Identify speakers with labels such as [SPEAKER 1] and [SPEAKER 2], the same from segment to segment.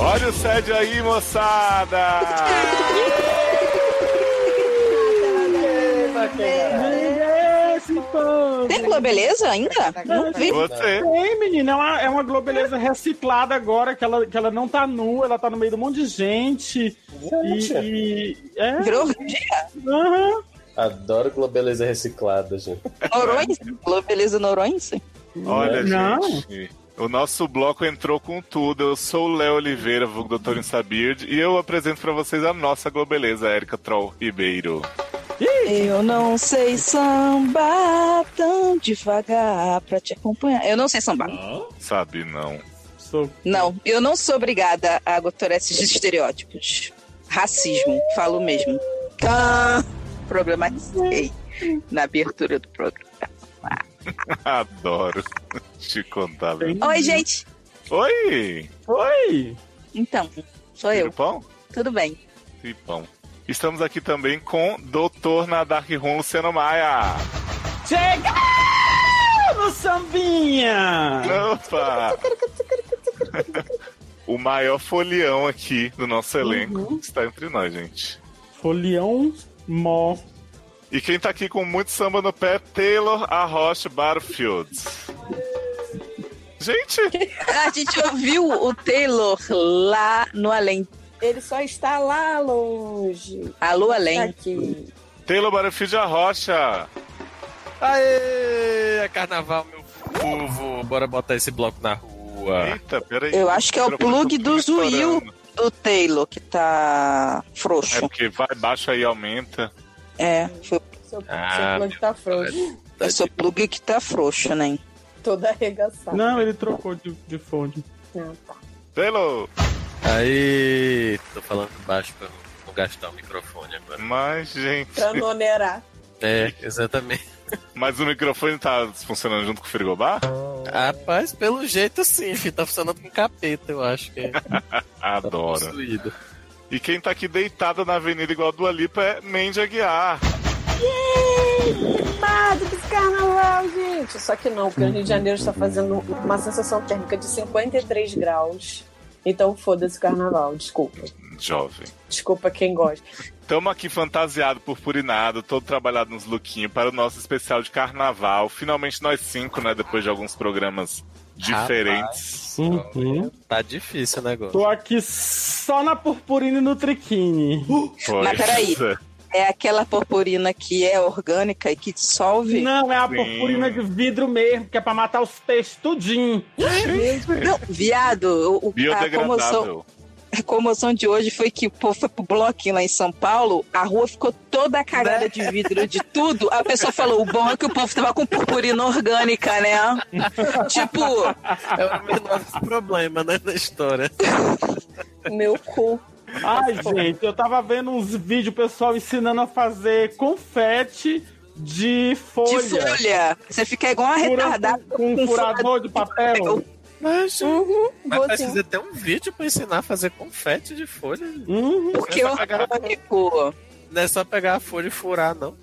[SPEAKER 1] Olha o Sede aí, moçada!
[SPEAKER 2] Tem Globeleza ainda? Não vi.
[SPEAKER 1] Você.
[SPEAKER 3] Tem, menina, é uma, é uma globeleza reciclada agora, que ela, que ela não tá nua, ela tá no meio de um monte de gente. E.
[SPEAKER 4] Gente,
[SPEAKER 3] e- é,
[SPEAKER 2] Virou dia?
[SPEAKER 3] aham.
[SPEAKER 4] adoro globeleza reciclada, gente.
[SPEAKER 2] Noronha? Globeleza Noronha?
[SPEAKER 1] Olha,
[SPEAKER 3] Não.
[SPEAKER 1] gente. O nosso bloco entrou com tudo. Eu sou o Léo Oliveira, vulgo Doutor Insabird, e eu apresento pra vocês a nossa globeleza, Érica Troll Ribeiro.
[SPEAKER 2] Eu não sei sambar tão devagar pra te acompanhar. Eu não sei sambar.
[SPEAKER 1] Sabe, não.
[SPEAKER 3] Sou-
[SPEAKER 2] Não, eu não sou obrigada a agotar esses estereótipos. Racismo, falo mesmo. Ah, problematizei na abertura do programa.
[SPEAKER 1] Adoro te contar. velho.
[SPEAKER 3] tem-
[SPEAKER 2] Oi, gente.
[SPEAKER 1] Oi!
[SPEAKER 3] Oi!
[SPEAKER 2] Então, sou eu.
[SPEAKER 1] Pão?
[SPEAKER 2] Tudo bem.
[SPEAKER 1] E pão. Estamos aqui também com Doutor na Dark Room, Luciano Maia.
[SPEAKER 3] Chega! No sambinha!
[SPEAKER 1] Opa! o maior folião aqui do nosso
[SPEAKER 3] Uhum.
[SPEAKER 1] elenco está entre nós, gente.
[SPEAKER 3] Folião mó.
[SPEAKER 1] E quem tá aqui com muito samba no pé, Taylor Arroche Barfield. Gente,
[SPEAKER 2] A gente ouviu o Taylor lá no além.
[SPEAKER 5] Ele só está lá longe.
[SPEAKER 2] Alô,
[SPEAKER 5] Tá
[SPEAKER 2] além.
[SPEAKER 5] aqui.
[SPEAKER 1] Taylor Barfield Arrocha.
[SPEAKER 6] Aê, é carnaval, meu povo. Bora botar esse bloco na rua.
[SPEAKER 1] Eita, peraí.
[SPEAKER 2] Eu acho que é o plug do Zuil do Taylor que tá
[SPEAKER 1] É
[SPEAKER 2] frouxo.
[SPEAKER 1] porque vai, baixa e aumenta.
[SPEAKER 2] É, foi
[SPEAKER 5] Seu,
[SPEAKER 6] Ah,
[SPEAKER 5] seu plano tá frouxo.
[SPEAKER 6] Tá
[SPEAKER 2] é seu plug que tá frouxo, né?
[SPEAKER 5] Todo arregaçado.
[SPEAKER 3] Não, ele trocou de, de fonte.
[SPEAKER 5] Não, tá.
[SPEAKER 1] Taylor,
[SPEAKER 6] Aí, tô falando baixo pra não gastar o microfone agora.
[SPEAKER 1] mas, gente.
[SPEAKER 5] Pra não onerar.
[SPEAKER 6] É, exatamente.
[SPEAKER 1] Mas o microfone tá funcionando junto com o frigobar?
[SPEAKER 6] Rapaz, pelo jeito sim, filho. Tá funcionando com capeta, eu acho que é. Tá
[SPEAKER 1] Adoro.
[SPEAKER 6] possuído.
[SPEAKER 1] E quem tá aqui deitado na avenida igual a Dua Lipa é Mandy Aguiar.
[SPEAKER 5] Mas esse carnaval, gente. Só que não, porque o Rio de Janeiro está fazendo uma sensação térmica de 53 graus. Então foda-se o carnaval. Desculpa.
[SPEAKER 1] Jovem.
[SPEAKER 5] Desculpa quem gosta.
[SPEAKER 1] Tamo aqui fantasiado, purpurinado, todo trabalhado nos lookinhos para o nosso especial de carnaval. Finalmente nós cinco, né? Depois de alguns programas diferentes.
[SPEAKER 3] Uhum.
[SPEAKER 6] Tá difícil o negócio.
[SPEAKER 3] Tô aqui só na purpurina e no triquine.
[SPEAKER 1] Pois
[SPEAKER 2] Mas peraí.
[SPEAKER 1] é.
[SPEAKER 2] É aquela purpurina que é orgânica e que dissolve?
[SPEAKER 3] Não, é a
[SPEAKER 1] Sim.
[SPEAKER 3] purpurina de vidro mesmo, que é pra matar os peixes tudinho.
[SPEAKER 2] Não, viado, o, o- a comoção,
[SPEAKER 1] Biodegradável.
[SPEAKER 2] a comoção de hoje foi que o povo foi pro bloquinho lá em São Paulo, a rua ficou toda cagada de vidro, de tudo. A pessoa falou: o bom é que o povo tava com purpurina orgânica, né? tipo,
[SPEAKER 6] É o menor problema, né, na história.
[SPEAKER 5] Meu cu.
[SPEAKER 3] Ai, gente, eu tava vendo uns vídeos pessoal ensinando a fazer confete de folha.
[SPEAKER 2] de folha. Você fica igual uma retardada.
[SPEAKER 3] Furando com um furador de papel.
[SPEAKER 6] Mas,
[SPEAKER 5] Vou
[SPEAKER 2] Uhum.
[SPEAKER 6] mas
[SPEAKER 5] sim.
[SPEAKER 6] precisa ter um vídeo pra ensinar a fazer confete de folha.
[SPEAKER 3] Uhum.
[SPEAKER 2] Porque é orgânico.
[SPEAKER 6] Não é só pegar a folha e furar, não.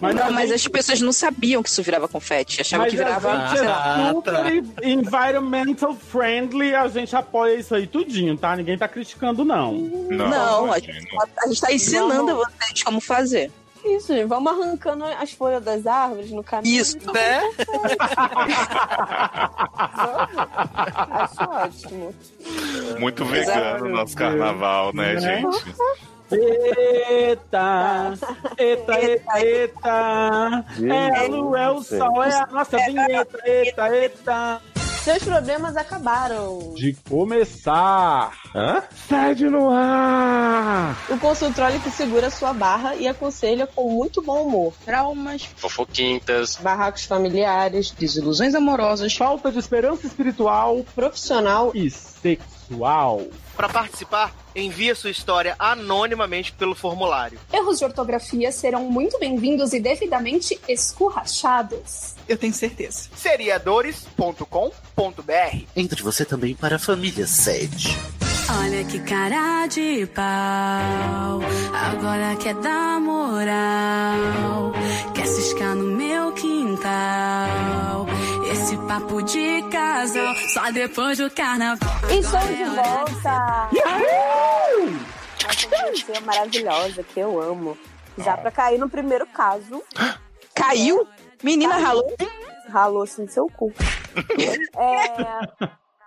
[SPEAKER 3] Mas,
[SPEAKER 2] Não,
[SPEAKER 3] a
[SPEAKER 2] mas
[SPEAKER 3] gente-
[SPEAKER 2] as pessoas não sabiam que isso virava confete. Achavam
[SPEAKER 3] mas
[SPEAKER 2] que virava. Ah, tá.
[SPEAKER 3] a gente
[SPEAKER 2] sei lá,
[SPEAKER 3] é
[SPEAKER 6] lá.
[SPEAKER 3] super environmental friendly, a gente apoia isso aí tudinho, tá? Ninguém tá criticando, não.
[SPEAKER 1] Não,
[SPEAKER 2] Não,
[SPEAKER 1] imagino.
[SPEAKER 2] a gente tá ensinando a vocês como fazer.
[SPEAKER 5] Isso, gente. Vamos arrancando as folhas das árvores no caminho. tá
[SPEAKER 2] Isso.
[SPEAKER 6] Né?
[SPEAKER 5] Acho ótimo.
[SPEAKER 1] muito vegano o nosso carnaval, né,
[SPEAKER 3] Né?
[SPEAKER 1] gente?
[SPEAKER 3] Eita! Eita, eita, eita! É a lua, é o
[SPEAKER 4] Gente.
[SPEAKER 3] sol, é a nossa vinheta,
[SPEAKER 5] é,
[SPEAKER 3] eita, eita!
[SPEAKER 5] Seus problemas acabaram.
[SPEAKER 3] De começar!
[SPEAKER 4] Hã?
[SPEAKER 3] Sede no ar!
[SPEAKER 5] O consultório que segura sua barra e aconselha com muito bom humor.
[SPEAKER 2] Traumas,
[SPEAKER 7] fofoquintas,
[SPEAKER 5] Barracos familiares,
[SPEAKER 2] desilusões amorosas,
[SPEAKER 3] Falta de esperança espiritual
[SPEAKER 5] profissional.
[SPEAKER 3] e sexual.
[SPEAKER 8] Para participar, envie sua história anonimamente pelo formulário.
[SPEAKER 9] Erros de ortografia serão muito bem-vindos e devidamente escurrachados.
[SPEAKER 2] Eu tenho certeza.
[SPEAKER 8] seriadores.com.br
[SPEAKER 7] Entre você também para a família sede.
[SPEAKER 10] Olha que cara de pau, agora quer dar moral, quer ciscar no meu quintal. Esse
[SPEAKER 11] Esse papo de casal, só depois do carnaval.
[SPEAKER 5] E estou de volta! Essa música é maravilhosa que eu amo. Já pra cair no primeiro caso.
[SPEAKER 2] Ah. Caiu? Menina, ralou?
[SPEAKER 5] Ralou sim seu cu. É,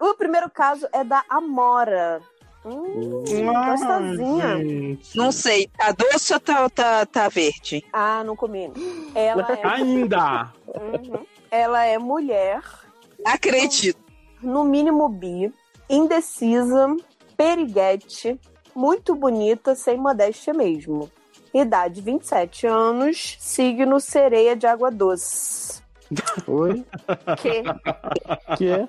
[SPEAKER 5] o primeiro caso é da Amora. Hum, gostosinha.
[SPEAKER 2] Não sei, tá doce ou tá, tá, tá verde?
[SPEAKER 5] Ah, não comi. Ela é...
[SPEAKER 3] Ainda!
[SPEAKER 5] Uhum. Ela é mulher.
[SPEAKER 2] Acredito.
[SPEAKER 5] No mínimo bi, indecisa, periguete, muito bonita, sem modéstia mesmo. Idade 27 anos, signo sereia de água doce.
[SPEAKER 6] Oi?
[SPEAKER 5] Que?
[SPEAKER 6] Que?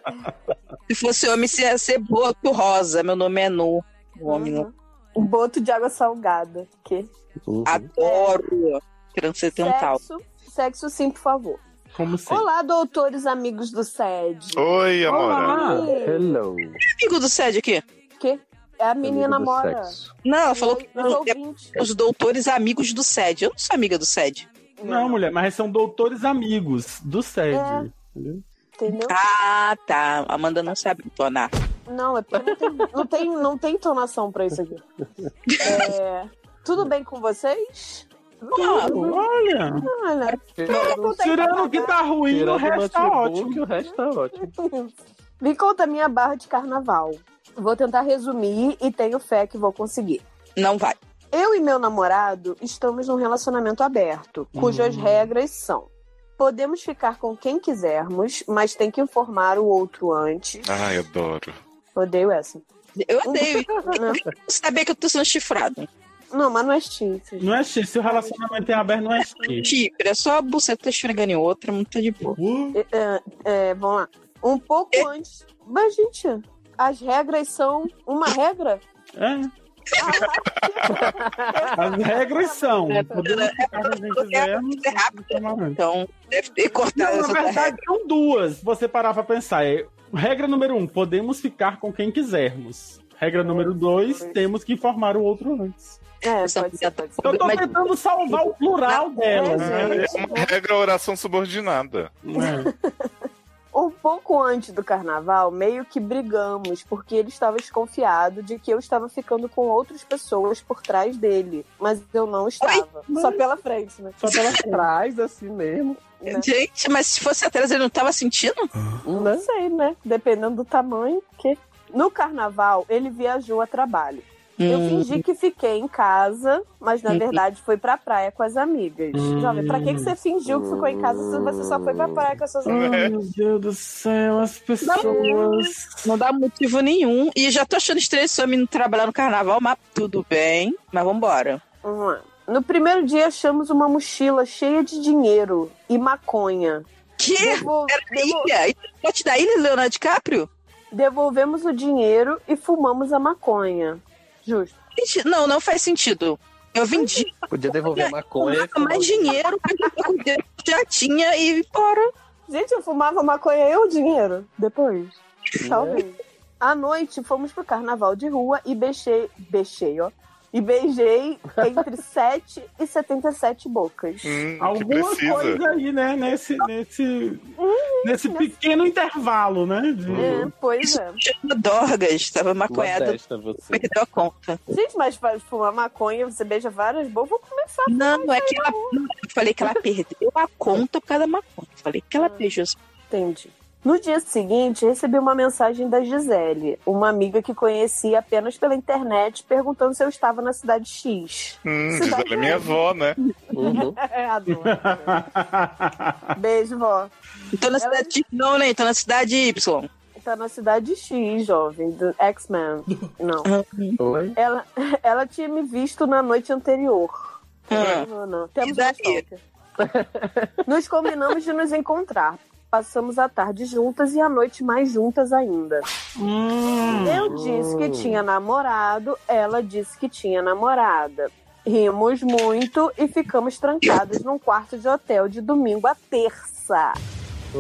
[SPEAKER 2] Se fosse homem, se ia ser Boto Rosa. Meu nome é Nu. O homem não.
[SPEAKER 5] Um boto de água salgada. Que?
[SPEAKER 2] Adoro um transcendental.
[SPEAKER 5] Sexo, sexo sim, por favor.
[SPEAKER 3] Como
[SPEAKER 5] Olá, doutores amigos do SED.
[SPEAKER 1] Oi,
[SPEAKER 5] Olá.
[SPEAKER 1] Amora.
[SPEAKER 6] Hello.
[SPEAKER 2] Amigo do Sede aqui?
[SPEAKER 5] Que? É a menina
[SPEAKER 6] do
[SPEAKER 5] mora.
[SPEAKER 6] sexo.
[SPEAKER 2] Não, ela falou que
[SPEAKER 5] Os ouvintes.
[SPEAKER 2] os doutores amigos do SED. Eu não sou amiga do SED.
[SPEAKER 3] Não, mulher, mas são doutores amigos do SED.
[SPEAKER 5] É. Entendeu?
[SPEAKER 2] Ah, tá. Amanda não sabe entonar.
[SPEAKER 5] Não, é porque não tem, não tem, não tem entonação pra isso aqui. É, tudo bem com vocês?
[SPEAKER 2] Não,
[SPEAKER 3] Olha,
[SPEAKER 5] Olha,
[SPEAKER 6] Tirando,
[SPEAKER 3] tirando o que tá ruim, o
[SPEAKER 6] tirando o
[SPEAKER 3] resto tá ótimo.
[SPEAKER 6] notebook, o resto tá ótimo.
[SPEAKER 5] me conta a minha barra de carnaval. Vou tentar resumir e tenho fé que vou conseguir.
[SPEAKER 2] não vai.
[SPEAKER 5] Eu e meu namorado estamos num relacionamento aberto, cujas
[SPEAKER 3] Hum.
[SPEAKER 5] regras são: podemos ficar com quem quisermos, mas tem que informar o outro antes.
[SPEAKER 1] Ai, adoro.
[SPEAKER 5] Odeio essa.
[SPEAKER 2] Eu odeio saber que eu tô sendo chifrado.
[SPEAKER 5] Não, mas não é chifre.
[SPEAKER 3] Não é X, se o relacionamento é aberto, não é X.
[SPEAKER 2] Chifre, é só a buceta esfregando em outra, não tá de boa.
[SPEAKER 3] Uh,
[SPEAKER 5] É, vamos lá. Um pouco
[SPEAKER 2] É.
[SPEAKER 5] antes. Mas, gente, as regras são uma regra?
[SPEAKER 3] é.
[SPEAKER 5] Ah,
[SPEAKER 3] As regras são. Podemos ficar com quem quisermos.
[SPEAKER 2] É rápido, então deve ter cortado
[SPEAKER 3] Não,
[SPEAKER 2] essa
[SPEAKER 3] na
[SPEAKER 2] da
[SPEAKER 3] verdade, são duas. Se você parar pra pensar, é, regra número um: podemos ficar com quem quisermos. Regra número dois: temos que informar o outro antes.
[SPEAKER 5] é, pode ser, pode ser.
[SPEAKER 3] Eu tô
[SPEAKER 2] Mas-
[SPEAKER 3] tentando salvar o plural dela, né?
[SPEAKER 1] É uma regra oração subordinada.
[SPEAKER 5] Um pouco antes do carnaval, meio que brigamos, porque ele estava desconfiado de que eu estava ficando com outras pessoas por trás dele. Mas eu não estava. Só pela frente, né?
[SPEAKER 6] Só pela trás, assim
[SPEAKER 5] É
[SPEAKER 6] mesmo.
[SPEAKER 2] Gente, mas se fosse atrás, ele não tava sentindo?
[SPEAKER 5] Não sei, né? Dependendo do tamanho. Que... No carnaval, ele viajou a trabalho. Eu fingi que fiquei em casa, mas na
[SPEAKER 2] Hum.
[SPEAKER 5] verdade foi pra praia com as amigas.
[SPEAKER 3] Hum.
[SPEAKER 5] Jovem, pra que, que você fingiu que ficou em casa se você só foi pra praia com as suas
[SPEAKER 2] Hum.
[SPEAKER 5] amigas?
[SPEAKER 3] Ai, meu Deus do céu, as pessoas.
[SPEAKER 2] Não dá motivo nenhum. E já tô achando estranho esse homem não trabalhar no carnaval, mas tudo bem. Mas vambora.
[SPEAKER 5] Vamos lá. No primeiro dia, achamos uma mochila cheia de dinheiro e maconha.
[SPEAKER 2] Que?
[SPEAKER 5] Devol-
[SPEAKER 2] Era da ilha? Isso é Lote da ilha, Leonardo DiCaprio?
[SPEAKER 5] Devolvemos o dinheiro e fumamos a maconha. Justo.
[SPEAKER 2] Gente, não, não faz sentido. Eu vendi
[SPEAKER 6] Podia devolver a maconha.
[SPEAKER 2] Tomava mais dinheiro que eu já tinha e bora.
[SPEAKER 5] Gente, eu fumava maconha e o dinheiro? Depois.
[SPEAKER 6] né?
[SPEAKER 5] Talvez. À noite, fomos pro carnaval de rua e beijei... Beijei, ó. E beijei entre 7 e 77 bocas.
[SPEAKER 1] Hum, que
[SPEAKER 3] Alguma
[SPEAKER 1] precisa.
[SPEAKER 3] coisa aí, né? Nesse,
[SPEAKER 2] Uh,
[SPEAKER 3] nesse, nesse
[SPEAKER 5] nessa-
[SPEAKER 3] pequeno intervalo, né? de-
[SPEAKER 5] É, pois é.
[SPEAKER 2] Chama Dorgas, tava maconhada,
[SPEAKER 6] Modesta você.
[SPEAKER 2] perdeu a conta.
[SPEAKER 5] Gente, mas pra fumar maconha, você beija várias bocas, vou começar.
[SPEAKER 2] Não, é que ela. não, Eu falei que ela perdeu a conta por causa da maconha. Eu falei que ela beijou.
[SPEAKER 5] Ah, Entendi. No dia seguinte, recebi uma mensagem da Gisele, uma amiga que conheci apenas pela internet, perguntando se eu estava na cidade X.
[SPEAKER 1] Hum,
[SPEAKER 5] Isso
[SPEAKER 1] diz
[SPEAKER 5] dá
[SPEAKER 1] ela, é minha avó, né?
[SPEAKER 6] Uhum.
[SPEAKER 5] É, adoro. Beijo, vó.
[SPEAKER 2] Tô na
[SPEAKER 5] Ela-
[SPEAKER 2] cidade. Não, né? Tô na cidade Y.
[SPEAKER 5] Tá na cidade X, jovem, do X-Men. Não.
[SPEAKER 2] Ah.
[SPEAKER 6] Oi?
[SPEAKER 5] Ela, ela tinha me visto na noite anterior.
[SPEAKER 2] Ah.
[SPEAKER 5] Não, não. Temos
[SPEAKER 2] E daí?
[SPEAKER 5] mais stalker. Nos combinamos de nos encontrar. Passamos a tarde juntas e a noite mais juntas ainda.
[SPEAKER 2] Hum.
[SPEAKER 5] Eu disse que tinha namorado, ela disse que tinha namorada. Rimos muito e ficamos trancados num quarto de hotel de domingo a terça.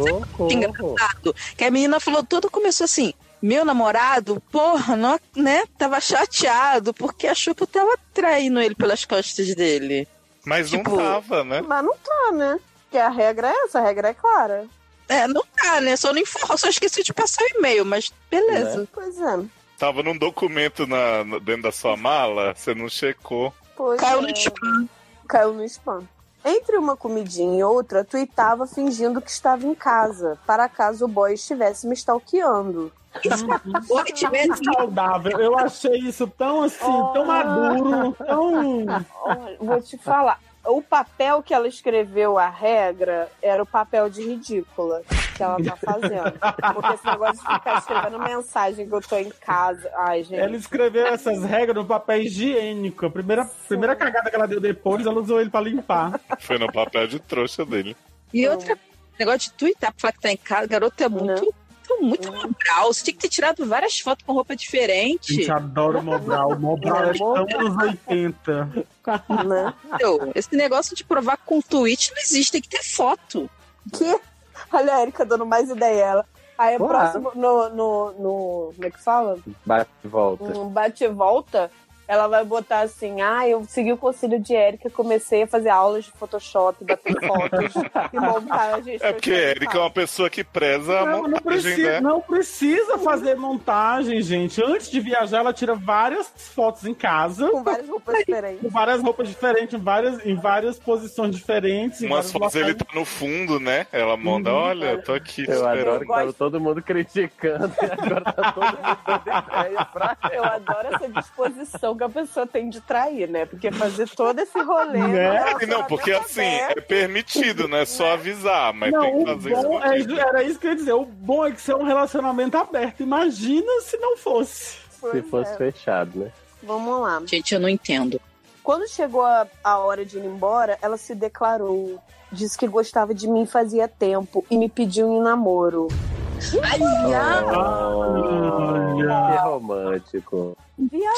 [SPEAKER 6] Socorro.
[SPEAKER 2] Engraçado. Que a menina falou, tudo começou assim. Meu namorado, porra, não, né? Tava chateado porque achou que eu tava traindo ele pelas costas dele.
[SPEAKER 1] Mas
[SPEAKER 2] Tipo-
[SPEAKER 1] não tava, né?
[SPEAKER 5] Mas não tá, né? Porque a regra é essa, a regra é clara.
[SPEAKER 2] É, não tá, né? Só não informa, só esqueci de passar o e-mail, mas beleza.
[SPEAKER 1] Né?
[SPEAKER 5] Pois é.
[SPEAKER 1] Tava num documento na, no- dentro da sua mala, você não checou.
[SPEAKER 5] Pois
[SPEAKER 2] Caiu
[SPEAKER 5] é.
[SPEAKER 2] no spam.
[SPEAKER 5] Caiu no spam. Entre uma comidinha e outra, tuitava fingindo que estava em casa, para caso o boy estivesse me stalkeando.
[SPEAKER 3] saudável. Eu achei isso Uhum. tão assim, tão maduro, tão.
[SPEAKER 5] Olha, Vou te falar. O papel que ela escreveu a regra era o papel de ridícula que ela tá fazendo. Porque esse negócio de ficar escrevendo mensagem que eu tô em casa. Ai, gente.
[SPEAKER 3] Ela escreveu essas regras no papel higiênico. A primeira, primeira cagada que ela deu depois, ela usou ele pra limpar.
[SPEAKER 1] Foi no papel de trouxa dele.
[SPEAKER 2] E outra negócio de twittar pra falar que tá em casa, garoto é muito, muito, muito mobral. Você tinha que ter tirado várias fotos com roupa diferente.
[SPEAKER 3] Gente, adoro o Mobral. O Mobral é tão anos 80.
[SPEAKER 2] Entendeu? Esse negócio de provar com tweet não existe, tem que ter foto.
[SPEAKER 5] Que? Olha a Erika dando mais ideia ela. Aí o
[SPEAKER 6] Olá.
[SPEAKER 5] próximo, no, no, no. Como é que fala?
[SPEAKER 6] Bate e volta.
[SPEAKER 5] Um bate-volta. Ela vai botar assim, ah, eu segui o conselho de Erika, comecei a fazer aulas de Photoshop, bater fotos e
[SPEAKER 3] Tá,
[SPEAKER 5] montagem.
[SPEAKER 1] É porque Erika é uma pessoa que preza a
[SPEAKER 3] Não, não
[SPEAKER 1] montagem,
[SPEAKER 3] precisa,
[SPEAKER 1] né?
[SPEAKER 3] não precisa fazer montagem, gente. Antes de viajar, ela tira várias fotos em casa.
[SPEAKER 5] Com várias roupas diferentes.
[SPEAKER 3] Com várias roupas diferentes, em várias, em várias posições diferentes. em
[SPEAKER 1] Umas
[SPEAKER 3] vários
[SPEAKER 1] fotos ele
[SPEAKER 3] locais.
[SPEAKER 1] tá no fundo, né? Ela manda, olha, eu tô aqui te
[SPEAKER 6] Eu adoro
[SPEAKER 1] esperando.
[SPEAKER 6] que tava todo mundo criticando.
[SPEAKER 5] Eu adoro essa disposição que a pessoa tem de trair, né? Porque fazer todo esse rolê.
[SPEAKER 1] Né?
[SPEAKER 5] nossa,
[SPEAKER 1] Não, porque assim, é permitido, né? Só avisar, mas tem
[SPEAKER 3] Não,
[SPEAKER 1] que
[SPEAKER 3] o
[SPEAKER 1] fazer isso.
[SPEAKER 3] bom é, era isso que eu ia dizer. O bom é que isso é um relacionamento aberto. Imagina se não fosse.
[SPEAKER 6] Se fosse fechado, né?
[SPEAKER 5] é. Vamos lá.
[SPEAKER 2] Gente, eu não entendo.
[SPEAKER 5] Quando chegou a, a hora de ir embora, ela se declarou. Disse que gostava de mim fazia tempo e me pediu em namoro. Ai,
[SPEAKER 6] Olha, que romântico.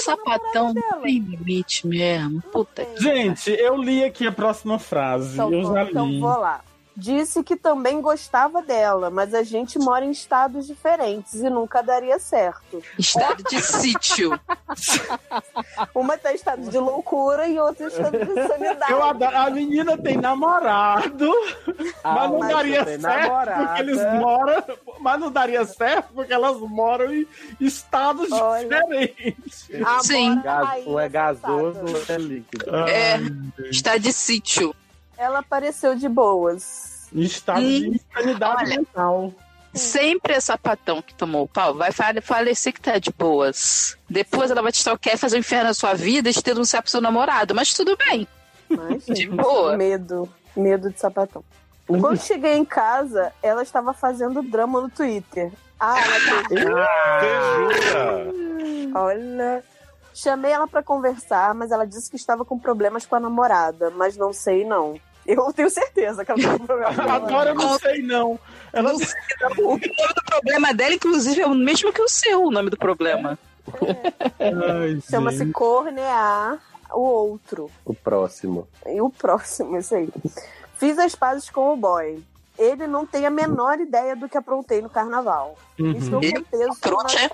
[SPEAKER 2] Sapatão não tem limite mesmo. Puta que.
[SPEAKER 3] Gente, eu li aqui a próxima frase.
[SPEAKER 5] Então,
[SPEAKER 3] eu já li.
[SPEAKER 5] então vou lá. Disse que também gostava dela, mas a gente mora em estados diferentes e nunca daria certo.
[SPEAKER 2] Estado de sítio.
[SPEAKER 5] Uma tá em estado de loucura e outra em estado de sanidade.
[SPEAKER 3] Eu adoro- A menina tem namorado,
[SPEAKER 5] Ah,
[SPEAKER 3] mas não
[SPEAKER 6] mas
[SPEAKER 3] daria
[SPEAKER 6] tem
[SPEAKER 3] certo
[SPEAKER 6] namorada.
[SPEAKER 3] porque eles moram. Mas não daria certo porque elas moram em estados diferentes.
[SPEAKER 2] Sim.
[SPEAKER 6] Gas- Um é gasoso, um é líquido.
[SPEAKER 2] É,
[SPEAKER 3] Ah,
[SPEAKER 2] está de sítio.
[SPEAKER 5] Ela apareceu de boas.
[SPEAKER 3] Estado de insanidade mental.
[SPEAKER 2] Hum, Sempre é sapatão que tomou o pau. Vai fale- falecer que tá de boas. Depois ela vai te stalkear, fazer um inferno na sua vida e te denunciar pro seu namorado. Mas tudo bem. de boa.
[SPEAKER 5] Medo. Medo de sapatão. Quando cheguei em casa, ela estava fazendo drama no Twitter. Ah, ela fez.
[SPEAKER 1] Ah,
[SPEAKER 2] Ah.
[SPEAKER 5] Olha. Chamei ela pra conversar, mas ela disse que estava com problemas com a namorada, mas não sei não. Eu tenho certeza que ela tá com problemas. com a
[SPEAKER 3] Agora eu
[SPEAKER 5] namorada.
[SPEAKER 3] não sei, não. Ela
[SPEAKER 2] O nome do problema dela, inclusive, é o mesmo que o seu, o nome do problema.
[SPEAKER 5] Chama-se cornear o outro.
[SPEAKER 6] O próximo.
[SPEAKER 5] E o próximo, isso aí. Fiz as pazes com o boy. Ele não tem a menor ideia do que aprontei no carnaval.
[SPEAKER 2] Uhum.
[SPEAKER 5] Estou
[SPEAKER 2] Ele é
[SPEAKER 5] com
[SPEAKER 2] um
[SPEAKER 5] peso.
[SPEAKER 2] trouxa,
[SPEAKER 5] na-
[SPEAKER 2] é?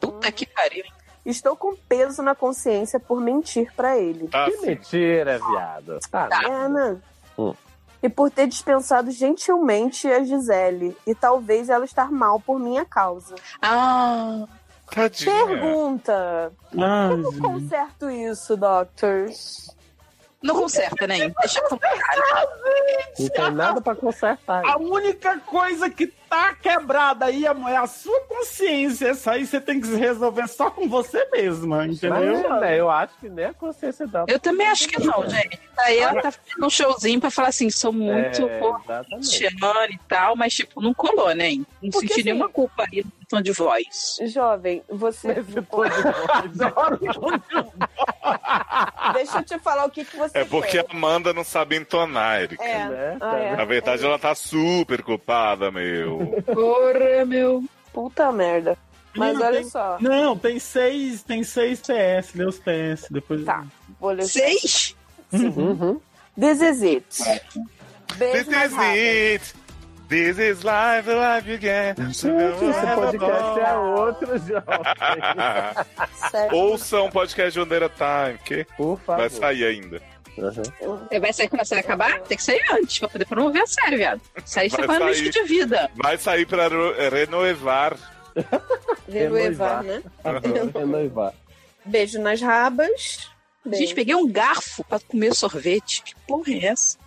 [SPEAKER 2] Puta que pariu.
[SPEAKER 5] Estou com peso na consciência por mentir pra ele.
[SPEAKER 1] Tá
[SPEAKER 6] que
[SPEAKER 1] assim.
[SPEAKER 6] mentira, viado. Tá,
[SPEAKER 5] É, né?
[SPEAKER 6] Hum.
[SPEAKER 5] E por ter dispensado gentilmente a Gisele. E talvez ela estar mal por minha causa.
[SPEAKER 2] Ah.
[SPEAKER 1] Tadinha.
[SPEAKER 5] Pergunta.
[SPEAKER 3] Ah,
[SPEAKER 5] Como conserto isso, Doctors?
[SPEAKER 2] Não conserta, né? Deixa eu
[SPEAKER 5] Ah,
[SPEAKER 6] Não tem nada pra consertar.
[SPEAKER 3] A única coisa que tá quebrada aí amor, é a sua consciência. Essa aí você tem que resolver só com você mesma, entendeu?
[SPEAKER 6] Mas, né, eu acho que nem a consciência dela.
[SPEAKER 2] Eu também acho que não, gente.
[SPEAKER 5] É.
[SPEAKER 2] Daí ela tá fazendo um showzinho pra falar assim, sou muito
[SPEAKER 6] É,
[SPEAKER 2] é, cristiana e tal, mas tipo, não colou, né? Não
[SPEAKER 5] Porque,
[SPEAKER 2] senti
[SPEAKER 5] assim,
[SPEAKER 2] nenhuma culpa aí no tom de voz.
[SPEAKER 5] Jovem, você. Deixa eu te falar o que, que você
[SPEAKER 1] É porque
[SPEAKER 5] quer.
[SPEAKER 1] a Amanda não sabe entonar, Erika.
[SPEAKER 5] É. Né? Ah, é.
[SPEAKER 1] Na verdade, ela tá super culpada, meu.
[SPEAKER 2] Porra, meu.
[SPEAKER 5] Puta merda. Mas
[SPEAKER 3] Menina,
[SPEAKER 5] olha
[SPEAKER 3] tem-
[SPEAKER 5] só.
[SPEAKER 3] Não, tem seis, tem seis PS, lê os PS depois. Uhum. Tá.
[SPEAKER 5] Vou ler o
[SPEAKER 2] Seis?
[SPEAKER 5] Sim. This is it. Beijo mais
[SPEAKER 1] This
[SPEAKER 5] rápido.
[SPEAKER 1] is it. This is life, the life you get.
[SPEAKER 6] Esse podcast é outro, jovem.
[SPEAKER 1] Ouçam um podcast de Ondeira Time, que
[SPEAKER 6] Por favor.
[SPEAKER 1] vai sair ainda.
[SPEAKER 2] Você vai sair quando a série acabar? Tem que sair antes pra poder promover a série, viado. Isso aí tá
[SPEAKER 1] Vai
[SPEAKER 2] correndo
[SPEAKER 1] sair.
[SPEAKER 2] risco de vida.
[SPEAKER 1] Vai sair pra ro- renovar.
[SPEAKER 5] Renovar, né?
[SPEAKER 6] Renovar.
[SPEAKER 5] Beijo nas rabas.
[SPEAKER 2] Gente, peguei um garfo pra comer sorvete. Que porra é essa?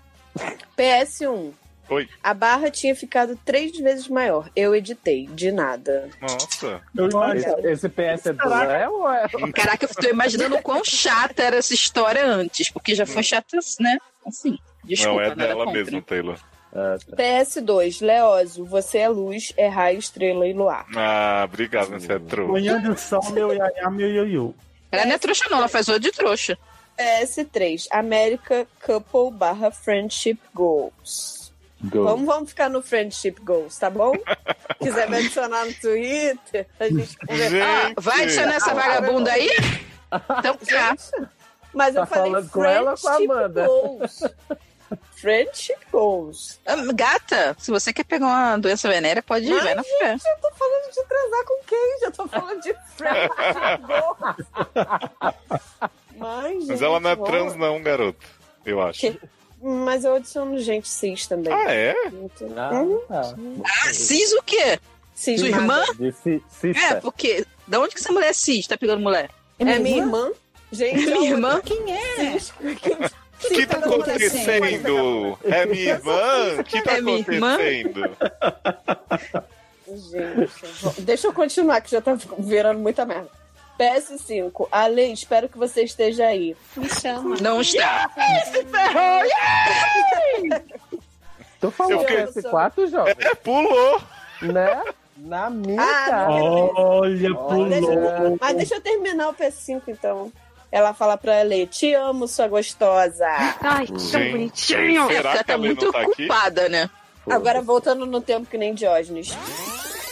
[SPEAKER 5] PS1.
[SPEAKER 1] Oi.
[SPEAKER 5] A barra tinha ficado três vezes maior. Eu editei, de nada.
[SPEAKER 1] Nossa.
[SPEAKER 6] Esse, esse PS é do Léo ou é?
[SPEAKER 2] Caraca, eu tô imaginando o quão chata era essa história antes, porque já foi chata, né? Assim, desculpa.
[SPEAKER 1] não, é
[SPEAKER 2] nada
[SPEAKER 1] dela
[SPEAKER 2] contra.
[SPEAKER 1] mesmo, Taylor.
[SPEAKER 6] Ah, tá.
[SPEAKER 5] PS2, Leózio, você é luz, é raio, estrela e luar.
[SPEAKER 1] Ah, obrigado, né? Você é trouxa.
[SPEAKER 3] Manhã do sol, meu iaiá, meu ioiô.
[SPEAKER 2] Ela não é trouxa, não, ela faz o de trouxa.
[SPEAKER 5] PS3, É America Couple barra Friendship Goals. Vamos, vamos ficar no Friendship Goals, tá bom? Quiser me adicionar no Twitter, a gente conversa.
[SPEAKER 2] Ah, vai adicionar essa vagabunda aí? Então tá.
[SPEAKER 5] Mas
[SPEAKER 6] Tá
[SPEAKER 5] eu falei
[SPEAKER 6] falando com ela ou com a
[SPEAKER 5] friendship
[SPEAKER 6] Amanda?
[SPEAKER 5] Goals. Friendship Goals.
[SPEAKER 2] Ah, Gata, se você quer pegar uma doença venérea, pode ir,
[SPEAKER 5] Mas,
[SPEAKER 2] vai na fé.
[SPEAKER 5] gente, eu tô falando de transar com quem? Já tô falando de friendship goals. Mas,
[SPEAKER 1] Mas
[SPEAKER 5] gente,
[SPEAKER 1] ela não é
[SPEAKER 5] vamos-
[SPEAKER 1] trans, não, garoto. Eu acho.
[SPEAKER 5] Que- Mas eu adiciono gente cis também.
[SPEAKER 1] Ah, é?
[SPEAKER 5] Então,
[SPEAKER 6] Ah,
[SPEAKER 5] hum,
[SPEAKER 2] Ah, cis o quê?
[SPEAKER 5] cis
[SPEAKER 2] Sua
[SPEAKER 5] nada.
[SPEAKER 2] irmã?
[SPEAKER 6] De si,
[SPEAKER 2] É,
[SPEAKER 6] sister.
[SPEAKER 2] porque. Da onde que essa mulher é cis? Tá pegando mulher?
[SPEAKER 5] É minha irmã? é? Gente,
[SPEAKER 2] É minha
[SPEAKER 5] eu-
[SPEAKER 2] irmã?
[SPEAKER 12] Quem é?
[SPEAKER 5] Cis-
[SPEAKER 1] O
[SPEAKER 2] assim,
[SPEAKER 1] que tá acontecendo? É minha irmã? O que tá
[SPEAKER 2] É minha irmã?
[SPEAKER 1] acontecendo?
[SPEAKER 5] Gente, deixa eu continuar, que já tá virando muita merda. PS5, Ale, espero que você esteja aí. Me chama.
[SPEAKER 2] Não está.
[SPEAKER 6] Tô falando
[SPEAKER 1] Eu fiquei-
[SPEAKER 6] PS4, jovem.
[SPEAKER 1] É, pulou.
[SPEAKER 6] Né? Na minha,
[SPEAKER 5] Ah,
[SPEAKER 6] cara.
[SPEAKER 3] Olha, pulou.
[SPEAKER 5] Mas deixa eu terminar o PS5, então. Ela fala pra Ale, te amo, sua gostosa.
[SPEAKER 12] Ai, que tão
[SPEAKER 1] Gente,
[SPEAKER 12] bonitinho.
[SPEAKER 2] É, porque
[SPEAKER 1] será
[SPEAKER 2] ela
[SPEAKER 1] que
[SPEAKER 2] tá
[SPEAKER 1] a Lê
[SPEAKER 2] muito
[SPEAKER 1] não tá aqui?
[SPEAKER 2] ocupada, né?
[SPEAKER 5] Agora voltando no tempo que nem Diógenes.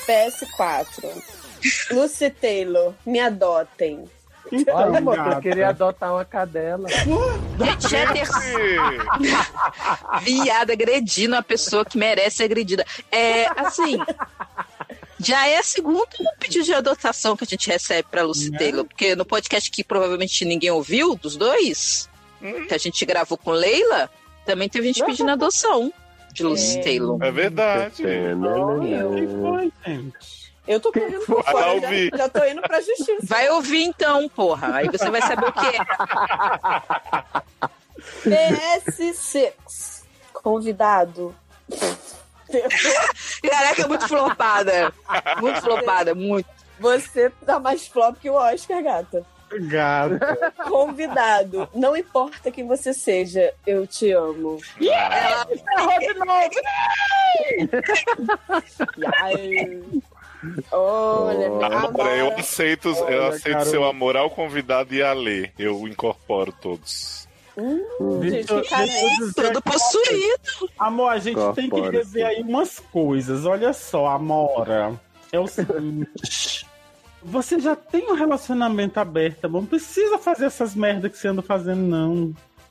[SPEAKER 5] PS4. Lucy Taylor, me adotem.
[SPEAKER 6] Olha,
[SPEAKER 3] Então,
[SPEAKER 6] amor,
[SPEAKER 3] gata.
[SPEAKER 6] eu queria adotar uma cadela.
[SPEAKER 2] Gente, já é a terceira
[SPEAKER 1] Ih,
[SPEAKER 2] viada agredindo a pessoa que merece ser agredida. É, assim. Já é a segunda pedido de adotação que a gente recebe pra Lucy
[SPEAKER 1] Né?
[SPEAKER 2] Taylor, porque no podcast que provavelmente ninguém ouviu, dos dois,
[SPEAKER 1] Hum?
[SPEAKER 2] que a gente gravou com Leila, também teve gente pedindo adoção de Lucy
[SPEAKER 5] É.
[SPEAKER 2] Taylor.
[SPEAKER 1] É verdade.
[SPEAKER 3] Que foi, gente?
[SPEAKER 5] Eu tô correndo por fora,
[SPEAKER 1] Vai
[SPEAKER 5] já,
[SPEAKER 1] ouvir.
[SPEAKER 5] já tô indo pra justiça.
[SPEAKER 2] Vai ouvir então, porra. Aí você vai saber o que é.
[SPEAKER 5] PS6. Convidado.
[SPEAKER 2] Caraca, é muito flopada. Muito flopada, muito.
[SPEAKER 5] Você tá mais flop que o Oscar, gata.
[SPEAKER 3] Gata.
[SPEAKER 5] Convidado. Não importa quem você seja, eu te amo.
[SPEAKER 2] Ela
[SPEAKER 5] Olha,
[SPEAKER 1] Ah, André, eu
[SPEAKER 5] amada.
[SPEAKER 1] aceito, eu
[SPEAKER 3] Olha,
[SPEAKER 1] aceito
[SPEAKER 3] Carol.
[SPEAKER 1] seu amor ao convidado e a ler. Eu incorporo todos.
[SPEAKER 5] Hum, Gente,
[SPEAKER 3] Deixa,
[SPEAKER 5] que cara
[SPEAKER 3] deixa eu
[SPEAKER 5] é
[SPEAKER 3] dizer
[SPEAKER 2] todo possuído.
[SPEAKER 3] Amor, a gente tem que
[SPEAKER 13] Corpora,
[SPEAKER 3] rever aí umas coisas. Olha só, Amora. É o seguinte. Você já tem um relacionamento aberto, amor. Não precisa fazer essas merdas que você anda fazendo, não.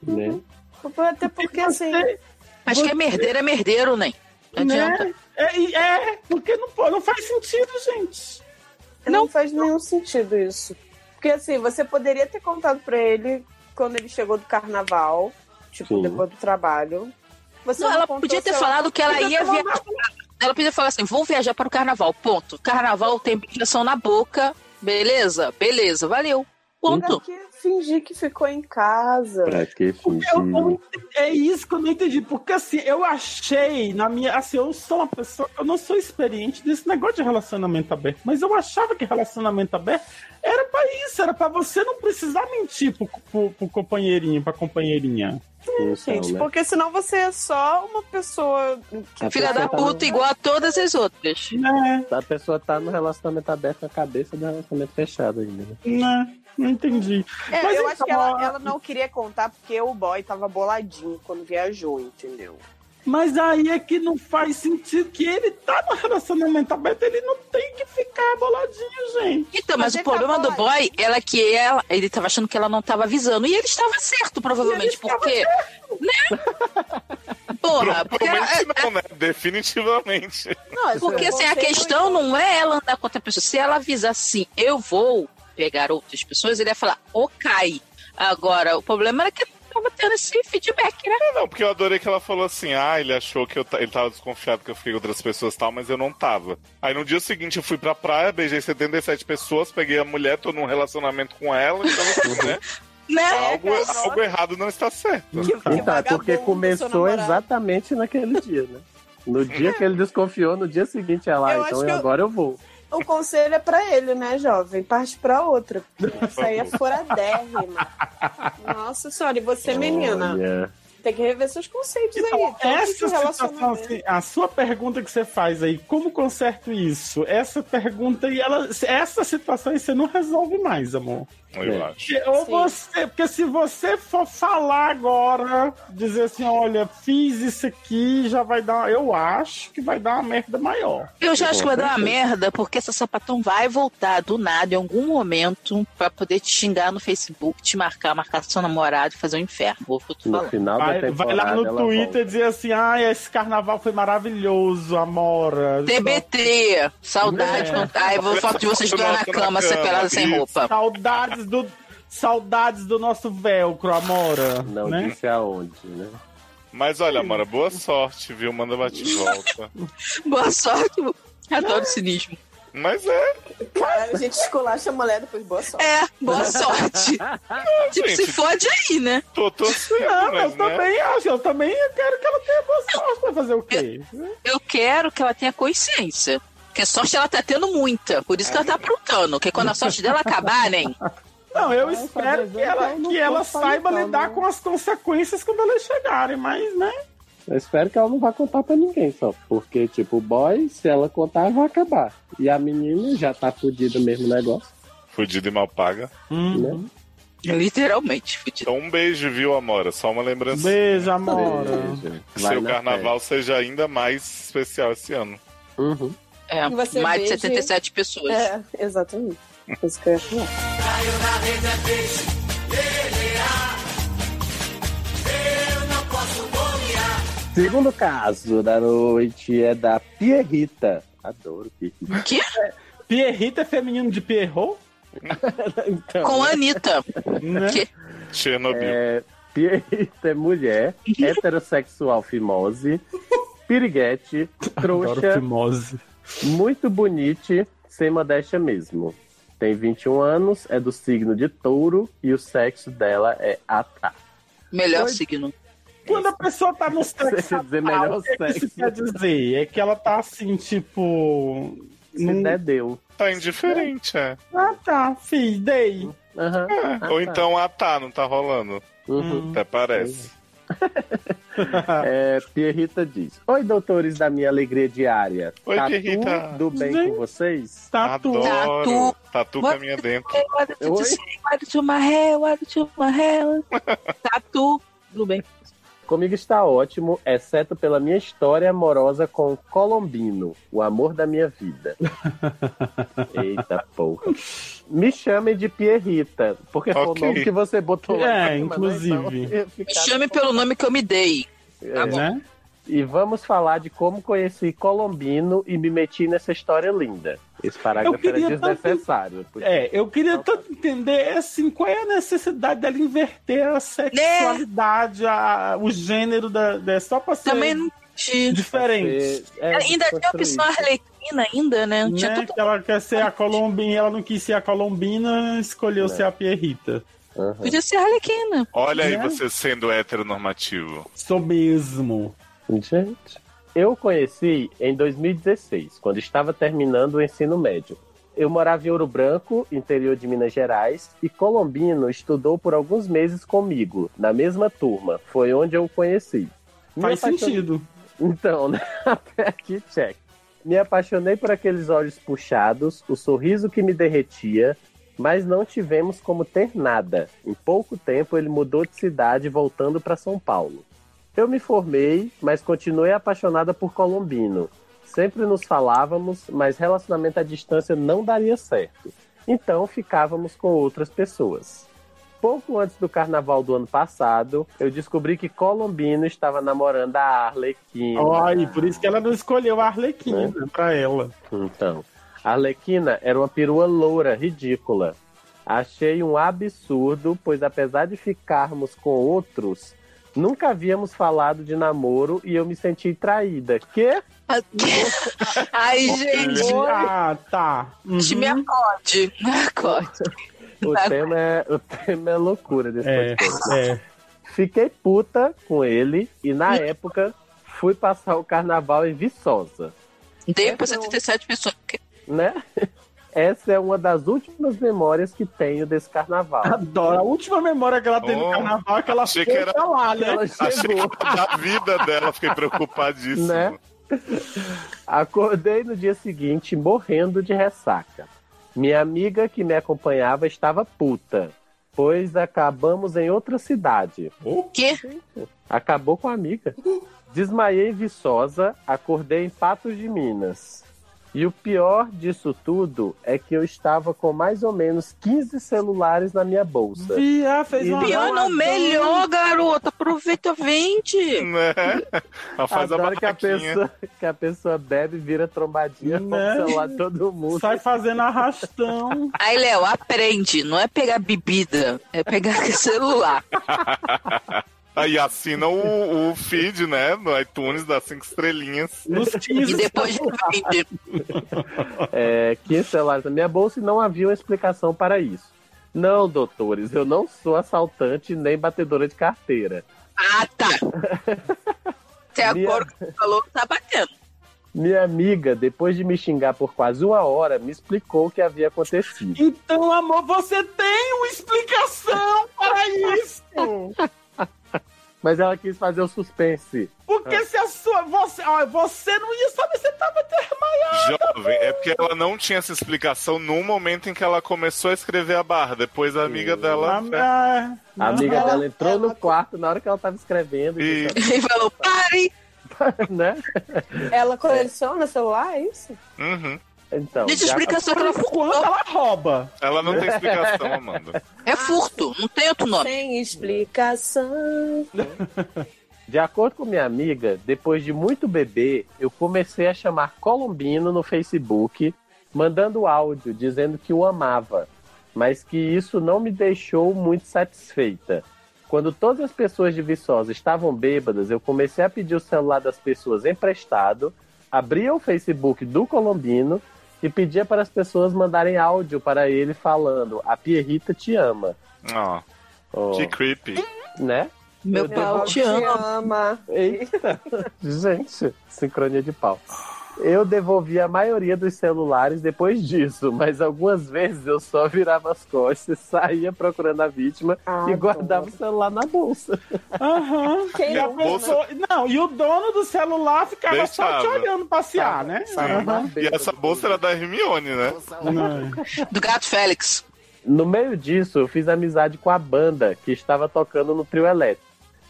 [SPEAKER 5] Uhum.
[SPEAKER 13] Né?
[SPEAKER 5] Até porque assim.
[SPEAKER 2] Mas que é merdeiro, é merdeiro, né? Não adianta.
[SPEAKER 3] Né? É, e- é, porque não, pô- não faz sentido, gente.
[SPEAKER 5] Não, faz nenhum sentido isso. Porque assim, você poderia ter contado pra ele quando ele chegou do carnaval, tipo,
[SPEAKER 13] Sim.
[SPEAKER 5] depois do trabalho. Você
[SPEAKER 2] Não, ela
[SPEAKER 5] contou
[SPEAKER 2] podia ter
[SPEAKER 5] seu-
[SPEAKER 2] falado que ela
[SPEAKER 5] Podia
[SPEAKER 2] ia
[SPEAKER 5] ter falado,
[SPEAKER 2] viajar. Ela podia falar assim: vou viajar para o carnaval. Ponto. Carnaval tem injeção na boca. Beleza, beleza, valeu.
[SPEAKER 5] Pra
[SPEAKER 2] Ponto.
[SPEAKER 5] que fingir que ficou em casa?
[SPEAKER 13] Pra que
[SPEAKER 3] Porque eu não
[SPEAKER 13] fingir?
[SPEAKER 3] entendi- é isso que eu não entendi. Porque assim, eu achei na minha. Assim, eu sou uma pessoa. Eu não sou experiente nesse negócio de relacionamento aberto. Mas eu achava que relacionamento aberto era pra isso. Era pra você não precisar mentir pro, pro- pro companheirinho, pra companheirinha.
[SPEAKER 13] Então,
[SPEAKER 5] Gente,
[SPEAKER 13] né?
[SPEAKER 5] porque senão você é só uma pessoa.
[SPEAKER 6] A
[SPEAKER 2] Filha da
[SPEAKER 6] pessoa tá no-
[SPEAKER 2] puta, igual a todas as outras.
[SPEAKER 3] Né?
[SPEAKER 6] A pessoa tá no relacionamento aberto com a cabeça do relacionamento fechado ainda. né?
[SPEAKER 3] Né? Não entendi.
[SPEAKER 5] É,
[SPEAKER 3] Mas
[SPEAKER 5] eu
[SPEAKER 3] então,
[SPEAKER 5] acho que ela,
[SPEAKER 3] ó.
[SPEAKER 5] ela não queria contar porque o boy tava boladinho quando viajou, entendeu?
[SPEAKER 3] Mas aí é que não faz sentido que ele tá no relacionamento aberto, ele não tem que ficar boladinho, gente.
[SPEAKER 2] Então, mas,
[SPEAKER 5] Mas ele
[SPEAKER 2] o problema
[SPEAKER 5] tava
[SPEAKER 2] do boy era que ela, ele tava achando que ela não tava avisando. E ele estava certo, provavelmente, porque. Né? Porra, porque, é-
[SPEAKER 1] Provavelmente não, né? Definitivamente.
[SPEAKER 5] Não,
[SPEAKER 2] porque assim, a questão não é ela andar com outra pessoa. Se ela avisar assim, eu vou pegar outras pessoas, ele ia falar, ok. Agora, o problema era que tava tendo esse feedback, né?
[SPEAKER 1] É, Não, porque eu adorei que ela falou assim: ah, ele achou que eu ta- ele tava desconfiado que eu fiquei com outras pessoas e tal, mas eu não tava. Aí no dia seguinte eu fui pra praia, beijei 77 pessoas, peguei a mulher, tô num relacionamento com ela, então assim, né?
[SPEAKER 2] Né?
[SPEAKER 1] Algo, algo errado não está certo.
[SPEAKER 6] Tá, porque começou exatamente naquele dia, né? No dia que ele desconfiou, no dia seguinte ela,
[SPEAKER 14] Eu
[SPEAKER 6] ah,
[SPEAKER 14] acho
[SPEAKER 6] então
[SPEAKER 14] que eu-
[SPEAKER 6] agora eu vou.
[SPEAKER 14] O conselho é pra ele, né, jovem? Parte pra outra. Isso aí é furadérrima. Nossa senhora, e você, menina?
[SPEAKER 6] Olha.
[SPEAKER 14] Tem que rever seus conceitos
[SPEAKER 2] Então,
[SPEAKER 14] aí. Tem
[SPEAKER 3] Essa
[SPEAKER 14] muito
[SPEAKER 3] situação,
[SPEAKER 14] relacionamento.
[SPEAKER 3] assim, a sua pergunta que você faz aí, como conserto isso? Essa pergunta e ela, essa situação aí você não resolve mais, amor.
[SPEAKER 1] Eu
[SPEAKER 6] É.
[SPEAKER 1] acho.
[SPEAKER 3] Porque- Ou você, porque se você for falar agora, dizer assim, olha, fiz isso aqui, já vai dar, eu acho que vai dar uma merda maior.
[SPEAKER 2] Eu já acho que vai dar uma merda, porque essa sapatão vai voltar do nada em algum momento pra poder te xingar no Facebook, te marcar, marcar seu namorado e fazer um inferno. Vou tô
[SPEAKER 6] No
[SPEAKER 2] falando.
[SPEAKER 6] final da
[SPEAKER 3] Vai, vai
[SPEAKER 6] temporada
[SPEAKER 3] lá no
[SPEAKER 6] ela
[SPEAKER 3] Twitter
[SPEAKER 6] volta.
[SPEAKER 3] dizer assim, ah, esse carnaval foi maravilhoso, Amora.
[SPEAKER 2] TBT, saudade.
[SPEAKER 3] É.
[SPEAKER 2] quando- Ai, vou foto de vocês dois na cama, separados sem roupa.
[SPEAKER 3] Saudades do, saudades do nosso velcro, Amora.
[SPEAKER 6] Não
[SPEAKER 3] né?
[SPEAKER 6] Então, disse aonde, né?
[SPEAKER 1] Mas olha, Amora, boa sorte, viu? Manda bate e volta.
[SPEAKER 2] Boa sorte. Adoro cinismo.
[SPEAKER 1] Mas é.
[SPEAKER 14] Caralho, É. a gente esculacha a mulher depois, boa sorte.
[SPEAKER 2] É, boa sorte. tipo, se
[SPEAKER 3] gente.
[SPEAKER 2] fode aí, né?
[SPEAKER 1] Tô, tô
[SPEAKER 3] Não, eu também acho, eu também quero que ela tenha boa sorte pra fazer o quê?
[SPEAKER 2] Eu quero que ela tenha consciência. Porque sorte ela tá tendo muita. Por isso que ela tá aprontando. Porque quando a sorte dela acabar, nem.
[SPEAKER 3] Não, eu espero que ela, que ela saiba lidar com as consequências quando elas chegarem, mas, né?
[SPEAKER 6] Eu espero que ela não vá contar pra ninguém só. Porque, tipo, o boy, se ela contar, vai acabar. E a menina já tá fudida mesmo o negócio.
[SPEAKER 1] Fudido e mal paga.
[SPEAKER 14] Uhum.
[SPEAKER 6] Né?
[SPEAKER 2] Literalmente, fudido.
[SPEAKER 1] Então um beijo, viu, Amora? Só uma lembrança.
[SPEAKER 3] Um Beijo, Amora.
[SPEAKER 1] Que
[SPEAKER 6] Vai
[SPEAKER 1] seu
[SPEAKER 6] na
[SPEAKER 1] carnaval seja ainda mais especial esse ano.
[SPEAKER 6] Uhum.
[SPEAKER 2] É,
[SPEAKER 14] E você
[SPEAKER 2] mais
[SPEAKER 14] veja-
[SPEAKER 2] de 77 pessoas.
[SPEAKER 14] É, exatamente. Isso que eu ia falar.
[SPEAKER 6] Segundo caso da noite é da Pierrita. Adoro Pierrita.
[SPEAKER 2] Que?
[SPEAKER 3] Pierrita é feminino de Pierrot?
[SPEAKER 6] Então,
[SPEAKER 2] Com a Anitta.
[SPEAKER 3] Né?
[SPEAKER 2] Que-
[SPEAKER 1] Chernobyl.
[SPEAKER 6] É, Pierrita é mulher, heterossexual fimose, piriguete, trouxa,
[SPEAKER 3] fimose.
[SPEAKER 6] muito bonite, sem modéstia mesmo. Tem 21 anos, é do signo de touro e o sexo dela é atá.
[SPEAKER 2] Melhor
[SPEAKER 6] Oi.
[SPEAKER 2] signo.
[SPEAKER 3] Quando a pessoa tá no sexo.
[SPEAKER 6] Quer dizer,
[SPEAKER 3] anal,
[SPEAKER 6] melhor
[SPEAKER 3] o que que
[SPEAKER 6] sexo.
[SPEAKER 3] isso quer dizer? É que ela tá assim, tipo.
[SPEAKER 6] Se
[SPEAKER 3] num-
[SPEAKER 6] der, deu.
[SPEAKER 1] Tá indiferente, é.
[SPEAKER 3] Ah, tá, fiz, dei.
[SPEAKER 6] Aham.
[SPEAKER 1] É, Ou então, ah tá, não tá rolando.
[SPEAKER 6] Uhum.
[SPEAKER 1] Até parece.
[SPEAKER 6] É, Pierrita diz: Oi, doutores da minha alegria diária.
[SPEAKER 1] Oi,
[SPEAKER 6] tá
[SPEAKER 1] Pierrita.
[SPEAKER 6] tudo bem com vocês?
[SPEAKER 3] Tatu.
[SPEAKER 1] Adoro. Tatu caminha dentro.
[SPEAKER 6] Oi?
[SPEAKER 2] Tatu. Tudo bem.
[SPEAKER 6] Comigo está ótimo, exceto pela minha história amorosa com Colombino, o amor da minha vida. Eita porra. Me chamem de Pierrita, porque foi
[SPEAKER 1] Ok.
[SPEAKER 6] o nome que você botou lá.
[SPEAKER 3] É,
[SPEAKER 6] em cima, né?
[SPEAKER 3] inclusive.
[SPEAKER 6] Então, eu
[SPEAKER 2] Me
[SPEAKER 6] ficar-
[SPEAKER 2] chame pelo nome que eu me dei.
[SPEAKER 6] É.
[SPEAKER 3] Né?
[SPEAKER 6] E vamos falar de como conheci Colombino e me meti nessa história linda. Esse
[SPEAKER 3] Eu
[SPEAKER 6] parágrafo era
[SPEAKER 3] queria tanto-
[SPEAKER 6] desnecessário. porque-
[SPEAKER 3] É, eu queria tanto entender assim, qual é a necessidade dela inverter a sexualidade, a- o gênero da, da- só pra ser
[SPEAKER 2] Também não entendi.
[SPEAKER 3] diferente.
[SPEAKER 6] É,
[SPEAKER 2] ainda tinha a opção arlequina ainda, né? Tinha
[SPEAKER 3] Né?
[SPEAKER 2] tudo.
[SPEAKER 3] Que ela quer ser a Colombina, ela não quis ser a Colombina,
[SPEAKER 6] É.
[SPEAKER 3] escolheu ser a Pierrita.
[SPEAKER 6] Aham.
[SPEAKER 2] Podia ser arlequina.
[SPEAKER 1] Olha aí
[SPEAKER 3] Né?
[SPEAKER 1] você sendo heteronormativo.
[SPEAKER 3] Sou mesmo.
[SPEAKER 6] Gente. Eu conheci em 2016, quando estava terminando o ensino médio. Eu morava em Ouro Branco, interior de Minas Gerais, e Colombino estudou por alguns meses comigo, na mesma turma. Foi onde eu o conheci. Me
[SPEAKER 3] Faz
[SPEAKER 6] apaixonei-
[SPEAKER 3] sentido.
[SPEAKER 6] Então, né? até aqui, check. Me apaixonei por aqueles olhos puxados, o sorriso que me derretia, mas não tivemos como ter nada. Em pouco tempo, ele mudou de cidade, voltando para São Paulo. Eu me formei, mas continuei apaixonada por Colombino. Sempre nos falávamos, mas relacionamento à distância não daria certo. Então ficávamos com outras pessoas. Pouco antes do carnaval do ano passado, eu descobri que Colombino estava namorando a Arlequina. Né?
[SPEAKER 3] Ai, por isso que ela não escolheu a Arlequina pra ela.
[SPEAKER 6] Então, a Arlequina era uma perua loura, ridícula. Achei um absurdo, pois apesar de ficarmos com outros, nunca havíamos falado de namoro e eu me senti traída. Quê?
[SPEAKER 2] Ai, gente.
[SPEAKER 3] Ah, tá.
[SPEAKER 2] Te me acorde. Me acorde.
[SPEAKER 6] O tema é, o tema é loucura desse
[SPEAKER 3] É,
[SPEAKER 6] podcast. né? Fiquei puta com ele e na época fui passar o carnaval em Viçosa.
[SPEAKER 2] Dei pra 77 pessoas.
[SPEAKER 6] Né? Essa é uma das últimas memórias que tenho desse carnaval.
[SPEAKER 3] Adoro. A última memória que ela tem
[SPEAKER 1] Oh,
[SPEAKER 3] no carnaval é que ela
[SPEAKER 6] achei
[SPEAKER 3] foi
[SPEAKER 6] que era-
[SPEAKER 3] pra lá, né?
[SPEAKER 6] Ela
[SPEAKER 1] Achei que era da vida dela, fiquei preocupadíssimo.
[SPEAKER 6] Né? Acordei no dia seguinte morrendo de ressaca. Minha amiga que me acompanhava estava puta, pois acabamos em outra cidade.
[SPEAKER 3] O
[SPEAKER 2] quê?
[SPEAKER 6] Acabou com a amiga. Desmaiei em Viçosa, acordei em Patos de Minas. E o pior disso tudo é que eu estava com mais ou menos 15 celulares na minha bolsa.
[SPEAKER 3] Via, fez uma
[SPEAKER 2] Pior não, melhor, garoto. Aproveita, vende.
[SPEAKER 6] Né?
[SPEAKER 1] Ela faz a
[SPEAKER 6] Adoro que a,
[SPEAKER 1] barraquinha.
[SPEAKER 6] pessoa, que a pessoa bebe e vira trombadinha com
[SPEAKER 3] Né?
[SPEAKER 6] o celular de todo mundo.
[SPEAKER 3] Sai fazendo arrastão.
[SPEAKER 2] Aí, Léo, aprende. Não é pegar bebida, é pegar celular.
[SPEAKER 1] Aí assina o, o feed, né? No iTunes, dá cinco estrelinhas.
[SPEAKER 2] E
[SPEAKER 1] tá
[SPEAKER 2] depois vende.
[SPEAKER 6] é, 15 celulares na minha bolsa e não havia uma explicação para isso. Não, doutores, eu não sou assaltante nem batedora de carteira.
[SPEAKER 2] Ah, tá. Até agora o que você falou tá batendo.
[SPEAKER 6] Minha amiga, depois de me xingar por quase uma hora, me explicou o que havia acontecido.
[SPEAKER 3] Então, amor, você tem uma explicação para isso.
[SPEAKER 6] Mas ela quis fazer o suspense.
[SPEAKER 3] Porque se a sua. Você, ó, você não ia saber, você tá tava desmaiado.
[SPEAKER 1] Jovem, é porque ela não tinha essa explicação no momento em que ela começou a escrever a barra. Depois a amiga dela.
[SPEAKER 3] Ah,
[SPEAKER 6] A amiga
[SPEAKER 1] Ela-
[SPEAKER 6] dela entrou no quarto na hora que ela tava escrevendo.
[SPEAKER 1] E-
[SPEAKER 2] E falou, pare!
[SPEAKER 6] né?
[SPEAKER 14] Ela coleciona celular, é isso?
[SPEAKER 1] Uhum.
[SPEAKER 6] Então,
[SPEAKER 2] Deixa eu
[SPEAKER 6] já-
[SPEAKER 2] explicar só que ela
[SPEAKER 3] Quando
[SPEAKER 2] furtou.
[SPEAKER 3] ela rouba.
[SPEAKER 1] Ela não tem explicação, Amanda.
[SPEAKER 2] É furto, não tem outro nome.
[SPEAKER 14] Sem explicação.
[SPEAKER 6] De acordo com minha amiga, depois de muito beber, eu comecei a chamar Colombino no Facebook, mandando áudio dizendo que o amava, mas que isso não me deixou muito satisfeita. Quando todas as pessoas de Viçosa estavam bêbadas, eu comecei a pedir o celular das pessoas emprestado, abria o Facebook do Colombino e pedia para as pessoas mandarem áudio para ele falando: A Pierrita te ama.
[SPEAKER 1] Ó,
[SPEAKER 6] Oh,
[SPEAKER 1] que creepy.
[SPEAKER 6] Né?
[SPEAKER 2] Meu
[SPEAKER 6] Eu
[SPEAKER 2] pau
[SPEAKER 6] devo-
[SPEAKER 2] te ama.
[SPEAKER 6] Eita! Gente, sincronia de pau. Eu devolvi a maioria dos celulares depois disso, mas algumas vezes eu só virava as costas, saía procurando a vítima
[SPEAKER 3] Ah, tá
[SPEAKER 6] e Ah, guardava o celular na bolsa.
[SPEAKER 3] Aham.
[SPEAKER 14] Quem
[SPEAKER 3] E a
[SPEAKER 14] não
[SPEAKER 3] pessoa-
[SPEAKER 2] né?
[SPEAKER 3] Não, e o dono do celular ficava só te
[SPEAKER 1] Deixava.
[SPEAKER 3] olhando passear, né?
[SPEAKER 1] Sim.
[SPEAKER 3] Aham.
[SPEAKER 1] E essa bolsa era da Hermione, né?
[SPEAKER 2] Do gato Félix.
[SPEAKER 6] No meio disso, eu fiz amizade com a banda que estava tocando no trio elétrico.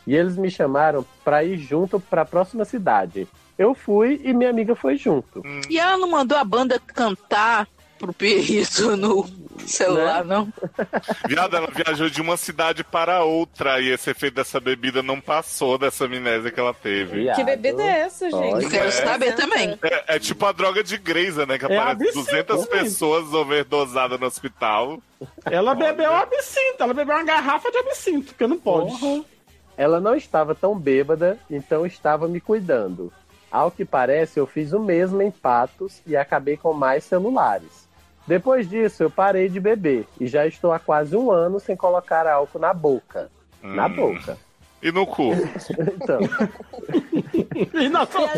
[SPEAKER 6] E eles me chamaram pra ir junto pra próxima cidade. Eu fui e minha amiga foi junto.
[SPEAKER 2] E ela não mandou a banda cantar pro perrito no celular, não?
[SPEAKER 1] Viado, ela viajou de uma cidade para outra e esse efeito dessa bebida não passou dessa amnésia que ela teve.
[SPEAKER 14] Que bebida é essa, gente?
[SPEAKER 1] Eu quero saber
[SPEAKER 2] também.
[SPEAKER 1] É, é tipo a droga de Greysa, né? Que
[SPEAKER 3] É
[SPEAKER 1] aparece
[SPEAKER 3] absurdo,
[SPEAKER 1] 200
[SPEAKER 3] hein?
[SPEAKER 1] pessoas overdosadas no hospital.
[SPEAKER 3] Ela bebeu um absinto, ela bebeu uma garrafa de absinto, porque não pode.
[SPEAKER 6] Ela não estava tão bêbada, então estava me cuidando. Ao que parece, eu fiz o mesmo em Patos e acabei com mais celulares. Depois disso, eu parei de beber e já estou há quase um ano sem colocar álcool na boca. Na
[SPEAKER 1] Hum.
[SPEAKER 6] boca.
[SPEAKER 1] E no cu.
[SPEAKER 6] Então.
[SPEAKER 3] E na sua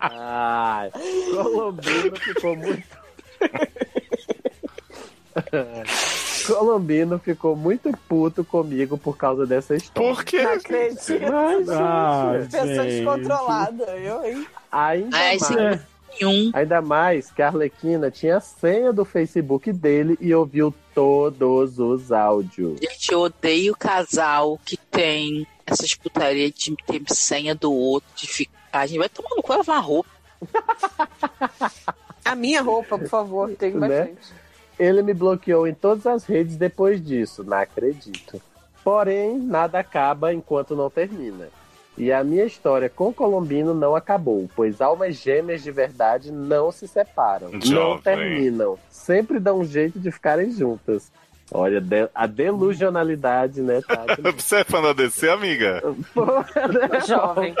[SPEAKER 6] Ai, Colombino ficou muito. Colombino ficou muito puto comigo por causa dessa história.
[SPEAKER 1] Por quê?
[SPEAKER 14] Não acredito.
[SPEAKER 6] Mas,
[SPEAKER 3] Ah,
[SPEAKER 6] gente,
[SPEAKER 14] Pessoa
[SPEAKER 6] gente.
[SPEAKER 14] descontrolada, eu, hein?
[SPEAKER 6] Ainda
[SPEAKER 2] Ai,
[SPEAKER 6] mais.
[SPEAKER 2] sim.
[SPEAKER 6] Ainda mais que a Arlequina tinha a senha do Facebook dele e ouviu todos os áudios.
[SPEAKER 2] Gente, eu odeio casal que tem essas putaria de ter senha do outro, de ficar. A gente vai tomar no cu e lavar a roupa.
[SPEAKER 14] A minha roupa, por favor, tem
[SPEAKER 6] Né?
[SPEAKER 14] bastante.
[SPEAKER 6] Ele me bloqueou em todas as redes depois disso, não acredito. Porém, nada acaba enquanto não termina. E a minha história com o Colombino não acabou, pois almas gêmeas de verdade não se separam, não
[SPEAKER 15] Jovem.
[SPEAKER 6] terminam. Sempre dão um jeito de ficarem juntas. Olha, de- a delusionalidade, né, Tati?
[SPEAKER 1] Você é fã da DC, amiga?
[SPEAKER 6] Jovem.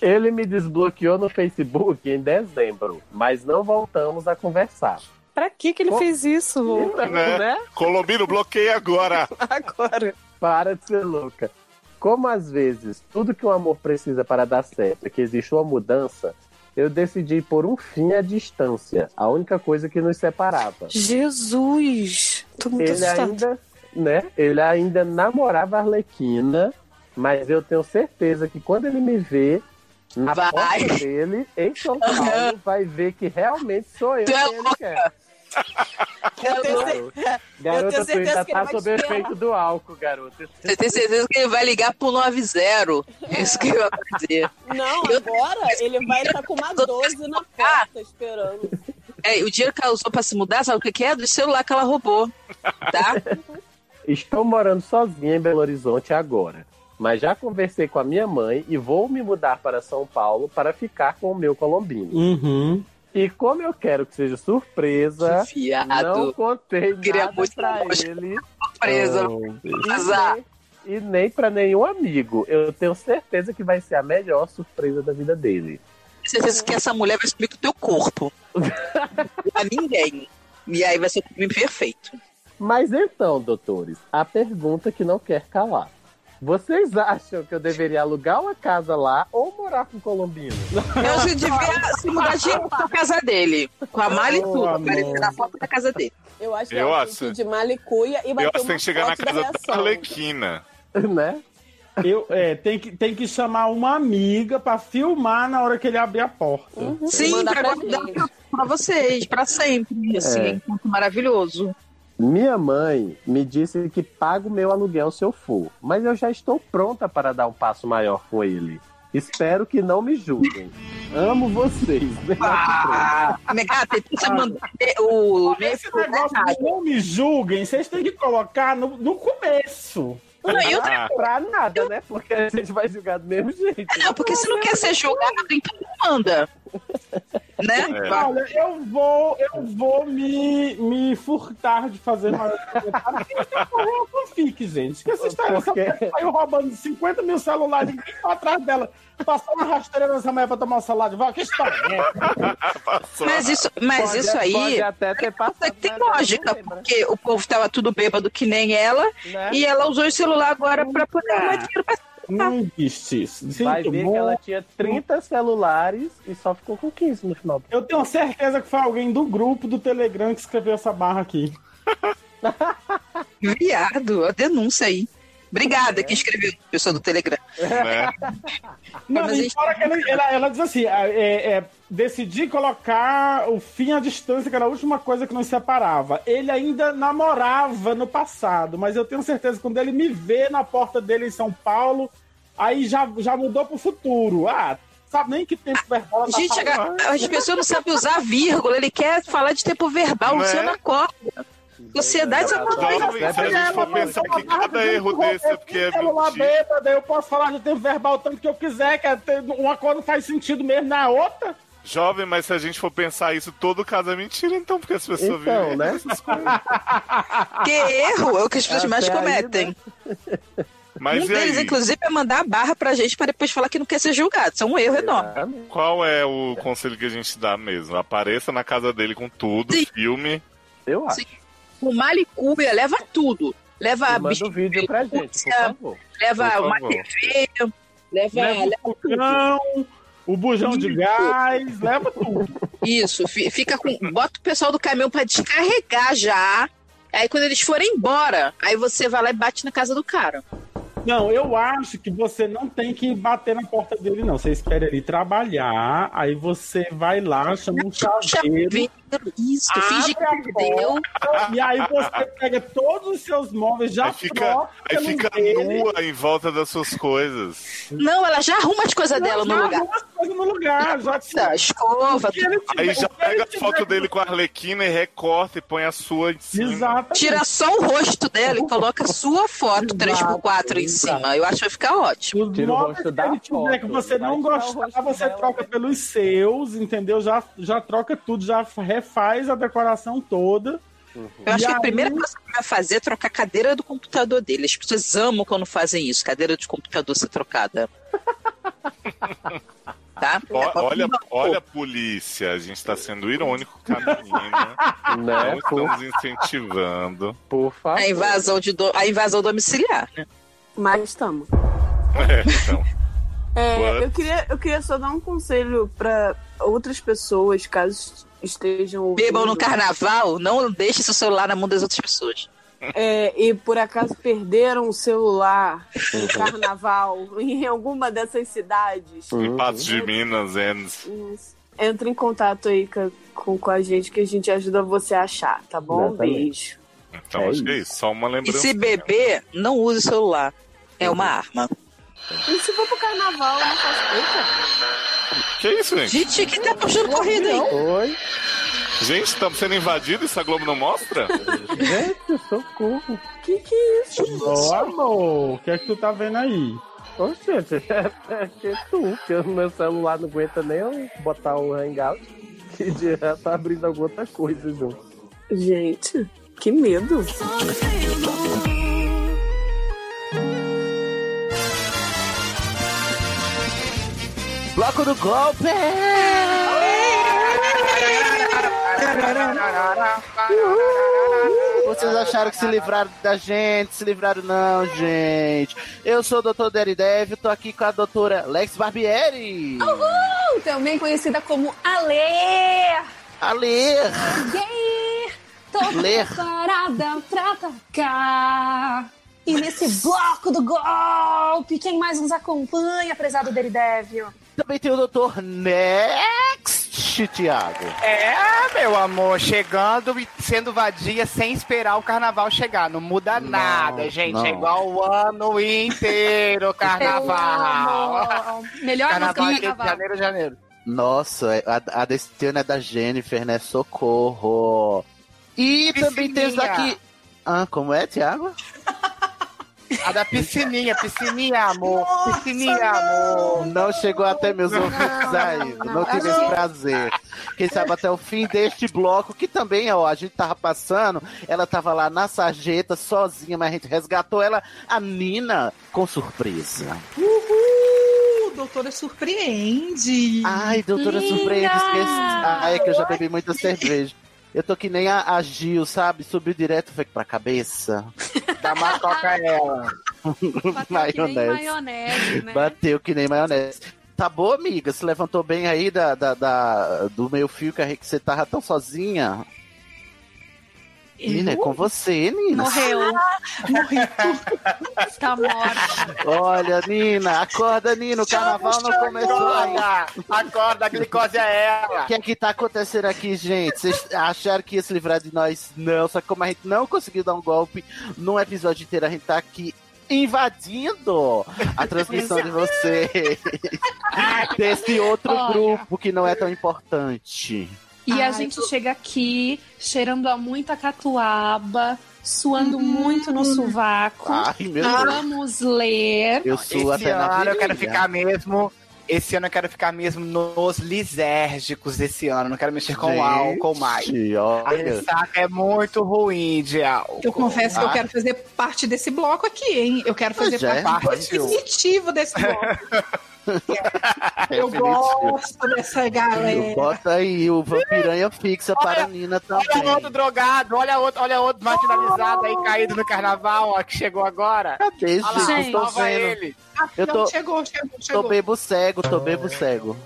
[SPEAKER 6] Ele me desbloqueou no Facebook em dezembro, mas não voltamos a conversar.
[SPEAKER 10] Pra que que ele
[SPEAKER 6] Co-
[SPEAKER 10] fez isso, Lu?
[SPEAKER 6] Né?
[SPEAKER 10] Né?
[SPEAKER 1] Colombino, bloqueia agora.
[SPEAKER 10] Agora.
[SPEAKER 6] Para de ser louca. Como às vezes tudo que um amor precisa para dar certo é que existe uma mudança, eu decidi por um fim à distância, a única coisa que nos separava.
[SPEAKER 10] Jesus! Tô muito
[SPEAKER 6] Ele
[SPEAKER 10] assustada.
[SPEAKER 6] ainda, né? Ele ainda namorava a Arlequina, mas eu tenho certeza que quando ele me vê na
[SPEAKER 2] Vai.
[SPEAKER 6] porta dele, em São Paulo, vai ver que realmente sou eu
[SPEAKER 2] Tu
[SPEAKER 6] que
[SPEAKER 2] é
[SPEAKER 6] ele quer.
[SPEAKER 2] Eu tenho
[SPEAKER 6] Garoto.
[SPEAKER 2] cer- eu
[SPEAKER 6] Garota,
[SPEAKER 2] tenho
[SPEAKER 6] tu
[SPEAKER 2] certeza
[SPEAKER 6] ainda
[SPEAKER 2] que ele
[SPEAKER 6] tá
[SPEAKER 2] vai
[SPEAKER 6] sob
[SPEAKER 2] te chamar.
[SPEAKER 6] efeito do álcool, garoto.
[SPEAKER 2] Eu tenho certeza que ele vai ligar pro 90. É isso que eu ia dizer.
[SPEAKER 16] Não, agora ele vai estar com uma 12 na porta esperando.
[SPEAKER 2] É, o dinheiro que ela usou pra se mudar, sabe o que que é? Do celular que ela roubou. Tá?
[SPEAKER 6] Estou morando sozinha em Belo Horizonte agora, mas já conversei com a minha mãe e vou me mudar para São Paulo para ficar com o meu colombino.
[SPEAKER 10] Uhum.
[SPEAKER 6] E como eu quero que seja surpresa,
[SPEAKER 2] Que viado.
[SPEAKER 6] é. não contei
[SPEAKER 2] Queria
[SPEAKER 6] nada
[SPEAKER 2] muito
[SPEAKER 6] pra
[SPEAKER 2] mostrar.
[SPEAKER 6] ele.
[SPEAKER 2] Surpresa.
[SPEAKER 6] Oh, meu Deus.
[SPEAKER 2] Azar.
[SPEAKER 6] E nem, e nem para nenhum amigo. Eu tenho certeza que vai ser a melhor surpresa da vida dele.
[SPEAKER 2] Tenho certeza que essa mulher vai subir com o teu corpo. a ninguém. E aí vai ser o crime perfeito.
[SPEAKER 6] Mas então, doutores, a pergunta que não quer calar. Vocês acham que eu deveria alugar uma casa lá ou morar com o colombino?
[SPEAKER 2] Eu se devia se mudar de pra casa dele. Com a malha e tudo.
[SPEAKER 6] Oh,
[SPEAKER 2] Aparecer
[SPEAKER 6] amor.
[SPEAKER 2] na foto da casa dele.
[SPEAKER 16] Eu acho que
[SPEAKER 1] Eu
[SPEAKER 16] ela
[SPEAKER 1] acho.
[SPEAKER 16] tem que ir de malicuia e
[SPEAKER 1] Eu
[SPEAKER 16] vai
[SPEAKER 1] acho
[SPEAKER 16] ter
[SPEAKER 1] que tem
[SPEAKER 16] uma
[SPEAKER 1] que chegar na
[SPEAKER 16] foto da
[SPEAKER 1] casa da
[SPEAKER 16] reação.
[SPEAKER 1] Arlequina.
[SPEAKER 6] Né?
[SPEAKER 3] Eu, é, tem que, tem que chamar uma amiga pra filmar na hora que ele abrir a porta.
[SPEAKER 2] Sim, pra guardar pra, pra vocês, pra sempre. Assim,
[SPEAKER 6] É.
[SPEAKER 2] é. um encontro maravilhoso.
[SPEAKER 6] Minha mãe me disse que paga o meu aluguel se eu for, mas eu já estou pronta para dar um passo maior com ele. Espero que não me julguem. Amo vocês.
[SPEAKER 2] Ah, negata, ele precisa mandar o. é
[SPEAKER 3] Esse negócio de não me julguem, vocês têm que colocar no, no começo.
[SPEAKER 2] Não, e outra
[SPEAKER 6] Ah, pra nada, né? Porque a gente vai julgar do mesmo jeito. né?
[SPEAKER 2] Não, porque se não quer ser julgado, então não manda. Né?
[SPEAKER 3] Olha, eu vou, eu vou me, me furtar de fazer uma. Correu a fanfic, gente. Que essa história. Essa
[SPEAKER 6] Porque-
[SPEAKER 3] mulher saiu roubando 50 mil celulares, ninguém tá atrás dela. Passou uma rasteira nessa mulher pra tomar o celular de volta. Que história é essa?
[SPEAKER 2] Mas isso, mas
[SPEAKER 3] Pode-
[SPEAKER 2] isso aí.
[SPEAKER 3] pode até ter
[SPEAKER 2] passado, tem lógica, porque o povo tava tudo bêbado que nem ela,
[SPEAKER 6] Né?
[SPEAKER 2] e ela usou o celular agora pra poder arrumar dinheiro pra
[SPEAKER 3] Não existe isso.
[SPEAKER 6] Vai
[SPEAKER 3] Sinto
[SPEAKER 6] ver
[SPEAKER 3] muito.
[SPEAKER 6] que ela tinha 30 celulares e só ficou com 15 no final.
[SPEAKER 3] Eu tenho certeza que foi alguém do grupo do Telegram que escreveu essa barra aqui.
[SPEAKER 2] Viado, a denúncia aí. Obrigada que escreveu, pessoa do Telegram.
[SPEAKER 5] É.
[SPEAKER 1] Né?
[SPEAKER 3] Não,
[SPEAKER 2] Mas a
[SPEAKER 3] e
[SPEAKER 2] gente-
[SPEAKER 3] fora que ela, ela- ela diz assim: ah, é, é, decidi colocar o fim à distância, que era a última coisa que nos separava. Ele ainda namorava no passado, mas eu tenho certeza que quando ele me vê na porta dele em São Paulo, aí já, já mudou pro futuro. Ah, sabe nem que tempo verbal. ela tá
[SPEAKER 2] Gente, a-
[SPEAKER 3] falando.
[SPEAKER 2] as pessoas não sabem usar vírgula, ele quer falar de tempo verbal,
[SPEAKER 3] Né?
[SPEAKER 2] Luciana Costa. Sociedade é
[SPEAKER 1] Jovem, se a gente for pensar que cada erro desse é porque é
[SPEAKER 3] celular
[SPEAKER 1] mentira.
[SPEAKER 3] bêbado, eu posso falar de tempo verbal tanto que eu quiser, que é ter- uma coisa não faz sentido mesmo na outra.
[SPEAKER 1] Jovem, mas se a gente for pensar isso, todo caso é mentira, então, porque as pessoas
[SPEAKER 3] Então,
[SPEAKER 1] vivem
[SPEAKER 3] né?
[SPEAKER 1] essas coisas.
[SPEAKER 2] Que erro é o que as pessoas
[SPEAKER 1] Até
[SPEAKER 2] mais
[SPEAKER 1] aí,
[SPEAKER 2] cometem.
[SPEAKER 1] Mas
[SPEAKER 2] um
[SPEAKER 1] e aí?
[SPEAKER 2] deles, inclusive, é mandar a barra pra gente pra depois falar que não quer ser julgado. Isso é um erro enorme.
[SPEAKER 1] Qual é o conselho que a gente dá mesmo? Apareça na casa dele com tudo, filme.
[SPEAKER 6] Eu
[SPEAKER 2] acho. O Malicúbia leva tudo. Leva a
[SPEAKER 1] manda um vídeo
[SPEAKER 6] pra
[SPEAKER 1] gente, por favor.
[SPEAKER 2] Leva
[SPEAKER 1] Por
[SPEAKER 2] uma
[SPEAKER 1] favor.
[SPEAKER 2] TV, leva,
[SPEAKER 3] Leva
[SPEAKER 2] leva
[SPEAKER 3] o
[SPEAKER 2] tudo.
[SPEAKER 3] fogão, o bujão de gás, leva tudo.
[SPEAKER 2] Isso, fi- fica com. Bota o pessoal do caminhão pra descarregar já. Aí quando eles forem embora, aí você vai lá e bate na casa do cara.
[SPEAKER 3] Não, eu acho que você não tem que bater na porta dele, não. Você espera ele trabalhar, aí você vai lá, chama um chaveiro,
[SPEAKER 2] Isso, finge
[SPEAKER 5] Ah,
[SPEAKER 2] que
[SPEAKER 3] Abre a
[SPEAKER 2] perdeu.
[SPEAKER 3] porta, E aí você pega todos os seus móveis já
[SPEAKER 1] Aí fica,
[SPEAKER 3] próprios
[SPEAKER 1] aí
[SPEAKER 3] pelos
[SPEAKER 1] fica
[SPEAKER 3] dedos.
[SPEAKER 1] nua em volta das suas coisas.
[SPEAKER 2] Não, ela já arruma as coisas dela no
[SPEAKER 3] já
[SPEAKER 2] lugar.
[SPEAKER 3] arruma as coisas no lugar. Já
[SPEAKER 2] tira. Escova,
[SPEAKER 1] Aí já
[SPEAKER 2] é
[SPEAKER 1] pega a foto dele com a Arlequina e recorta e põe a sua em cima.
[SPEAKER 2] Tira só o rosto dela e coloca a sua foto 3x4 em cima. Eu acho que vai ficar ótimo.
[SPEAKER 3] Tira o rosto da que você não gostar, você troca pelos seus, entendeu? Já, já troca tudo, já refaz a decoração toda.
[SPEAKER 2] Eu acho
[SPEAKER 3] E
[SPEAKER 2] que é a
[SPEAKER 3] aí-
[SPEAKER 2] primeira coisa que vai fazer é trocar a cadeira do computador dele. As pessoas amam quando fazem isso, cadeira de computador ser trocada. tá?
[SPEAKER 1] Ó- olha, olha a polícia, a gente tá sendo irônico com a menina.
[SPEAKER 6] Né,
[SPEAKER 1] Não estamos incentivando.
[SPEAKER 6] Por favor.
[SPEAKER 2] A invasão, de do- a invasão domiciliar.
[SPEAKER 5] Mas estamos.
[SPEAKER 1] É, então.
[SPEAKER 5] É,
[SPEAKER 1] What?
[SPEAKER 5] eu, queria, eu queria só dar um conselho pra outras pessoas, caso estejam. ouvindo.
[SPEAKER 2] Bebam no carnaval, não deixe seu celular na mão das outras pessoas.
[SPEAKER 5] É, e por acaso perderam o celular no carnaval em alguma dessas cidades.
[SPEAKER 6] Uhum.
[SPEAKER 1] Em Patos de Minas, é, and...
[SPEAKER 5] Isso. Entra em contato aí ca- com, com a gente que a gente ajuda você a achar, tá bom? Beijo.
[SPEAKER 1] Então, acho que é isso. Só uma
[SPEAKER 2] E
[SPEAKER 1] lembrança.
[SPEAKER 2] se beber, não use o celular. É uma arma.
[SPEAKER 5] E se for pro carnaval, não faz
[SPEAKER 1] Que isso, gente?
[SPEAKER 2] Gente, quem tá puxando corrida aí?
[SPEAKER 6] Oi?
[SPEAKER 1] Gente, estamos sendo invadidos, isso a Globo não mostra?
[SPEAKER 3] Gente, socorro.
[SPEAKER 5] Que que é isso?
[SPEAKER 3] Ô, amor, o que é que tu tá vendo aí?
[SPEAKER 6] Ô, gente, é que tu, que o meu celular não aguenta nem eu botar o hangout, que já tá abrindo alguma outra coisa junto.
[SPEAKER 5] Gente, que medo.
[SPEAKER 6] Bloco do golpe!
[SPEAKER 7] Vocês acharam que se livraram da gente? Se livraram não, gente. Eu sou o Dr. Deridev, tô aqui com a doutora Lex Barbieri.
[SPEAKER 10] Uhul! Também conhecida como Alê!
[SPEAKER 7] Alê!
[SPEAKER 10] Yay! Tô
[SPEAKER 7] Alê.
[SPEAKER 10] preparada pra atacar! E nesse bloco do golpe, quem mais nos acompanha, prezado Deridevio?
[SPEAKER 7] Também tem o Dr. Next, Thiago.
[SPEAKER 17] É, meu amor, chegando e sendo vadia sem esperar o carnaval chegar. Não muda nada, gente.
[SPEAKER 7] não.
[SPEAKER 17] É igual o ano inteiro, carnaval.
[SPEAKER 10] Melhor
[SPEAKER 17] carnaval
[SPEAKER 10] música do
[SPEAKER 17] é de
[SPEAKER 10] carnaval.
[SPEAKER 17] janeiro, janeiro.
[SPEAKER 7] Nossa, é- a, a desse ano é da Jennifer, né? Socorro. E também temos
[SPEAKER 17] Piscininha.
[SPEAKER 7] daqui... Ah, como é, Thiago?
[SPEAKER 17] A da piscininha, piscininha, amor. piscininha, amor.
[SPEAKER 7] Não chegou até meus ouvidos ainda. Não, tive esse prazer. Quem sabe até o fim deste bloco, que também, ó, a gente tava passando, ela tava lá na sarjeta, sozinha, mas a gente resgatou ela, a Nina, com surpresa.
[SPEAKER 18] Uhul! Doutora surpreende!
[SPEAKER 7] Ai, Doutora surpresa, esqueci. Ah, é que eu já bebi muita cerveja. Eu tô que nem a, a Gil, sabe? Subiu direto, foi pra cabeça.
[SPEAKER 17] Da macoca é ela.
[SPEAKER 7] maionese.
[SPEAKER 10] maionese,
[SPEAKER 7] Bateu que nem maionese. Tá boa, amiga? Se levantou bem aí da, da, da- do meio fio que a- que você tava tão sozinha? Nina, é com você, Nina.
[SPEAKER 19] Morreu. Morreu. Está morta.
[SPEAKER 7] Olha, Nina, acorda, Nina. O carnaval não começou ainda.
[SPEAKER 17] Acorda, a glicose é ela.
[SPEAKER 7] O que é que tá acontecendo aqui, gente? Vocês acharam que ia se livrar de nós? Não, só que como a gente não conseguiu dar um golpe num episódio inteiro, a gente tá aqui invadindo a transmissão de vocês. Desse outro
[SPEAKER 10] Olha.
[SPEAKER 7] grupo que não é tão importante.
[SPEAKER 10] E a gente chega aqui cheirando a muita catuaba, suando muito no
[SPEAKER 17] Ah,
[SPEAKER 10] sovaco.
[SPEAKER 7] Ai, Uhum. meu Deus.
[SPEAKER 10] Vamos
[SPEAKER 18] É
[SPEAKER 10] ler.
[SPEAKER 7] Eu sou
[SPEAKER 17] Esse
[SPEAKER 7] até na
[SPEAKER 17] ano eu quero
[SPEAKER 7] virilha.
[SPEAKER 17] ficar mesmo. Esse ano eu quero ficar mesmo nos lisérgicos desse ano. Não quero mexer com
[SPEAKER 7] Gente,
[SPEAKER 17] álcool mais. A
[SPEAKER 7] olha.
[SPEAKER 17] ressaca é muito ruim de álcool. Ah.
[SPEAKER 18] Eu confesso que eu quero fazer parte desse bloco aqui, hein? Eu quero fazer
[SPEAKER 17] Pois é,
[SPEAKER 18] parte
[SPEAKER 17] partiu.
[SPEAKER 18] definitivo desse bloco. Eu gosto dessa galera.
[SPEAKER 7] Bota aí, o Vampiranha fixa para a Nina também.
[SPEAKER 17] Olha outro drogado, olha outro, olha outro marginalizado aí caído no carnaval, ó, que chegou agora.
[SPEAKER 7] Cadê,
[SPEAKER 17] Olha lá,
[SPEAKER 7] gente? Eu tô
[SPEAKER 17] salva
[SPEAKER 7] vendo.
[SPEAKER 17] ele.
[SPEAKER 7] Eu tô-
[SPEAKER 18] Chegou, chegou,
[SPEAKER 7] Tô
[SPEAKER 18] chegou.
[SPEAKER 7] bebo cego, tô bebo cego.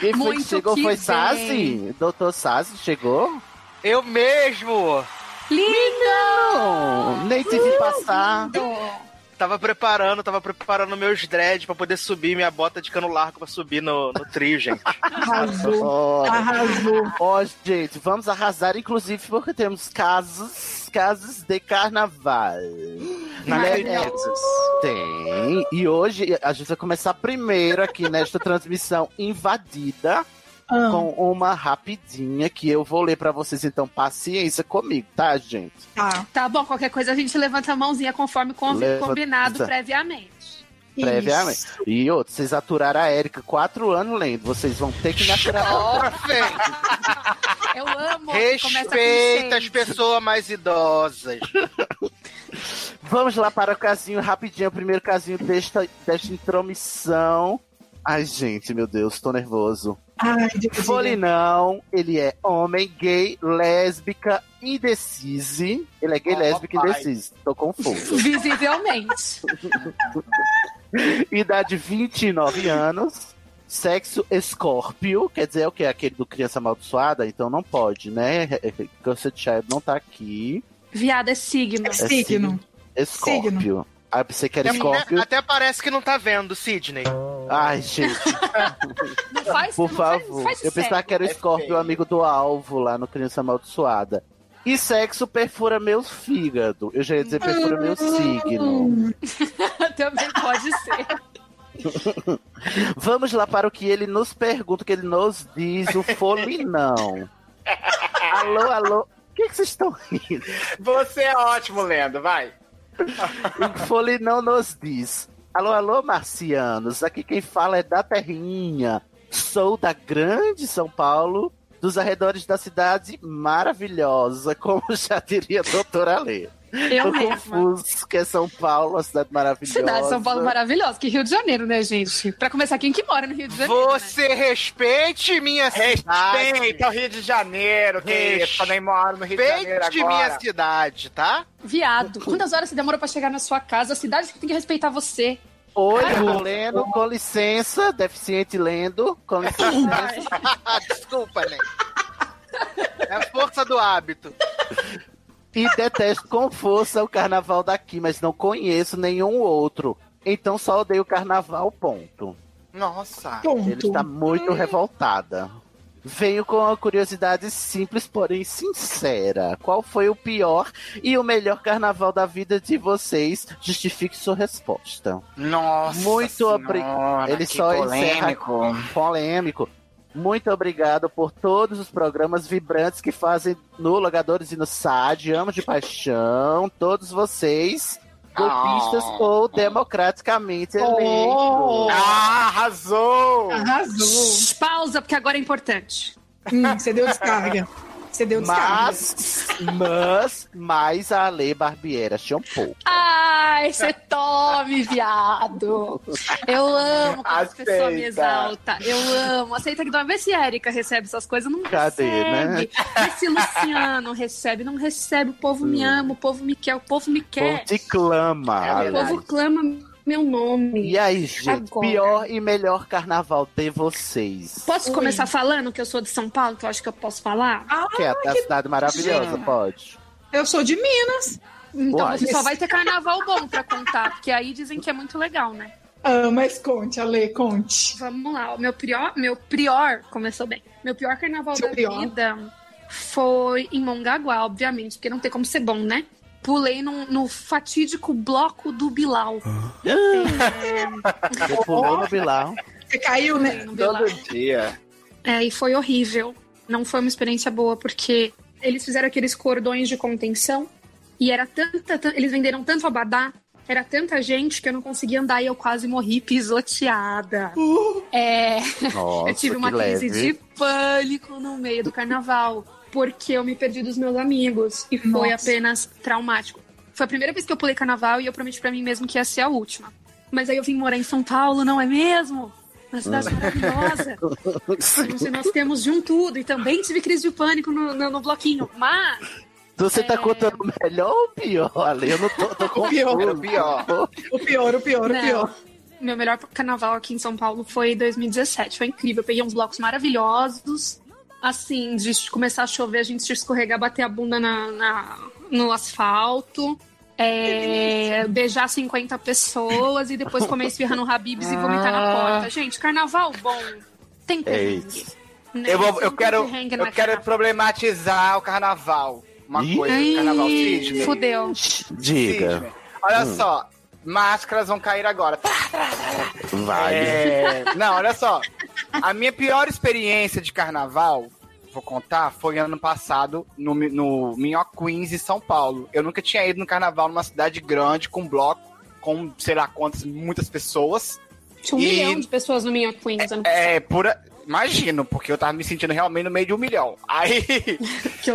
[SPEAKER 7] Quem foi que
[SPEAKER 17] Muito
[SPEAKER 7] chegou?
[SPEAKER 17] que
[SPEAKER 7] foi
[SPEAKER 17] bem.
[SPEAKER 7] Sazi? Doutor Sazi chegou?
[SPEAKER 17] Eu mesmo!
[SPEAKER 7] Lindo! Nem tive que passar.
[SPEAKER 8] Tava preparando, tava preparando meus dreads pra poder subir minha bota de cano largo pra subir no, no trio, gente.
[SPEAKER 7] Arrasou. Arrasou. Ó, gente, vamos arrasar, inclusive, porque temos casos, casos de carnaval. Né? É, Tem. E hoje a gente vai começar primeiro aqui nesta transmissão invadida. Com uma rapidinha que eu vou ler pra vocês, então paciência comigo, tá, gente?
[SPEAKER 10] Tá. Tá bom, qualquer coisa a gente levanta a mãozinha conforme convi-
[SPEAKER 7] Levanta.
[SPEAKER 10] combinado previamente.
[SPEAKER 7] Previamente. E outro, vocês aturaram a Erika quatro anos lendo, vocês vão ter que me aturar.
[SPEAKER 10] Eu amo.
[SPEAKER 8] Respeita as pessoas mais idosas.
[SPEAKER 7] Vamos lá para o casinho rapidinho, o primeiro casinho desta, desta intromissão. Ai, gente, meu Deus, tô nervoso.
[SPEAKER 18] Ai,
[SPEAKER 7] Folinão, ele é homem, gay, lésbica, indecise. Ele é gay,
[SPEAKER 10] Oh,
[SPEAKER 7] lésbica,
[SPEAKER 10] pai.
[SPEAKER 7] indecise. Tô confuso.
[SPEAKER 10] Visivelmente.
[SPEAKER 7] Idade 29 anos. Sexo escorpio, quer dizer, é o que? Aquele do criança amaldiçoada? Então não pode, né? Cursed Child não tá aqui.
[SPEAKER 10] Viado é signo.
[SPEAKER 7] É signo. Escorpio. Ah, você quer
[SPEAKER 8] Até-
[SPEAKER 7] escorpio?
[SPEAKER 8] Até parece que não tá vendo, Sidney.
[SPEAKER 7] Ai, gente,
[SPEAKER 10] Não faz,
[SPEAKER 7] por
[SPEAKER 10] não faz-
[SPEAKER 7] favor.
[SPEAKER 10] faz
[SPEAKER 7] Eu pensava
[SPEAKER 10] sério.
[SPEAKER 7] que era o
[SPEAKER 8] É
[SPEAKER 17] É
[SPEAKER 7] escorpio, amigo do alvo lá no Criança Amaldiçoada. E sexo perfura meu fígado. Eu já ia dizer perfura meu signo.
[SPEAKER 10] Também pode ser.
[SPEAKER 7] Vamos lá para o que ele nos pergunta, o que ele nos diz, o folinão. alô, alô. O que, que vocês estão rindo?
[SPEAKER 17] Você é ótimo, Lendo, vai.
[SPEAKER 7] O folinão nos diz. Alô, alô, marcianos. Aqui quem fala é da Terrinha. Sou da grande São Paulo, dos arredores da cidade maravilhosa, como já diria a doutora Lê.
[SPEAKER 10] Eu
[SPEAKER 7] Tô
[SPEAKER 10] mesma.
[SPEAKER 7] confuso que é São Paulo, uma cidade maravilhosa.
[SPEAKER 10] Cidade de São Paulo maravilhosa, que Rio de Janeiro, né, gente? Pra começar, quem que mora no Rio de Janeiro? né?
[SPEAKER 8] Você respeite minha cidade.
[SPEAKER 17] Respeita é o Rio de Janeiro, que isso, também moro no Rio de Janeiro
[SPEAKER 8] Respeite
[SPEAKER 17] agora.
[SPEAKER 8] minha cidade, tá?
[SPEAKER 10] Viado, quantas horas você demorou pra chegar na sua casa? A cidade que tem que respeitar você.
[SPEAKER 7] Oi,
[SPEAKER 10] Caramba.
[SPEAKER 7] eu tô lendo, com licença, deficiente lendo, com licença.
[SPEAKER 8] Desculpa, Ney. É a força do hábito.
[SPEAKER 7] e detesto com força o carnaval daqui, mas não conheço nenhum outro. Então só odeio o carnaval, ponto.
[SPEAKER 8] Nossa.
[SPEAKER 7] Ele está muito revoltada. Venho com uma curiosidade simples, porém sincera. Qual foi o pior e o melhor carnaval da vida de vocês? Justifique sua resposta.
[SPEAKER 17] Nossa
[SPEAKER 7] Muito obrigado.
[SPEAKER 17] Senhora,
[SPEAKER 7] Ele
[SPEAKER 17] que
[SPEAKER 7] só
[SPEAKER 17] polêmico.
[SPEAKER 7] encerra polêmico. Muito obrigado por todos os programas vibrantes que fazem no Logadores e no SAD. Amo de paixão todos vocês, golpistas
[SPEAKER 17] Ah.
[SPEAKER 7] ou democraticamente
[SPEAKER 17] Oh.
[SPEAKER 7] eleitos.
[SPEAKER 17] Ah, arrasou!
[SPEAKER 10] Shhh, Pausa, porque agora é importante.
[SPEAKER 18] Hum, você deu descarga. Você deu descarga.
[SPEAKER 7] Mas, mas, mas a Ale Barbiera um shampoo.
[SPEAKER 10] Ai, você tome, viado. Eu amo quando as
[SPEAKER 7] Aceita.
[SPEAKER 10] pessoas me exaltam. Eu amo. Aceita que dói. Vê se a Erika recebe essas coisas. Não
[SPEAKER 7] Cadê, né?
[SPEAKER 10] recebe. Vê se Luciano recebe. Não recebe. O povo me ama, o povo me quer, o povo me
[SPEAKER 7] Ou
[SPEAKER 10] quer.
[SPEAKER 7] Hum.
[SPEAKER 10] É
[SPEAKER 7] te clama.
[SPEAKER 10] o povo clama meu nome.
[SPEAKER 7] E aí, gente,
[SPEAKER 10] Agora.
[SPEAKER 7] pior e melhor carnaval de vocês.
[SPEAKER 10] Posso começar falando que eu sou de São Paulo, que eu acho que eu posso falar?
[SPEAKER 7] que é a cidade maravilhosa,
[SPEAKER 10] Gente.
[SPEAKER 7] pode.
[SPEAKER 18] Ah, Eu sou de Minas.
[SPEAKER 10] Então
[SPEAKER 7] Uai.
[SPEAKER 10] você só vai ter carnaval bom pra contar, porque aí dizem que é muito legal, né?
[SPEAKER 18] Ah, mas conte, Ale, conte.
[SPEAKER 10] Vamos lá, o meu pior, meu prior, começou bem. Meu pior carnaval
[SPEAKER 18] Seu
[SPEAKER 10] da
[SPEAKER 18] prior.
[SPEAKER 10] vida foi em Mongaguá, obviamente, porque não tem como ser bom, né? Pulei num- no, fatídico bloco do Bilal.
[SPEAKER 7] Você pulou no Bilal.
[SPEAKER 18] Você caiu, né?
[SPEAKER 7] Todo dia.
[SPEAKER 10] É, e foi horrível. Não foi uma experiência boa, porque eles fizeram aqueles cordões de contenção e era tanta. tan- eles venderam tanto abadá, era tanta gente que eu não conseguia andar e eu quase morri pisoteada. É.
[SPEAKER 7] Nossa,
[SPEAKER 10] eu tive uma
[SPEAKER 7] que
[SPEAKER 10] crise
[SPEAKER 7] leve.
[SPEAKER 10] de pânico no meio do carnaval, porque eu me perdi dos meus amigos e foi
[SPEAKER 18] Nossa.
[SPEAKER 10] apenas traumático. Foi a primeira vez que eu pulei carnaval e eu prometi pra mim mesmo que ia ser a última. Mas aí eu vim morar em São Paulo, não é mesmo? Uma cidade
[SPEAKER 7] Ah.
[SPEAKER 10] maravilhosa. Onde nós temos de um tudo. E também tive crise de pânico no, no- no bloquinho. Mas
[SPEAKER 7] Você
[SPEAKER 10] É.
[SPEAKER 7] tá contando o melhor ou o pior, Ale? Eu não tô, tô
[SPEAKER 18] O pior.
[SPEAKER 7] confuso. O pior.
[SPEAKER 18] O pior, o pior,
[SPEAKER 10] Não.
[SPEAKER 18] o pior.
[SPEAKER 10] meu melhor carnaval aqui em São Paulo foi 2017. Foi incrível. Eu peguei uns blocos maravilhosos. Assim, de começar a chover, a gente se escorregar, bater a bunda na, na- no asfalto. é, beijar 50 pessoas e depois comer esfirrando rabibs e vomitar na porta. Gente, carnaval bom. Tem
[SPEAKER 17] É
[SPEAKER 10] perrengue. né?
[SPEAKER 17] Eu, vou- eu
[SPEAKER 10] Tem
[SPEAKER 17] quero,
[SPEAKER 10] perrengue na
[SPEAKER 17] eu quero problematizar o carnaval. Uma
[SPEAKER 7] Ih.
[SPEAKER 17] coisa, o carnaval
[SPEAKER 10] Ih,
[SPEAKER 17] Sidney.
[SPEAKER 10] fudeu.
[SPEAKER 7] Diga.
[SPEAKER 17] Olha
[SPEAKER 7] Hum.
[SPEAKER 17] só, máscaras vão cair agora. Tá,
[SPEAKER 7] Vai.
[SPEAKER 17] É, Não, olha só. A minha pior experiência de carnaval, vou contar, foi ano passado no, Mi- no Minhoca Queens, em São Paulo. Eu nunca tinha ido no carnaval numa cidade grande, com bloco, com sei lá quantas, muitas pessoas.
[SPEAKER 10] Tinha um
[SPEAKER 17] E-
[SPEAKER 10] milhão de pessoas no Minha Queens. ano passado.
[SPEAKER 17] é, pura. Imagino, porque eu tava me sentindo realmente no meio de um milhão. Aí,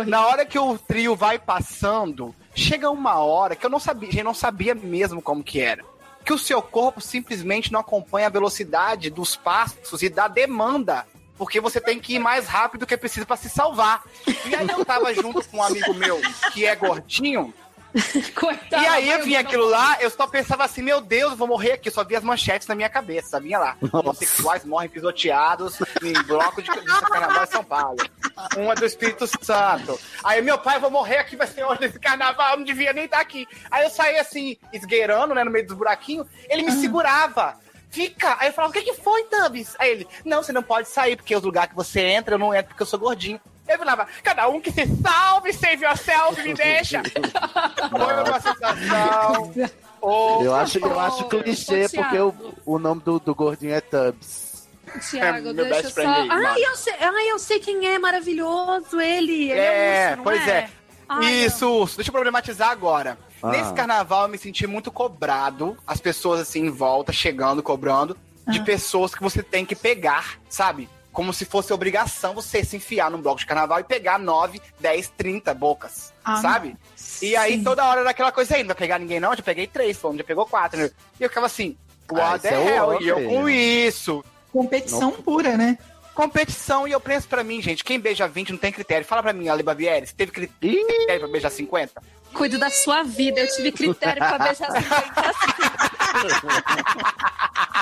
[SPEAKER 17] na hora que o trio vai passando, chega uma hora que eu não sabia, gente, não sabia mesmo como que era. Que o seu corpo simplesmente não acompanha a velocidade dos passos e da demanda. Porque você tem que ir mais rápido do que precisa pra se salvar. E aí eu tava junto com um amigo meu que é gordinho. e aí eu vi aquilo lá, eu só pensava assim, meu Deus, eu vou morrer aqui. Só vi as manchetes na minha cabeça, só vinha lá. Homossexuais morrem pisoteados em bloco de, de carnaval em São Paulo. Uma do Espírito Santo. Aí meu pai, eu vou morrer aqui, vai ser hoje desse carnaval, eu não devia nem estar aqui. Aí eu saí assim, esgueirando, né, no meio dos buraquinhos, ele me segurava. Fica! Aí eu falava, o que, que foi, Tubs? Aí ele, não, você não pode sair, porque os lugares que você entra, eu não entro porque eu sou gordinho. Eu falava, cada um que se salve, save yourself, me deixa! Foi uma sensação. Oh,
[SPEAKER 7] Eu acho, eu acho
[SPEAKER 10] Ô,
[SPEAKER 7] clichê,
[SPEAKER 10] ô, Thiago.
[SPEAKER 7] porque o, o nome do, do gordinho é Tubbs.
[SPEAKER 10] Tiago,
[SPEAKER 7] É, meu
[SPEAKER 10] deixa
[SPEAKER 7] best
[SPEAKER 10] só.
[SPEAKER 7] friend aí,
[SPEAKER 10] Ai
[SPEAKER 7] Marcos.
[SPEAKER 10] eu, sei, ai, eu sei quem é, maravilhoso ele. ele
[SPEAKER 17] É,
[SPEAKER 10] é, urso, não
[SPEAKER 17] pois é.
[SPEAKER 10] Ai,
[SPEAKER 17] Isso, urso. deixa eu problematizar agora.
[SPEAKER 7] Ah.
[SPEAKER 17] Nesse carnaval eu me senti muito cobrado, as pessoas assim em volta, chegando, cobrando,
[SPEAKER 10] Ah.
[SPEAKER 17] de pessoas que você tem que pegar, sabe? Como se fosse obrigação você se enfiar num bloco de carnaval e pegar 9, 10, 30 bocas,
[SPEAKER 18] Ah,
[SPEAKER 17] sabe? E aí toda hora era aquela coisa aí, não vai pegar ninguém não, já peguei três, fulano já pegou quatro. né? E eu ficava assim,
[SPEAKER 18] Ah,
[SPEAKER 17] what
[SPEAKER 18] isso
[SPEAKER 17] the
[SPEAKER 18] é
[SPEAKER 17] hell, e eu
[SPEAKER 18] horrível.
[SPEAKER 17] com isso.
[SPEAKER 18] Competição pura, né?
[SPEAKER 17] Competição, e eu penso pra mim, gente, quem beija 20 não tem critério. Fala pra mim, Ale Bavieri, você teve cri- critério pra beijar 50?
[SPEAKER 10] Cuido da sua vida, eu tive critério pra beijar 50.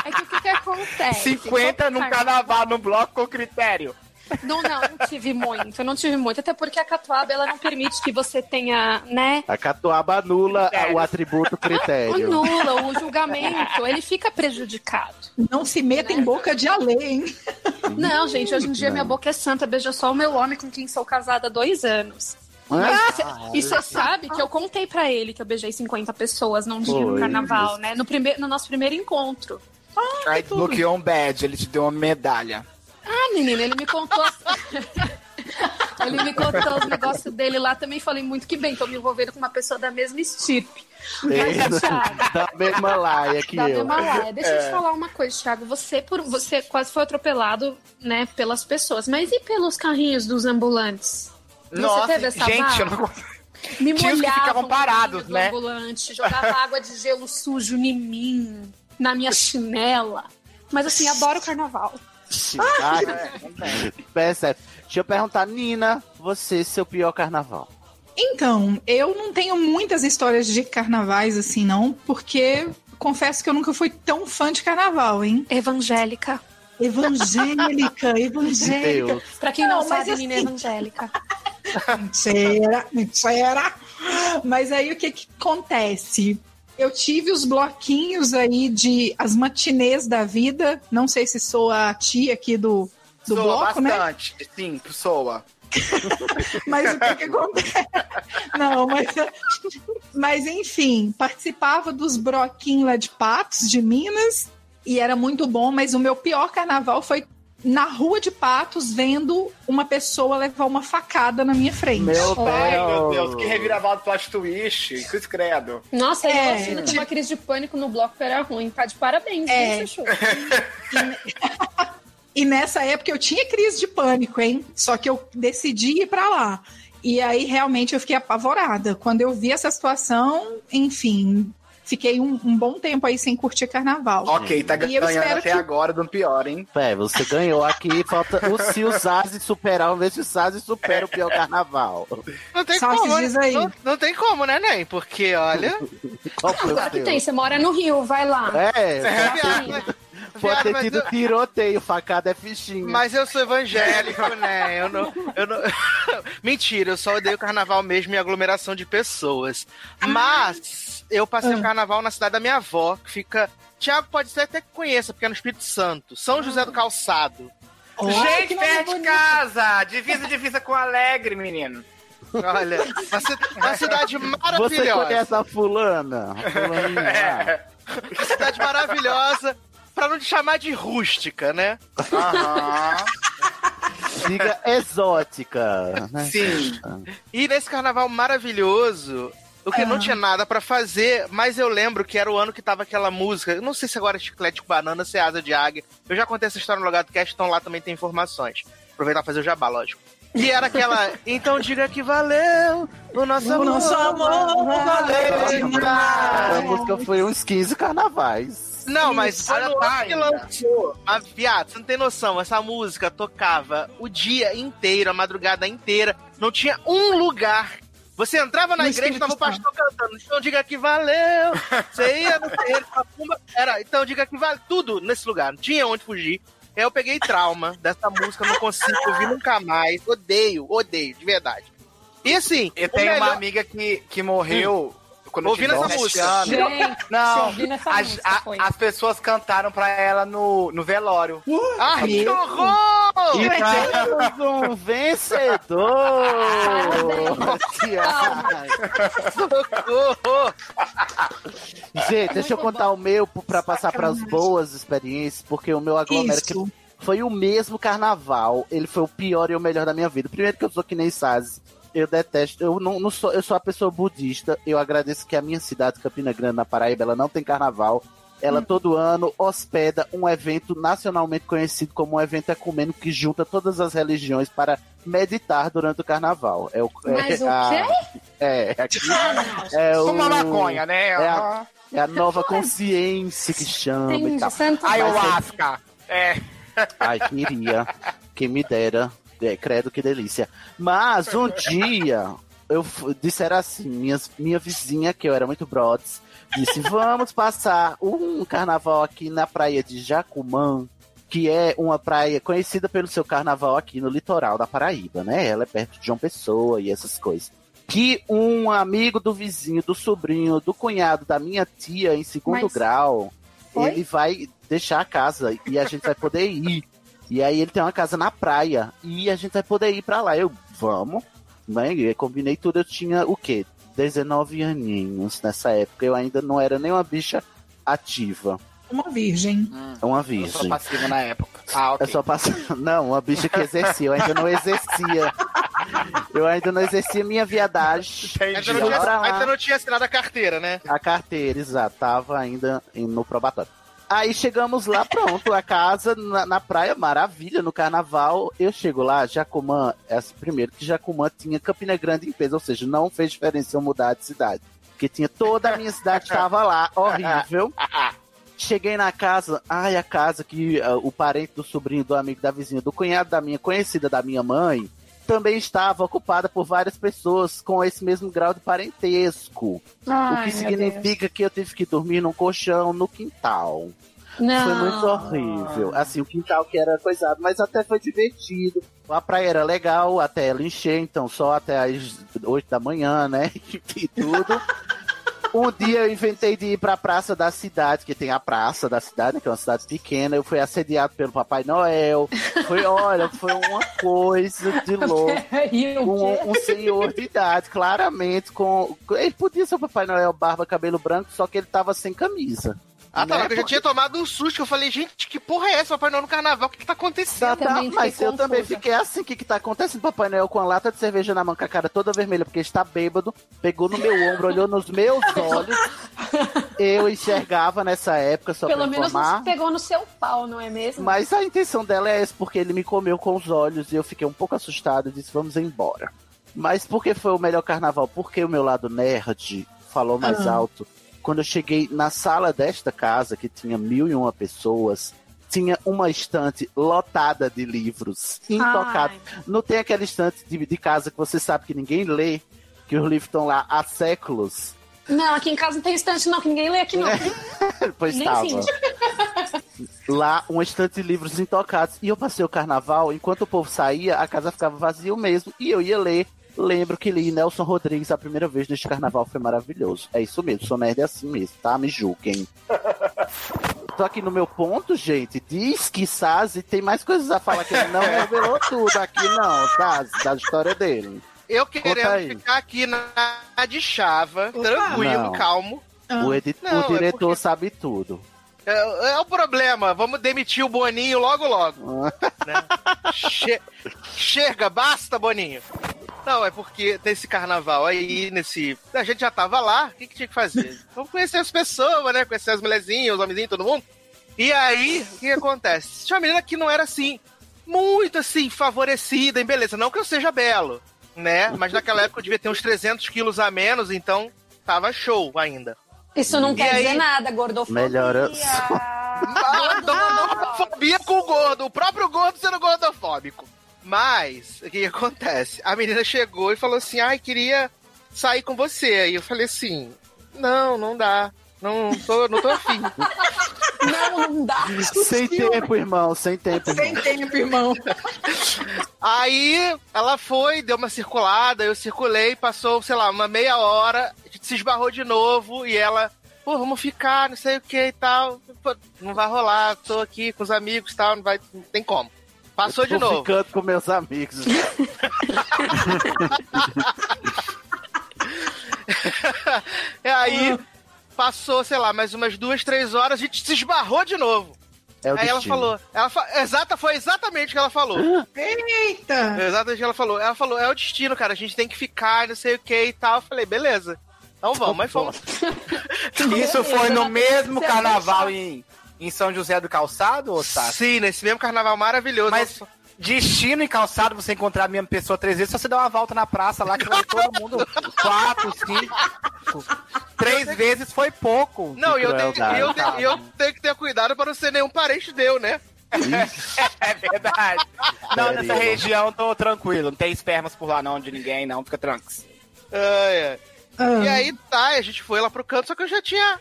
[SPEAKER 10] É que o que, que acontece?
[SPEAKER 17] 50 num carnaval, num bloco com critério.
[SPEAKER 10] Não, não, não tive muito, eu não tive muito. Até porque a catuaba, ela não permite que você tenha, né,
[SPEAKER 7] A catuaba anula o atributo critério.
[SPEAKER 10] anula o julgamento, ele fica prejudicado.
[SPEAKER 18] Não se meta em boca de além, hein?
[SPEAKER 10] Não, gente, hoje em dia minha boca é santa, beija só o meu homem com quem sou casada há dois anos. Mas cê- E você sabe que eu contei pra ele que eu beijei 50 pessoas num dia no
[SPEAKER 17] Foi.
[SPEAKER 10] carnaval, né? No, primeir, no nosso primeiro encontro.
[SPEAKER 17] Aí bloqueou um badge, ele te deu uma medalha.
[SPEAKER 10] Ah, menina, ele me contou. as- ele me contou os negócios dele lá também. Falei muito que bem, tô me envolvendo com uma pessoa da mesma estirpe. Mas, Thiago,
[SPEAKER 7] É da mesma laia que
[SPEAKER 10] né, da
[SPEAKER 7] eu.
[SPEAKER 10] mesma laia. Deixa eu te
[SPEAKER 7] É.
[SPEAKER 10] falar um uma coisa, Thiago. Você, por, você quase foi atropelado, né, pelas pessoas. Mas e pelos carrinhos dos ambulantes?
[SPEAKER 17] Nossa,
[SPEAKER 10] você teve essa
[SPEAKER 17] gente,
[SPEAKER 10] barra?
[SPEAKER 17] eu não
[SPEAKER 10] Me
[SPEAKER 17] Tinha os que
[SPEAKER 10] molhavam
[SPEAKER 17] ficavam
[SPEAKER 10] no
[SPEAKER 17] parados,
[SPEAKER 10] carrinho do
[SPEAKER 17] né?
[SPEAKER 10] ambulante, jogava água de gelo sujo em mim, na minha chinela. Mas assim, adoro carnaval.
[SPEAKER 7] Ai, Ah, é, percebe. Deixa eu perguntar, Nina, você, seu pior carnaval.
[SPEAKER 18] Então, eu não tenho muitas histórias de carnavais assim, não, porque confesso que eu nunca fui tão fã de carnaval, hein?
[SPEAKER 10] Evangélica.
[SPEAKER 18] Evangélica, evangélica.
[SPEAKER 10] Deus. Pra quem não sabe,
[SPEAKER 18] mas assim,
[SPEAKER 10] menina é evangélica.
[SPEAKER 18] Mentira, mentira. Mas aí o que que acontece? Eu tive os bloquinhos aí de as matinês da vida. Não sei se sou a tia aqui do, do
[SPEAKER 17] Soa
[SPEAKER 18] bloco, né?
[SPEAKER 17] bastante, sim, soa.
[SPEAKER 18] Mas o que, que acontece? Não, mas, mas enfim, participava dos broquinhos lá de Patos, de Minas, e era muito bom, mas o meu pior carnaval foi na rua de Patos, vendo uma pessoa levar uma facada na minha frente.
[SPEAKER 17] Meu pai, meu Deus, que reviravolta plot twist, que isso credo.
[SPEAKER 10] Nossa, eu
[SPEAKER 18] É.
[SPEAKER 10] imagino que uma crise de pânico no bloco era ruim. Tá de parabéns,
[SPEAKER 18] É.
[SPEAKER 10] né, Chuchu?
[SPEAKER 18] E nessa época eu tinha crise de pânico, hein? Só que eu decidi ir pra lá. E aí realmente eu fiquei apavorada. Quando eu vi essa situação, enfim, fiquei um, um bom tempo aí sem curtir carnaval.
[SPEAKER 17] Ok, tá
[SPEAKER 18] E eu espero
[SPEAKER 17] ganhando até
[SPEAKER 18] que-
[SPEAKER 17] agora do pior, hein?
[SPEAKER 7] Pé, você ganhou aqui, falta o se o Zazi superar, vamos ver se o Zazi supera o pior carnaval.
[SPEAKER 8] Não tem
[SPEAKER 7] Só se
[SPEAKER 8] como,
[SPEAKER 7] diz
[SPEAKER 8] né?
[SPEAKER 7] aí.
[SPEAKER 8] Não, não tem como, né, Ney? Porque, olha.
[SPEAKER 7] Qual foi o
[SPEAKER 10] Claro que
[SPEAKER 7] teu?
[SPEAKER 10] tem, você mora no Rio, vai lá.
[SPEAKER 7] É,
[SPEAKER 10] Vai,
[SPEAKER 7] foi-
[SPEAKER 10] menina.
[SPEAKER 7] foi pode ter
[SPEAKER 8] mas
[SPEAKER 7] tido
[SPEAKER 8] eu-
[SPEAKER 7] tiroteio, facada é fichinha.
[SPEAKER 8] Mas eu sou evangélico, né? Eu não, eu não... Mentira, eu só odeio carnaval mesmo e aglomeração de pessoas. Mas eu passei o carnaval na cidade da minha avó, que fica. Tiago pode ser até que conheça, porque é no Espírito Santo. São José do Calçado.
[SPEAKER 17] Gente, perto de casa! Divisa, divisa com Alegre, menino.
[SPEAKER 8] Olha, uma, ci- uma cidade
[SPEAKER 7] Você
[SPEAKER 8] maravilhosa.
[SPEAKER 7] conhece a fulana? A fulaninha lá.
[SPEAKER 8] É. Uma cidade maravilhosa, pra não te chamar de rústica, né?
[SPEAKER 7] Diga exótica. né?
[SPEAKER 8] Sim. E nesse carnaval maravilhoso, o que
[SPEAKER 17] Ah.
[SPEAKER 8] não tinha nada pra fazer, mas eu lembro que era o ano que tava aquela música. eu Não sei se agora é chiclete com banana, se é asa de águia. Eu já contei essa história no lugar do cast, então lá também tem informações. Aproveitar e fazer o jabá, lógico. E era aquela. Então diga que valeu o nosso amor.
[SPEAKER 17] nosso amor valeu
[SPEAKER 7] Essa música foi uns 15 carnavais.
[SPEAKER 8] Não, mas
[SPEAKER 17] Isso,
[SPEAKER 8] olha
[SPEAKER 17] não
[SPEAKER 8] lá
[SPEAKER 17] tá
[SPEAKER 8] que
[SPEAKER 17] ainda.
[SPEAKER 8] lançou. Mas, viado, você não tem noção. Essa música tocava o dia inteiro, a madrugada inteira. Não tinha um lugar. Você entrava na
[SPEAKER 17] No
[SPEAKER 8] igreja e tava o
[SPEAKER 17] Espírito
[SPEAKER 8] pastor cantando. Então diga que valeu. Você ia no terreiro, pra pumba. Era, então diga que valeu. Tudo nesse lugar. Não tinha onde fugir. Aí Eu peguei trauma dessa música, não consigo ouvir nunca mais. Odeio, odeio, de verdade. E assim.
[SPEAKER 17] Eu
[SPEAKER 8] o
[SPEAKER 17] tenho
[SPEAKER 8] melhor- Hum.
[SPEAKER 17] uma amiga que, que morreu quando
[SPEAKER 8] Ouvindo
[SPEAKER 17] eu um tinha
[SPEAKER 8] essa
[SPEAKER 17] 17
[SPEAKER 8] música.
[SPEAKER 17] anos.
[SPEAKER 8] Gente,
[SPEAKER 17] não,
[SPEAKER 8] ouvindo essa
[SPEAKER 17] as,
[SPEAKER 8] música,
[SPEAKER 17] a-
[SPEAKER 8] foi.
[SPEAKER 17] as pessoas cantaram pra ela no, no velório.
[SPEAKER 8] Ai, que horror!
[SPEAKER 7] E
[SPEAKER 17] Meu
[SPEAKER 7] tivemos um vencedor!
[SPEAKER 8] Socorro!
[SPEAKER 7] Gente, deixa eu contar o meu p- pra passar pras boas experiências, porque o meu aglomera que
[SPEAKER 17] Isso.
[SPEAKER 7] foi o mesmo carnaval. Ele foi o pior e o melhor da minha vida. Primeiro que eu sou que nem Sazi. Eu detesto, eu não, não sou, eu sou a pessoa budista. Eu agradeço que a minha cidade, Campina Grande, na Paraíba, ela não tem carnaval. Ela
[SPEAKER 17] Hum.
[SPEAKER 7] todo ano hospeda um evento nacionalmente conhecido como um evento ecumênico que junta todas as religiões para meditar durante o carnaval. É o, é,
[SPEAKER 17] Mas o
[SPEAKER 7] a-
[SPEAKER 17] quê?
[SPEAKER 7] é, aqui, é
[SPEAKER 17] Ah, É
[SPEAKER 7] o,
[SPEAKER 17] Uma maconha, né?
[SPEAKER 7] É a, é a nova consciência que chama e tal. Mas
[SPEAKER 17] Ayahuasca. É.
[SPEAKER 7] eu- Ai, queria. Quem me dera. É, credo, que delícia. Mas um dia, eu fu- disseram assim, minhas, minha vizinha, que eu era muito brotes, disse, vamos passar um carnaval aqui na praia de Jacumã, que é uma praia conhecida pelo seu carnaval aqui no litoral da Paraíba, né? Ela é perto de João Pessoa e essas coisas. Que um amigo do vizinho, do sobrinho, do cunhado da minha tia em segundo
[SPEAKER 17] Mas-
[SPEAKER 7] grau,
[SPEAKER 17] Oi?
[SPEAKER 7] ele vai deixar a casa e a gente vai poder ir. E aí ele tem uma casa na praia e a gente vai poder ir pra lá. Eu, vamos, né? Eu combinei tudo, eu tinha o quê? 19 aninhos nessa época. Eu ainda não era nem uma bicha ativa.
[SPEAKER 18] Uma virgem.
[SPEAKER 7] É uma virgem.
[SPEAKER 17] passiva na época. Ah,
[SPEAKER 7] Eu só passo... Não, uma bicha que exercia. Eu ainda não exercia. Eu ainda não exercia minha viadagem.
[SPEAKER 8] Ainda não,
[SPEAKER 7] Fui
[SPEAKER 8] tinha,
[SPEAKER 7] pra lá.
[SPEAKER 8] ainda não tinha assinado a carteira, né?
[SPEAKER 7] A carteira, exato. Tava ainda em- no probatório. Aí chegamos lá, pronto, a casa na, na praia, maravilha, no carnaval. Eu chego lá, Jacumã, é assim, primeiro que Jacumã tinha Campina Grande em peso, ou seja, não fez diferença eu mudar de cidade. Porque tinha toda a minha cidade estava lá, horrível.
[SPEAKER 8] Ah,
[SPEAKER 7] Cheguei na casa, ai, a casa que ah, o parente do sobrinho, do amigo da vizinha, do cunhado da minha conhecida da minha mãe, também estava ocupada por várias pessoas com esse mesmo grau de parentesco.
[SPEAKER 17] Ai,
[SPEAKER 7] o que
[SPEAKER 17] meu
[SPEAKER 7] significa que eu tive que dormir num colchão no quintal.
[SPEAKER 17] Não.
[SPEAKER 7] Foi muito horrível. Assim, o quintal que era coisado, mas até foi divertido. A praia era legal, até ela encher, então só até as 8 da manhã, né? E tudo. Um dia eu inventei de ir pra praça da cidade, que tem a praça da cidade, né, que é uma cidade pequena. Eu fui assediado pelo Papai Noel. Foi, olha, foi uma coisa de louco. Um, um senhor de idade, claramente, com. Ele podia ser o Papai Noel, barba, cabelo branco, só que ele tava sem camisa.
[SPEAKER 8] Ah, tá,
[SPEAKER 7] né?
[SPEAKER 8] lá, que eu já tinha tomado um susto. que Eu falei, gente, que porra é essa? Papai Noel no carnaval, o que, que
[SPEAKER 9] é
[SPEAKER 8] tá acontecendo?
[SPEAKER 7] Tá, mas eu também fiquei assim, o que que tá acontecendo? Papai Noel com a lata de cerveja na mão, com a cara toda vermelha, porque está bêbado, pegou no meu ombro, olhou nos meus olhos. Eu enxergava nessa época, só
[SPEAKER 9] Pelo
[SPEAKER 7] pra
[SPEAKER 9] menos
[SPEAKER 7] informar.
[SPEAKER 9] não se pegou no seu pau, não é mesmo?
[SPEAKER 7] Mas a intenção dela é essa, porque ele me comeu com os olhos e eu fiquei um pouco assustado e disse, vamos embora. Mas porque foi o melhor carnaval? Porque o meu lado nerd falou mais
[SPEAKER 17] Ah.
[SPEAKER 7] alto. Quando eu cheguei na sala desta casa, que tinha mil e uma pessoas, tinha uma estante lotada de livros, intocada. Não tem aquela estante de, de casa que você sabe que ninguém lê, que os livros estão lá há séculos.
[SPEAKER 9] Não, aqui em casa não tem estante, não, que ninguém lê aqui, não.
[SPEAKER 7] É. Pois
[SPEAKER 9] Nem
[SPEAKER 7] tava.
[SPEAKER 9] finge.
[SPEAKER 7] lá um estante de livros intocados. E eu passei o carnaval, enquanto o povo saía, a casa ficava vazia mesmo. E eu ia ler. Lembro que li Nelson Rodrigues a primeira vez neste carnaval, foi maravilhoso. É isso mesmo, sou nerd assim mesmo, tá? Me julguem. Só que no meu ponto, gente, diz que Sazi tem mais coisas a falar que ele não revelou tudo aqui, não, Sazi, da história dele.
[SPEAKER 8] Eu
[SPEAKER 7] Conta
[SPEAKER 8] querendo
[SPEAKER 7] aí.
[SPEAKER 8] ficar aqui na, na de chava, tranquilo,
[SPEAKER 7] Não.
[SPEAKER 8] calmo.
[SPEAKER 7] O, edit- o
[SPEAKER 8] Não, é
[SPEAKER 7] diretor sabe tudo.
[SPEAKER 8] É, é o problema. Vamos demitir o Boninho logo, logo. Né? Che- Chega, basta, Boninho. Não, é porque tem esse carnaval aí, nesse. A gente já tava lá, o que, que tinha que fazer? Vamos conhecer as pessoas, né? Conhecer as mulherzinhas, os homenzinhos, todo mundo. E aí, o que, que acontece? Tinha uma menina que não era assim, muito assim, favorecida em beleza. Não que eu seja belo, né? Mas naquela época eu devia ter uns 300 quilos a menos, então tava show ainda.
[SPEAKER 9] Isso não
[SPEAKER 8] E
[SPEAKER 9] quer
[SPEAKER 8] aí?
[SPEAKER 9] dizer nada, gordofobia.
[SPEAKER 7] Melhora.
[SPEAKER 8] Gordofobia com o gordo. O próprio gordo sendo gordofóbico. Mas, o que que acontece? A menina chegou e falou assim: ai, queria sair com você. Aí eu falei assim: não, não dá. Não tô, não tô afim.
[SPEAKER 9] não, não dá.
[SPEAKER 7] Sem tempo, irmão, sem tempo. irmão.
[SPEAKER 18] tempo, irmão.
[SPEAKER 8] Aí ela foi, deu uma circulada, eu circulei, passou, sei lá, uma meia hora, a gente se esbarrou de novo e ela, pô, vamos ficar, não sei o que e tal. Pô, não vai rolar, tô aqui com os amigos e tal, não vai, não tem como. Passou
[SPEAKER 7] Eu
[SPEAKER 8] de
[SPEAKER 7] tô
[SPEAKER 8] novo.
[SPEAKER 7] ficando com meus amigos.
[SPEAKER 8] E É,
[SPEAKER 17] Ah.
[SPEAKER 8] aí passou, sei lá, mais umas duas, três horas, a gente se esbarrou de novo.
[SPEAKER 7] É o
[SPEAKER 8] aí ela
[SPEAKER 7] destino.
[SPEAKER 8] falou, ela fa- exata, foi exatamente o que ela falou.
[SPEAKER 17] Ah.
[SPEAKER 18] Eita!
[SPEAKER 8] Exatamente o que ela falou. Ela falou, é o destino, cara, a gente tem que ficar, não sei o que e tal. Eu falei, beleza. Então vamos, mas fomos.
[SPEAKER 17] Isso foi no mesmo
[SPEAKER 8] Você
[SPEAKER 17] carnaval
[SPEAKER 8] vai
[SPEAKER 17] em, em São José do Calçado, ou
[SPEAKER 8] Sim, nesse mesmo carnaval maravilhoso.
[SPEAKER 17] Mas destino e calçado, você encontrar a mesma pessoa três vezes, só você dá uma volta na praça lá que vai todo mundo quatro, cinco. Três vezes foi pouco.
[SPEAKER 8] Não, e eu tenho, e eu, tenho, e eu tenho que ter cuidado pra não ser nenhum parente deu, né?
[SPEAKER 17] É verdade. Não,
[SPEAKER 8] Sério.
[SPEAKER 17] nessa região tô tranquilo. Não tem espermas por lá não, de ninguém, não. Fica tranquilo.
[SPEAKER 8] Ai, ai. E aí tá, a gente foi lá pro canto, só que eu já tinha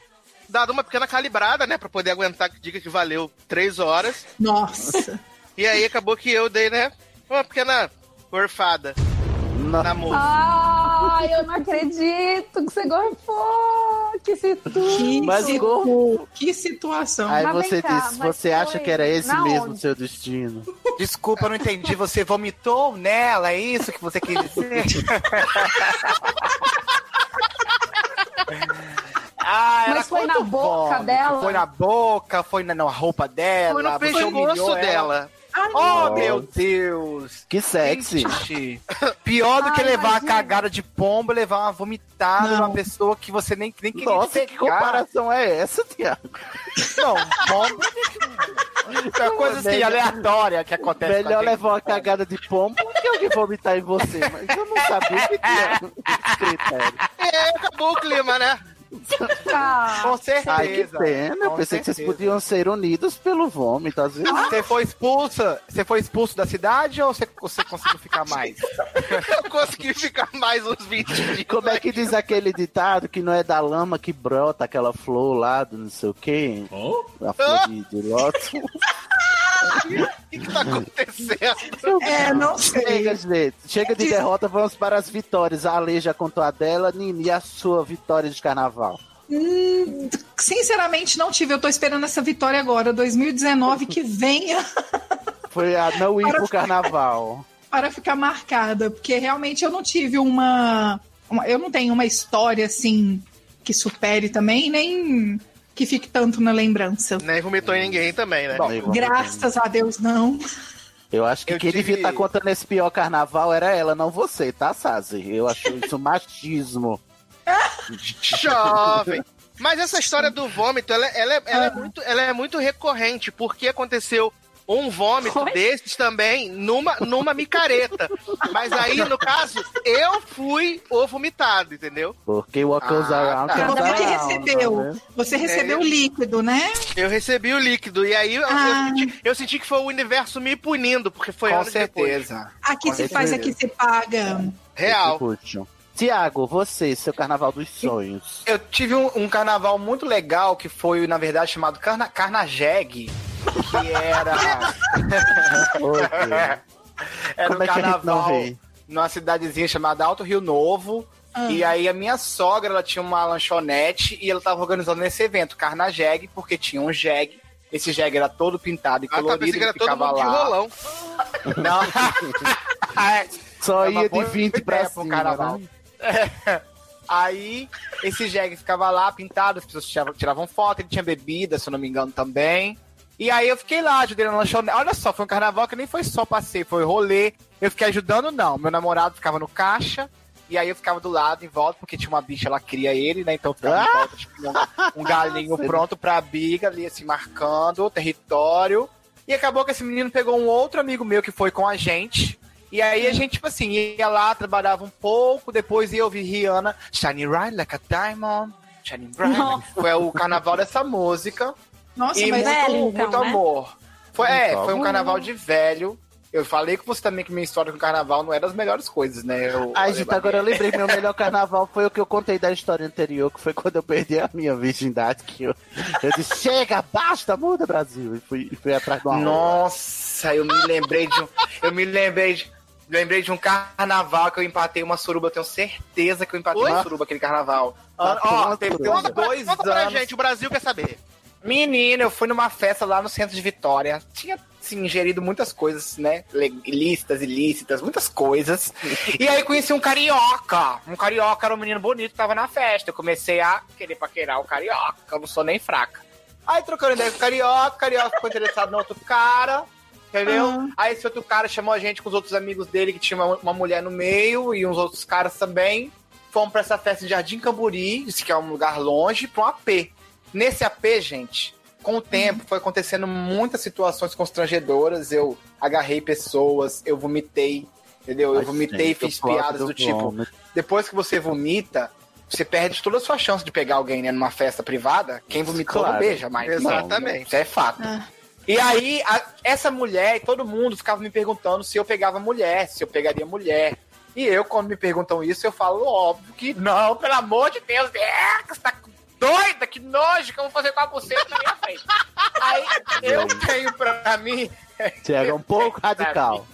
[SPEAKER 8] dado uma pequena calibrada, né? Pra poder aguentar que diga que valeu três horas.
[SPEAKER 18] Nossa.
[SPEAKER 8] E aí acabou que eu dei, né? Uma pequena gorfada na moça.
[SPEAKER 9] Ah, eu não acredito que você gorfou. Que é
[SPEAKER 18] Que,
[SPEAKER 9] situação.
[SPEAKER 7] Mas
[SPEAKER 18] situ- que situação.
[SPEAKER 7] Aí
[SPEAKER 9] Mas vem
[SPEAKER 7] você
[SPEAKER 9] cá,
[SPEAKER 7] disse,
[SPEAKER 9] mas
[SPEAKER 7] você acha
[SPEAKER 9] foi
[SPEAKER 7] que era esse
[SPEAKER 9] na
[SPEAKER 7] mesmo
[SPEAKER 9] onde?
[SPEAKER 7] seu destino?
[SPEAKER 17] Desculpa, eu não entendi. Você vomitou nela? É isso que você quis dizer? ah,
[SPEAKER 9] Mas foi na boca dela?
[SPEAKER 17] Foi na boca, foi na, na roupa dela.
[SPEAKER 8] Foi no
[SPEAKER 17] você
[SPEAKER 8] pescoço
[SPEAKER 17] humilhou
[SPEAKER 8] dela.
[SPEAKER 18] Ai,
[SPEAKER 17] Oh,
[SPEAKER 7] não.
[SPEAKER 17] meu Deus!
[SPEAKER 7] Que sexy.
[SPEAKER 17] Gente, Pior do que
[SPEAKER 7] Ai,
[SPEAKER 17] levar
[SPEAKER 7] imagina.
[SPEAKER 17] a cagada de pombo, levar uma vomitada de uma pessoa que você nem, nem queria
[SPEAKER 7] Nossa, que
[SPEAKER 17] pegar.
[SPEAKER 7] comparação é essa, Tiago?
[SPEAKER 17] Não, pombo... É uma coisa assim, aleatória que acontece com a
[SPEAKER 7] Melhor
[SPEAKER 17] gente.
[SPEAKER 7] levar uma cagada de pombo do que alguém vomitar em você. Mas eu não sabia que tinha esse critério.
[SPEAKER 8] E aí É, acabou o clima, né?
[SPEAKER 17] Com certeza.
[SPEAKER 7] Ai, que pena. Eu
[SPEAKER 17] Com
[SPEAKER 7] pensei que vocês
[SPEAKER 17] certeza.
[SPEAKER 7] podiam ser unidos pelo vômito, às vezes.
[SPEAKER 17] Você foi expulsa? Você foi expulso da cidade ou você, você conseguiu ficar mais?
[SPEAKER 8] Eu consegui ficar mais uns 20 dias.
[SPEAKER 7] Como é que diz aquele ditado que não é da lama que brota aquela flor lá do não sei o quê? A flor de, de lótus.
[SPEAKER 8] tá acontecendo?
[SPEAKER 18] É, não sei.
[SPEAKER 7] Chega, gente. Chega de derrota, vamos para as vitórias. A Ale já contou a dela, Nini, a sua vitória de carnaval.
[SPEAKER 18] Hum, sinceramente, não tive. Eu tô esperando essa vitória agora, 2019, que venha
[SPEAKER 7] Foi a não ir pro carnaval.
[SPEAKER 18] para ficar marcada. Porque realmente eu não tive uma. uma- eu não tenho uma história assim que supere também, nem que fique tanto na lembrança.
[SPEAKER 8] Nem vomitou em ninguém também, né?
[SPEAKER 7] Bom,
[SPEAKER 18] Graças a Deus, não.
[SPEAKER 7] Eu acho que quem devia estar contando esse pior carnaval era ela, não você, tá, Sazi? Eu acho isso um machismo.
[SPEAKER 8] Jovem. Mas essa história do vômito, ela, ela é,
[SPEAKER 18] Ah.
[SPEAKER 8] ela é muito, ela é muito recorrente, porque aconteceu um vômito
[SPEAKER 18] é?
[SPEAKER 8] desses também numa, numa micareta. Mas aí, no caso, eu fui o vomitado, entendeu?
[SPEAKER 7] Porque o Occurs
[SPEAKER 8] Ah,
[SPEAKER 7] Around
[SPEAKER 8] tá.
[SPEAKER 7] comes
[SPEAKER 8] Cada um que
[SPEAKER 7] around,
[SPEAKER 17] tá
[SPEAKER 8] recebeu.
[SPEAKER 7] não é?
[SPEAKER 18] Você recebeu
[SPEAKER 8] É.
[SPEAKER 18] o líquido, né?
[SPEAKER 8] Eu recebi o líquido, e aí eu, eu
[SPEAKER 18] Ah.
[SPEAKER 8] senti, eu senti que foi o universo me punindo, porque foi
[SPEAKER 17] Com
[SPEAKER 8] anos depois.
[SPEAKER 17] certeza.
[SPEAKER 18] Aqui se faz, aqui se paga.
[SPEAKER 8] Real.
[SPEAKER 7] Esse puxo. Tiago, você, seu carnaval dos sonhos.
[SPEAKER 17] Eu tive um, um carnaval muito legal que foi, na verdade, chamado Carna Carnajeg, que era. era
[SPEAKER 7] Como
[SPEAKER 17] um
[SPEAKER 7] é que a gente não
[SPEAKER 17] carnaval
[SPEAKER 7] ri?
[SPEAKER 17] numa cidadezinha chamada Alto Rio Novo.
[SPEAKER 7] Ah.
[SPEAKER 17] E aí a minha sogra, ela tinha uma lanchonete e ela tava organizando esse evento, Carnajeg, porque tinha um jegue. Esse jegue era todo pintado e Tá,
[SPEAKER 8] Ah, tá,
[SPEAKER 17] colorido,
[SPEAKER 8] pensei que era
[SPEAKER 17] ele
[SPEAKER 8] todo
[SPEAKER 17] ficava
[SPEAKER 8] mundo de
[SPEAKER 17] lá.
[SPEAKER 8] rolão.
[SPEAKER 17] Não.
[SPEAKER 7] Só
[SPEAKER 17] É uma
[SPEAKER 7] ia de
[SPEAKER 17] boa
[SPEAKER 7] 20 pra
[SPEAKER 17] ideia pro
[SPEAKER 7] cima.
[SPEAKER 17] carnaval.
[SPEAKER 7] né?
[SPEAKER 17] É. Aí, esse jegue ficava lá pintado, as pessoas tiravam, tiravam foto, ele tinha bebida, se eu não me engano, também. E aí eu fiquei lá, ajudei na lanchonete. Olha só, foi um carnaval que nem foi só passeio, foi rolê. Eu fiquei ajudando, não. Meu namorado ficava no caixa, e aí eu ficava do lado, em volta, porque tinha uma bicha, ela cria ele, né? Então eu ficava em volta, tipo, um, um galinho pronto pra biga, ali assim, marcando o território. E acabou que esse menino pegou um outro amigo meu que foi com a gente. E aí a gente, tipo assim, ia lá, trabalhava um pouco, depois ia ouvir Rihanna, Shine Right Like a Diamond, Shine Bright.
[SPEAKER 18] Nossa.
[SPEAKER 17] Foi o carnaval dessa música.
[SPEAKER 18] Nossa,
[SPEAKER 17] e
[SPEAKER 18] mas
[SPEAKER 17] muito,
[SPEAKER 18] velho, então,
[SPEAKER 17] muito
[SPEAKER 18] né?
[SPEAKER 17] amor. Foi, é,
[SPEAKER 7] Então.
[SPEAKER 17] foi um carnaval de velho. Eu falei com você também que minha história com carnaval não era das melhores coisas, né? Eu,
[SPEAKER 7] Ai, gente, agora eu lembrei, meu melhor carnaval foi o que eu contei da história anterior, que foi quando eu perdi a minha virgindade, que eu, eu disse, chega, basta, muda Brasil, e fui, e fui atrás de uma
[SPEAKER 17] Nossa, eu me lembrei de um. Eu me lembrei de. Lembrei de um carnaval que eu empatei uma suruba, eu tenho certeza que eu empatei
[SPEAKER 8] Oi?
[SPEAKER 17] uma suruba aquele carnaval. Ah,
[SPEAKER 8] Ah,
[SPEAKER 17] Ó,
[SPEAKER 8] pronto.
[SPEAKER 17] teve tem uns
[SPEAKER 8] Conta pra-
[SPEAKER 17] dois
[SPEAKER 8] conta pra
[SPEAKER 17] anos.
[SPEAKER 8] gente, o Brasil quer saber.
[SPEAKER 17] Menina, eu fui numa festa lá no centro de Vitória. Tinha, assim, ingerido muitas coisas, né? Le- Ilícitas, ilícitas, muitas coisas. E aí conheci um carioca. Um carioca era um menino bonito que tava na festa. Eu comecei a querer paquerar o carioca. Eu não sou nem fraca. Aí trocando ideia com o carioca, o carioca ficou interessado no outro cara. Entendeu? Aí esse outro cara chamou a gente com os outros amigos dele, que tinha uma, uma mulher no meio e uns outros caras também. Fomos pra essa festa em Jardim Camburi, isso que é um lugar longe, pra um AP. Nesse AP, gente, com o tempo
[SPEAKER 7] Uhum.
[SPEAKER 17] foi acontecendo muitas situações constrangedoras. Eu agarrei pessoas, eu vomitei, entendeu? Eu
[SPEAKER 7] Ai,
[SPEAKER 17] vomitei e
[SPEAKER 7] gente,
[SPEAKER 17] fiz
[SPEAKER 7] eu gosto
[SPEAKER 17] piadas
[SPEAKER 7] do
[SPEAKER 17] do,
[SPEAKER 7] né?
[SPEAKER 17] tipo.
[SPEAKER 7] vômito.
[SPEAKER 17] Depois que você vomita, você perde toda a sua chance de pegar alguém né, numa festa privada. Quem vomitou não
[SPEAKER 8] Claro.
[SPEAKER 17] beija mais.
[SPEAKER 8] Exatamente.
[SPEAKER 17] Isso é fato. E aí, a- essa mulher e todo mundo ficava me perguntando se eu pegava mulher, se eu pegaria mulher. E eu, quando me perguntam isso, eu falo, óbvio que não, pelo amor de Deus, é, você tá doida, que nojo que eu vou fazer com a buceta na minha frente. Aí eu tenho pra mim
[SPEAKER 7] Tiago é um pouco radical.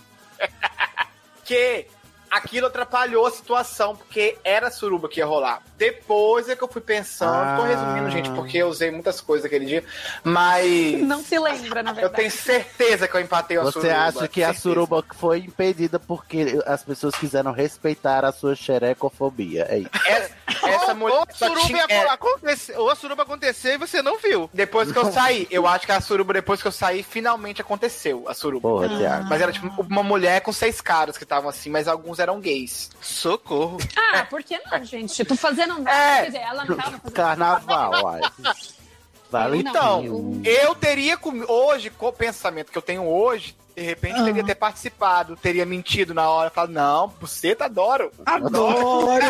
[SPEAKER 17] que aquilo atrapalhou a situação, porque era a suruba que ia rolar. Depois é que eu fui pensando,
[SPEAKER 7] Ah.
[SPEAKER 17] tô resumindo, gente, porque eu usei muitas coisas aquele dia, mas
[SPEAKER 10] Não se lembra, na
[SPEAKER 17] eu
[SPEAKER 10] verdade.
[SPEAKER 17] tenho certeza que eu empatei a
[SPEAKER 7] Você
[SPEAKER 17] suruba.
[SPEAKER 7] acha que a
[SPEAKER 17] Certeza.
[SPEAKER 7] suruba foi impedida porque as pessoas quiseram respeitar a sua xerecofobia, é isso.
[SPEAKER 17] Essa mulher
[SPEAKER 8] A
[SPEAKER 17] só
[SPEAKER 8] suruba
[SPEAKER 17] tinha-
[SPEAKER 8] ia
[SPEAKER 17] é,
[SPEAKER 8] acontecer- ou a suruba aconteceu e você não viu.
[SPEAKER 17] Depois que eu saí, eu acho que a suruba, depois que eu saí, finalmente aconteceu a suruba.
[SPEAKER 7] Porra, Ah. Thiago.
[SPEAKER 17] Mas era tipo uma mulher com seis caras que estavam assim, mas alguns eram gays.
[SPEAKER 8] Socorro.
[SPEAKER 9] Ah, por que não, gente? Tipo,
[SPEAKER 7] É.
[SPEAKER 9] fazendo nada. Quer dizer, ela não tava fazendo
[SPEAKER 7] Carnaval, ai. Valentim.
[SPEAKER 17] Então, eu teria comi- hoje, com o pensamento que eu tenho hoje, de repente teria ter participado, teria mentido na hora, falado, não, você tá adoro. Ah!
[SPEAKER 8] Adoro!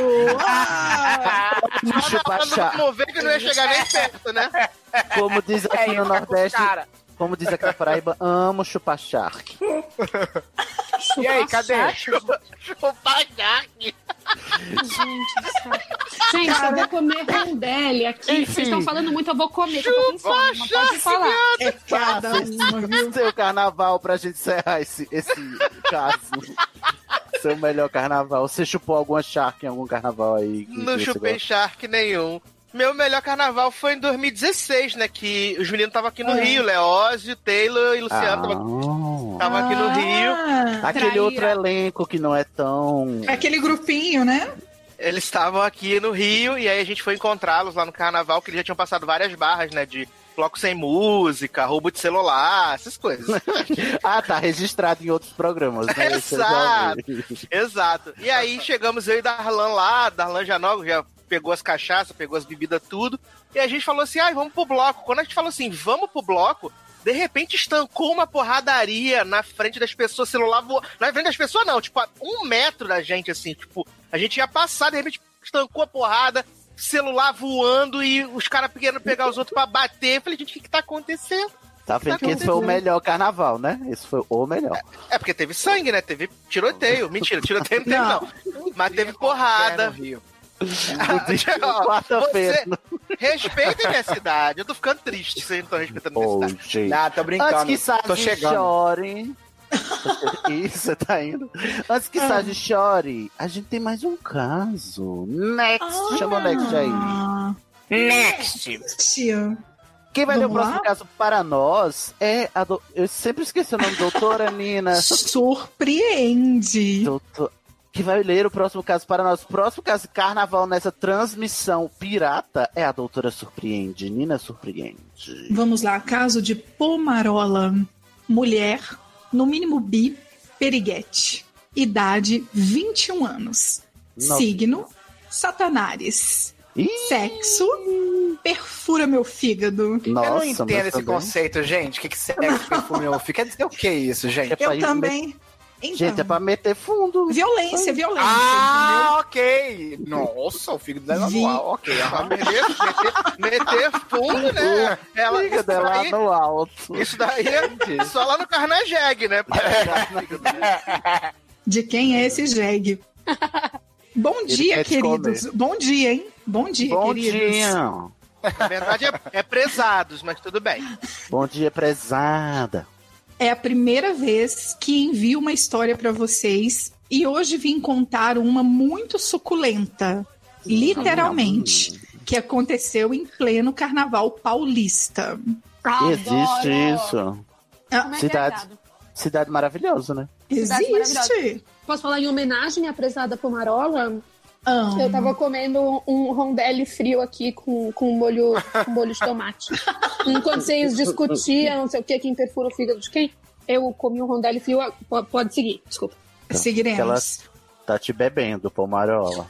[SPEAKER 7] Bicho baixar.
[SPEAKER 8] Vamos ver que não ia chegar nem perto, né?
[SPEAKER 7] Como diz
[SPEAKER 17] É tá
[SPEAKER 7] aqui no Nordeste, como diz aqui na Paraíba, amo chupar charque.
[SPEAKER 17] E aí, cadê?
[SPEAKER 8] Chupa Jack.
[SPEAKER 10] Gente, do céu. Gente, eu vou comer rondelli aqui.
[SPEAKER 7] Enfim.
[SPEAKER 10] Vocês estão falando muito, eu vou comer, que eu tô com fome. Não pode falar.
[SPEAKER 7] É cada um, Seu carnaval pra gente encerrar esse, esse caso. Seu melhor carnaval. Você chupou alguma charque em algum carnaval aí? que
[SPEAKER 8] Não
[SPEAKER 7] você
[SPEAKER 8] chupei
[SPEAKER 7] gosta?
[SPEAKER 8] Shark nenhum. Meu melhor carnaval foi em 2016, né? Que os meninos estavam aqui no
[SPEAKER 7] É.
[SPEAKER 8] Rio, Leózio, Taylor e Luciano estavam
[SPEAKER 7] Ah.
[SPEAKER 8] aqui no Rio.
[SPEAKER 7] Aquele
[SPEAKER 8] traíra.
[SPEAKER 7] outro elenco que não é tão.
[SPEAKER 18] Aquele grupinho, né?
[SPEAKER 8] Eles estavam aqui no Rio e aí a gente foi encontrá-los lá no carnaval, que eles já tinham passado várias barras, né? De bloco sem música, roubo de celular, essas coisas.
[SPEAKER 7] ah, tá registrado em outros programas, né? Esse eu já
[SPEAKER 8] Exato.
[SPEAKER 7] vi.
[SPEAKER 8] Exato. E aí chegamos eu e Darlan lá, Darlan já não, já pegou as cachaças, pegou as bebidas, tudo. E a gente falou assim: ai, vamos pro bloco. Quando a gente falou assim, vamos pro bloco. De repente estancou uma porradaria na frente das pessoas, celular voou. Na frente das pessoas, não, tipo, a um metro da gente, assim, tipo, a gente ia passar, de repente estancou a porrada, celular voando e os caras querendo pegar os outros pra bater. Eu falei, gente, o que, que tá acontecendo?
[SPEAKER 7] Tá vendo que esse foi o
[SPEAKER 8] acontecendo?
[SPEAKER 7] melhor carnaval, né? Esse foi o melhor.
[SPEAKER 8] É porque teve sangue, né? Teve tiroteio. Mentira, tiroteio não teve, não. Mas teve porrada. Ó,
[SPEAKER 7] Quarta-feira.
[SPEAKER 8] você- Respeitem minha cidade. Eu tô ficando triste, vocês não estão respeitando minha cidade.
[SPEAKER 7] Gente.
[SPEAKER 17] Ah, tô brincando.
[SPEAKER 7] Antes que
[SPEAKER 17] Tô
[SPEAKER 7] Sage
[SPEAKER 17] chegando.
[SPEAKER 7] chore. Isso, você tá indo. Antes que Sage chore, a gente tem mais um caso. Next.
[SPEAKER 18] Ah.
[SPEAKER 7] Chama o Next aí.
[SPEAKER 18] Tio.
[SPEAKER 7] Quem vai ler o
[SPEAKER 18] Vamos
[SPEAKER 7] próximo
[SPEAKER 18] lá?
[SPEAKER 7] caso para nós é a. do- Eu sempre esqueci o nome, doutora Nina.
[SPEAKER 18] Surpreende.
[SPEAKER 7] Doutor... Que vai ler o próximo caso para nós. O próximo caso de carnaval nessa transmissão pirata é a doutora Surpreende. Nina Surpreende.
[SPEAKER 18] Vamos lá, caso de Pomarola, mulher, no mínimo bi, periguete, idade 21 anos,
[SPEAKER 7] Nossa.
[SPEAKER 18] signo Satanares, sexo perfura meu fígado.
[SPEAKER 17] eu não entendo
[SPEAKER 8] tá
[SPEAKER 17] esse conceito, gente. O que, que sexo perfume ou fica dizer o que é isso, gente?
[SPEAKER 18] Eu também. Então,
[SPEAKER 7] Gente, é pra meter fundo.
[SPEAKER 18] Violência, violência.
[SPEAKER 17] Ah, ok. Nossa, o fígado dela
[SPEAKER 18] Vi-
[SPEAKER 17] anual. Ok, é ela merece.
[SPEAKER 8] Meter fundo, né? Ela,
[SPEAKER 7] Liga
[SPEAKER 8] isso,
[SPEAKER 7] dela
[SPEAKER 8] daí,
[SPEAKER 7] no alto.
[SPEAKER 8] isso daí é só lá no Carnageg, né?
[SPEAKER 18] De quem é esse jegue? Bom
[SPEAKER 8] Ele
[SPEAKER 18] dia,
[SPEAKER 8] quer te
[SPEAKER 18] queridos.
[SPEAKER 8] comer.
[SPEAKER 18] Bom dia, hein? Bom dia,
[SPEAKER 7] Bom
[SPEAKER 18] queridos.
[SPEAKER 7] dia.
[SPEAKER 8] Na verdade é, é prezados, mas tudo bem.
[SPEAKER 7] Bom dia, prezada.
[SPEAKER 18] É a primeira vez que envio uma história pra vocês e hoje vim contar uma muito suculenta, literalmente, que aconteceu em pleno carnaval paulista.
[SPEAKER 7] Existe isso.
[SPEAKER 18] Ah,
[SPEAKER 7] Cidade, cidade maravilhosa, né?
[SPEAKER 18] Existe.
[SPEAKER 9] Cidade maravilhosa. Posso falar em homenagem à prezada Pomarola?
[SPEAKER 18] Amo.
[SPEAKER 9] Eu tava comendo um rondelli frio aqui com, com, um molho, com molho de tomate. Enquanto vocês discutiam, não sei o que, quem perfura o fígado de quem, eu comi um rondelli frio. ah, po- Pode seguir, desculpa.
[SPEAKER 18] Seguiremos.
[SPEAKER 7] Ela tá te bebendo, Pomarola.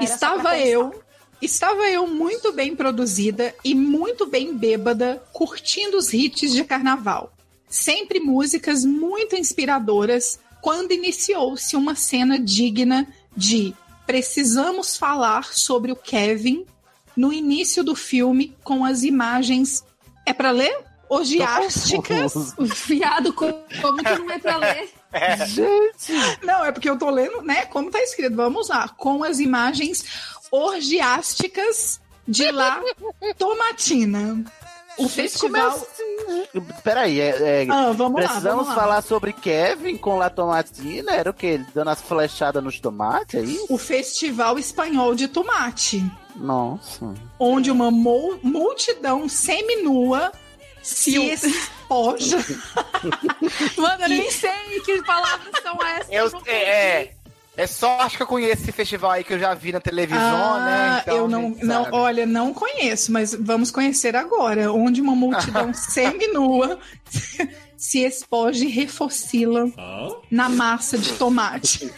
[SPEAKER 18] Estava eu, estava eu muito bem produzida e muito bem bêbada, curtindo os hits de carnaval. Sempre músicas muito inspiradoras, quando iniciou-se uma cena digna de precisamos falar sobre o Kevin no início do filme com as imagens. É pra ler? Orgiásticas.
[SPEAKER 9] O viado como que não é pra ler?
[SPEAKER 18] Gente! Não, é porque eu tô lendo, né? Como tá escrito. Vamos lá. Com as imagens orgiásticas de lá, Tomatina. O festival.
[SPEAKER 7] Peraí, é, é,
[SPEAKER 18] Ah, vamos lá,
[SPEAKER 7] precisamos
[SPEAKER 18] vamos lá.
[SPEAKER 7] falar sobre Kevin com La Tomatina? Era o quê? Ele Dando as flechadas nos tomates, é isso?
[SPEAKER 18] O Festival Espanhol de Tomate,
[SPEAKER 7] Nossa.
[SPEAKER 18] onde uma mou- multidão seminua se espoja.
[SPEAKER 9] Mano, eu nem sei que palavras são essas.
[SPEAKER 17] Eu, é, é, é só acho que eu conheço esse festival aí que eu já vi na televisão, né? Então,
[SPEAKER 18] Ah, eu não,
[SPEAKER 17] gente,
[SPEAKER 18] não,
[SPEAKER 17] sabe.
[SPEAKER 18] olha, não conheço, mas vamos conhecer agora, onde uma multidão seminua se espoja e refocila na massa de tomate,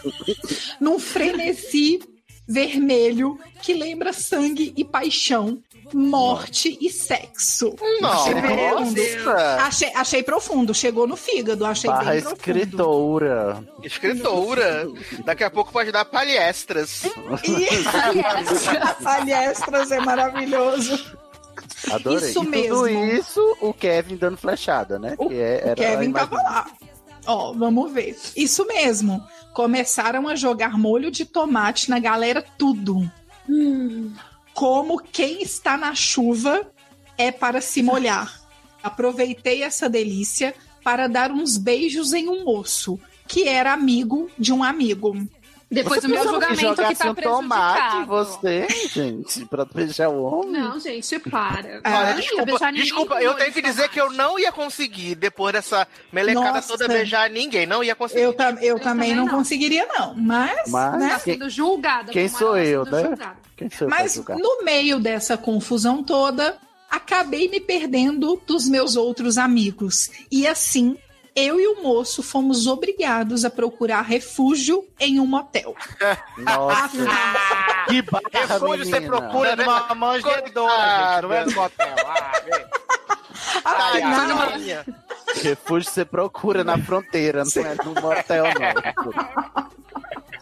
[SPEAKER 18] num frenesi vermelho que lembra sangue e paixão, morte e sexo.
[SPEAKER 7] Nossa!
[SPEAKER 18] Reverendo. Achei, achei profundo, chegou no fígado, achei
[SPEAKER 7] Barra
[SPEAKER 18] bem profundo.
[SPEAKER 7] escritora.
[SPEAKER 8] Escritora. Daqui a pouco pode dar palestras.
[SPEAKER 18] Isso, Aliestras é maravilhoso.
[SPEAKER 7] Adorei.
[SPEAKER 18] Isso
[SPEAKER 7] e
[SPEAKER 18] mesmo.
[SPEAKER 7] tudo isso, o Kevin dando flechada, né? que é, era
[SPEAKER 18] O Kevin
[SPEAKER 7] a
[SPEAKER 18] tava
[SPEAKER 7] imagem-
[SPEAKER 18] lá. Ó, vamos ver. Isso mesmo. Começaram a jogar molho de tomate na galera tudo.
[SPEAKER 9] Hum.
[SPEAKER 18] Como quem está na chuva é para se molhar. Aproveitei essa delícia para dar uns beijos em um moço, que era amigo de um amigo.
[SPEAKER 9] Depois
[SPEAKER 7] Você
[SPEAKER 9] do meu
[SPEAKER 7] pensava
[SPEAKER 9] julgamento que
[SPEAKER 7] jogasse
[SPEAKER 9] tá
[SPEAKER 7] um tomate em
[SPEAKER 9] prejudicado.
[SPEAKER 7] você, gente, pra beijar o homem.
[SPEAKER 9] Não, gente, para.
[SPEAKER 18] É.
[SPEAKER 8] Olha,
[SPEAKER 9] Não ia
[SPEAKER 8] desculpa,
[SPEAKER 9] beijar ninguém
[SPEAKER 8] desculpa,
[SPEAKER 9] com
[SPEAKER 8] eu
[SPEAKER 9] molho
[SPEAKER 8] tenho que
[SPEAKER 9] de
[SPEAKER 8] dizer que eu não ia conseguir, depois dessa melecada
[SPEAKER 18] Nossa.
[SPEAKER 8] toda, beijar ninguém. Não ia conseguir.
[SPEAKER 18] Eu, tam- eu também, não, conseguiria, não. Mas,
[SPEAKER 8] Mas
[SPEAKER 18] né?
[SPEAKER 8] tá sendo
[SPEAKER 9] julgada. tá
[SPEAKER 7] Quem sou eu, né? Quem sou eu pra
[SPEAKER 18] Mas
[SPEAKER 7] julgar?
[SPEAKER 18] no meio dessa confusão toda, acabei me perdendo dos meus outros amigos. E assim, eu e o moço fomos obrigados a procurar refúgio em um motel. Ah,
[SPEAKER 7] Nossa.
[SPEAKER 18] tá.
[SPEAKER 7] que barra,
[SPEAKER 17] Refúgio você
[SPEAKER 7] menina.
[SPEAKER 8] né?
[SPEAKER 17] procura numa
[SPEAKER 8] Ah,
[SPEAKER 17] manjedoura, gente, não é no motel. Ah, vem. Ai, ai, ai.
[SPEAKER 7] Refúgio você procura na fronteira, não é no motel, não.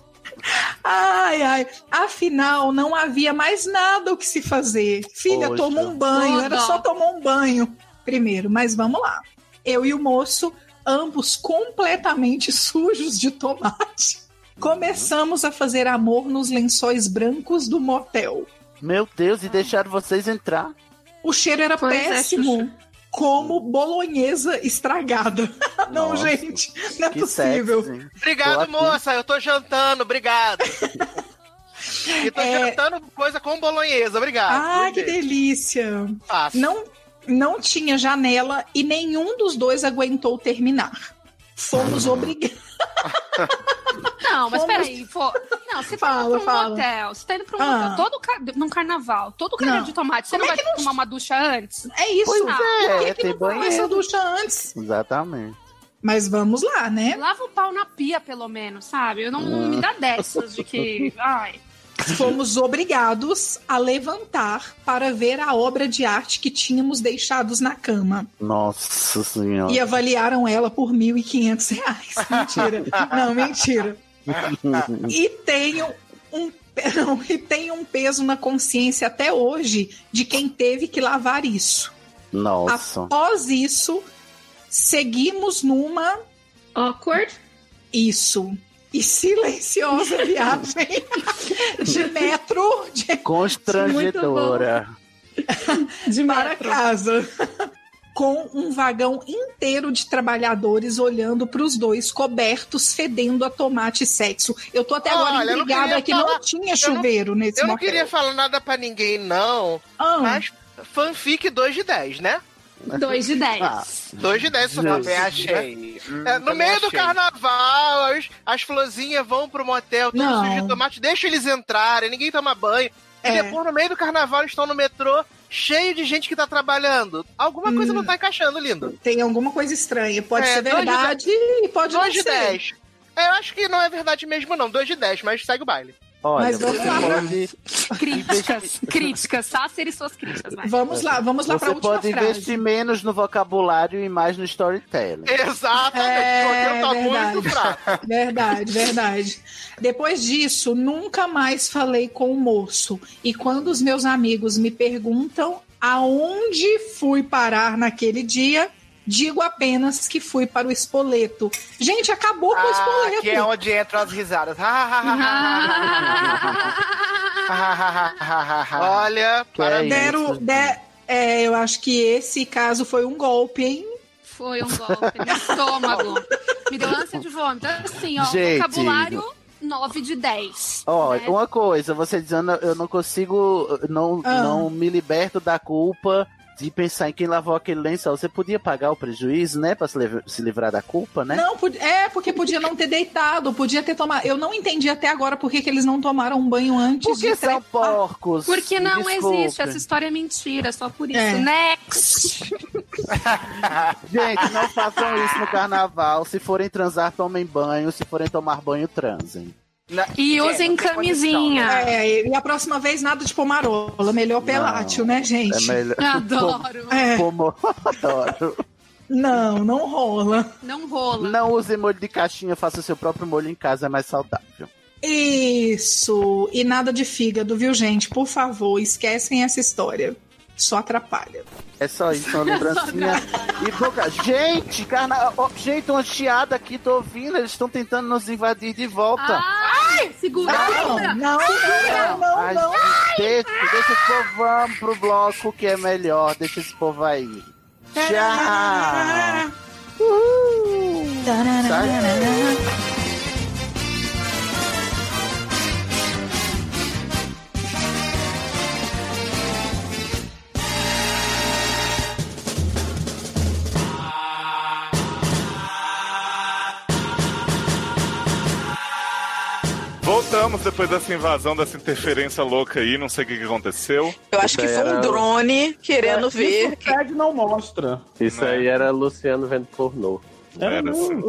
[SPEAKER 18] Ai, ai. Afinal, não havia mais nada o que se fazer. Filha,
[SPEAKER 7] Poxa.
[SPEAKER 18] toma um banho. Era
[SPEAKER 9] Tudo.
[SPEAKER 18] só tomar um banho primeiro. Mas vamos lá. Eu e o moço, ambos completamente sujos de tomate.
[SPEAKER 7] Uhum.
[SPEAKER 18] Começamos a fazer amor nos lençóis brancos do motel.
[SPEAKER 7] Meu Deus, e deixaram vocês entrar?
[SPEAKER 18] O cheiro era
[SPEAKER 7] Pois é,
[SPEAKER 18] péssimo. como bolonhesa estragada. Não,
[SPEAKER 7] Nossa,
[SPEAKER 18] gente, não é
[SPEAKER 7] que
[SPEAKER 18] possível.
[SPEAKER 7] sexy.
[SPEAKER 8] Obrigado, moça. Eu tô jantando, obrigado. e tô jantando coisa com bolonhesa, obrigado.
[SPEAKER 18] É. Ah,
[SPEAKER 8] Um
[SPEAKER 18] que
[SPEAKER 8] beijo.
[SPEAKER 18] delícia!
[SPEAKER 8] Fácil.
[SPEAKER 18] Não, não tinha janela e nenhum dos dois aguentou terminar. Fomos obrigados.
[SPEAKER 10] Não, mas
[SPEAKER 18] Fomos-
[SPEAKER 10] peraí, pô. Não, você tá
[SPEAKER 18] Fala,
[SPEAKER 10] indo pra um
[SPEAKER 18] fala.
[SPEAKER 10] motel, você tá indo pra um
[SPEAKER 18] Ah.
[SPEAKER 10] motel, todo car... num carnaval, todo carnaval
[SPEAKER 18] Não.
[SPEAKER 10] de tomate, você
[SPEAKER 18] Como
[SPEAKER 10] não
[SPEAKER 18] é
[SPEAKER 10] vai tomar uma ducha antes?
[SPEAKER 18] É isso.
[SPEAKER 7] Pois é,
[SPEAKER 10] por que que
[SPEAKER 7] tem
[SPEAKER 10] não toma
[SPEAKER 7] banheiro.
[SPEAKER 10] essa
[SPEAKER 18] ducha antes?
[SPEAKER 7] Exatamente.
[SPEAKER 18] Mas vamos lá, né?
[SPEAKER 10] Lava o pau na pia, pelo menos, sabe? Eu não, não me dá dessas de que. ah, Ai.
[SPEAKER 18] Fomos obrigados a levantar para ver a obra de arte que tínhamos deixados na cama.
[SPEAKER 7] Nossa senhora.
[SPEAKER 18] E avaliaram ela por R$ 1.500. reais. Mentira. Não, mentira.
[SPEAKER 7] Uhum.
[SPEAKER 18] Tá? E tenho um não, e tenho um peso na consciência até hoje de quem teve que lavar isso.
[SPEAKER 7] Nossa.
[SPEAKER 18] Após isso, seguimos numa awkward isso e silenciosa viagem de metro de
[SPEAKER 7] Constrangedora.
[SPEAKER 18] de para casa. Com um vagão inteiro de trabalhadores olhando para os dois, cobertos, fedendo a tomate e sexo. Eu tô até agora
[SPEAKER 8] Olha, eu não
[SPEAKER 18] intrigada
[SPEAKER 8] queria
[SPEAKER 18] que
[SPEAKER 8] falar-
[SPEAKER 18] não tinha
[SPEAKER 8] eu
[SPEAKER 18] chuveiro
[SPEAKER 8] não,
[SPEAKER 18] nesse
[SPEAKER 8] Eu não
[SPEAKER 18] motel. Ah.
[SPEAKER 8] queria falar nada pra ninguém, não. Mas fanfic 2 de 10, né?
[SPEAKER 10] Dois de dez. Ah,
[SPEAKER 8] 2 de 10, só
[SPEAKER 17] Também achei.
[SPEAKER 8] É,
[SPEAKER 7] Hum,
[SPEAKER 8] no meio do carnaval, as, as florzinhas vão pro motel, tem
[SPEAKER 17] Não.
[SPEAKER 8] um sujo de tomate, deixa eles entrarem, ninguém toma banho.
[SPEAKER 18] É.
[SPEAKER 8] E depois, no meio do carnaval, eles estão no metrô, cheio de gente que tá trabalhando. Alguma coisa não tá encaixando, lindo.
[SPEAKER 18] Hum. Tem alguma coisa estranha. Pode
[SPEAKER 8] É,
[SPEAKER 18] ser
[SPEAKER 8] dois de
[SPEAKER 18] verdade e pode não
[SPEAKER 8] 2
[SPEAKER 18] ser.
[SPEAKER 8] de 10. É, eu acho que não é verdade mesmo, não. 2 de 10, mas segue o baile.
[SPEAKER 7] Olha,
[SPEAKER 18] Mas vamos
[SPEAKER 7] você
[SPEAKER 18] lá pra-
[SPEAKER 7] pode,
[SPEAKER 10] Críticas, críticas, tá? Serem suas críticas, vai.
[SPEAKER 18] Vamos lá, vamos lá
[SPEAKER 7] você
[SPEAKER 18] para a última
[SPEAKER 7] pode
[SPEAKER 18] frase.
[SPEAKER 7] investir menos no vocabulário e mais no storytelling.
[SPEAKER 8] Exatamente,
[SPEAKER 18] é,
[SPEAKER 8] porque eu tô
[SPEAKER 18] verdade.
[SPEAKER 8] muito fraco.
[SPEAKER 18] Verdade, verdade. Depois disso, nunca mais falei com o moço. E quando os meus amigos me perguntam aonde fui parar naquele dia, digo apenas que fui para o espoleto. Gente, acabou com o
[SPEAKER 17] Ah,
[SPEAKER 18] espoleto.
[SPEAKER 17] que é onde entram as risadas. Olha,
[SPEAKER 8] parabéns.
[SPEAKER 18] Deram- de- é, eu acho que esse caso foi um golpe, hein?
[SPEAKER 10] Foi um golpe no estômago. Me deu ânsia de vômito. Assim, ó,
[SPEAKER 7] Gente.
[SPEAKER 10] vocabulário 9 de 10.
[SPEAKER 7] Olha,
[SPEAKER 10] né?
[SPEAKER 7] uma coisa, você dizendo eu não consigo, eu não,
[SPEAKER 10] Ah.
[SPEAKER 7] não me liberto da culpa de pensar em quem lavou aquele lençol. Você podia pagar o prejuízo, né, pra se, liv- se livrar da culpa, né?
[SPEAKER 18] Não, pod- é, porque podia não ter deitado, podia ter tomado. Eu não entendi até agora por que, que eles não tomaram um banho antes
[SPEAKER 7] Porque
[SPEAKER 18] de
[SPEAKER 7] são porcos.
[SPEAKER 10] Porque
[SPEAKER 7] me
[SPEAKER 10] não
[SPEAKER 7] desculpe.
[SPEAKER 10] existe, essa história é mentira, só por isso.
[SPEAKER 7] É.
[SPEAKER 10] Next!
[SPEAKER 7] Gente, não façam isso no carnaval. Se forem transar, tomem banho. Se forem tomar banho, transem.
[SPEAKER 10] E usem camisinha.
[SPEAKER 18] É, e a próxima vez nada de pomarola. Melhor pelátil, né, gente?
[SPEAKER 7] É melhor.
[SPEAKER 18] É,
[SPEAKER 7] Como adoro.
[SPEAKER 18] não, não rola.
[SPEAKER 10] Não rola.
[SPEAKER 7] Não use molho de caixinha, faça seu próprio molho em casa, é mais saudável.
[SPEAKER 18] Isso. E nada de fígado, viu, gente? Por favor, esquecem essa história. Só atrapalha.
[SPEAKER 7] É só isso, uma lembrancinha. e pouca. Gente, carna... ó, gente, uma chiada aqui, tô ouvindo. Eles estão tentando nos invadir de volta.
[SPEAKER 10] Ai, segura!
[SPEAKER 18] Não,
[SPEAKER 10] segura.
[SPEAKER 18] não, não, não,
[SPEAKER 7] Ai,
[SPEAKER 18] não.
[SPEAKER 7] gente, Deixa, deixa esse povo, vamos pro bloco que é melhor. Deixa esse povo aí. Tchau! Sai.
[SPEAKER 1] Voltamos depois dessa invasão, dessa interferência louca aí, não sei o que, que aconteceu.
[SPEAKER 2] Eu acho que foi um drone querendo
[SPEAKER 3] É,
[SPEAKER 2] ver.
[SPEAKER 3] Isso o Fred não mostra. É
[SPEAKER 6] Isso aí era Luciano vendo pornô.
[SPEAKER 1] Era assim.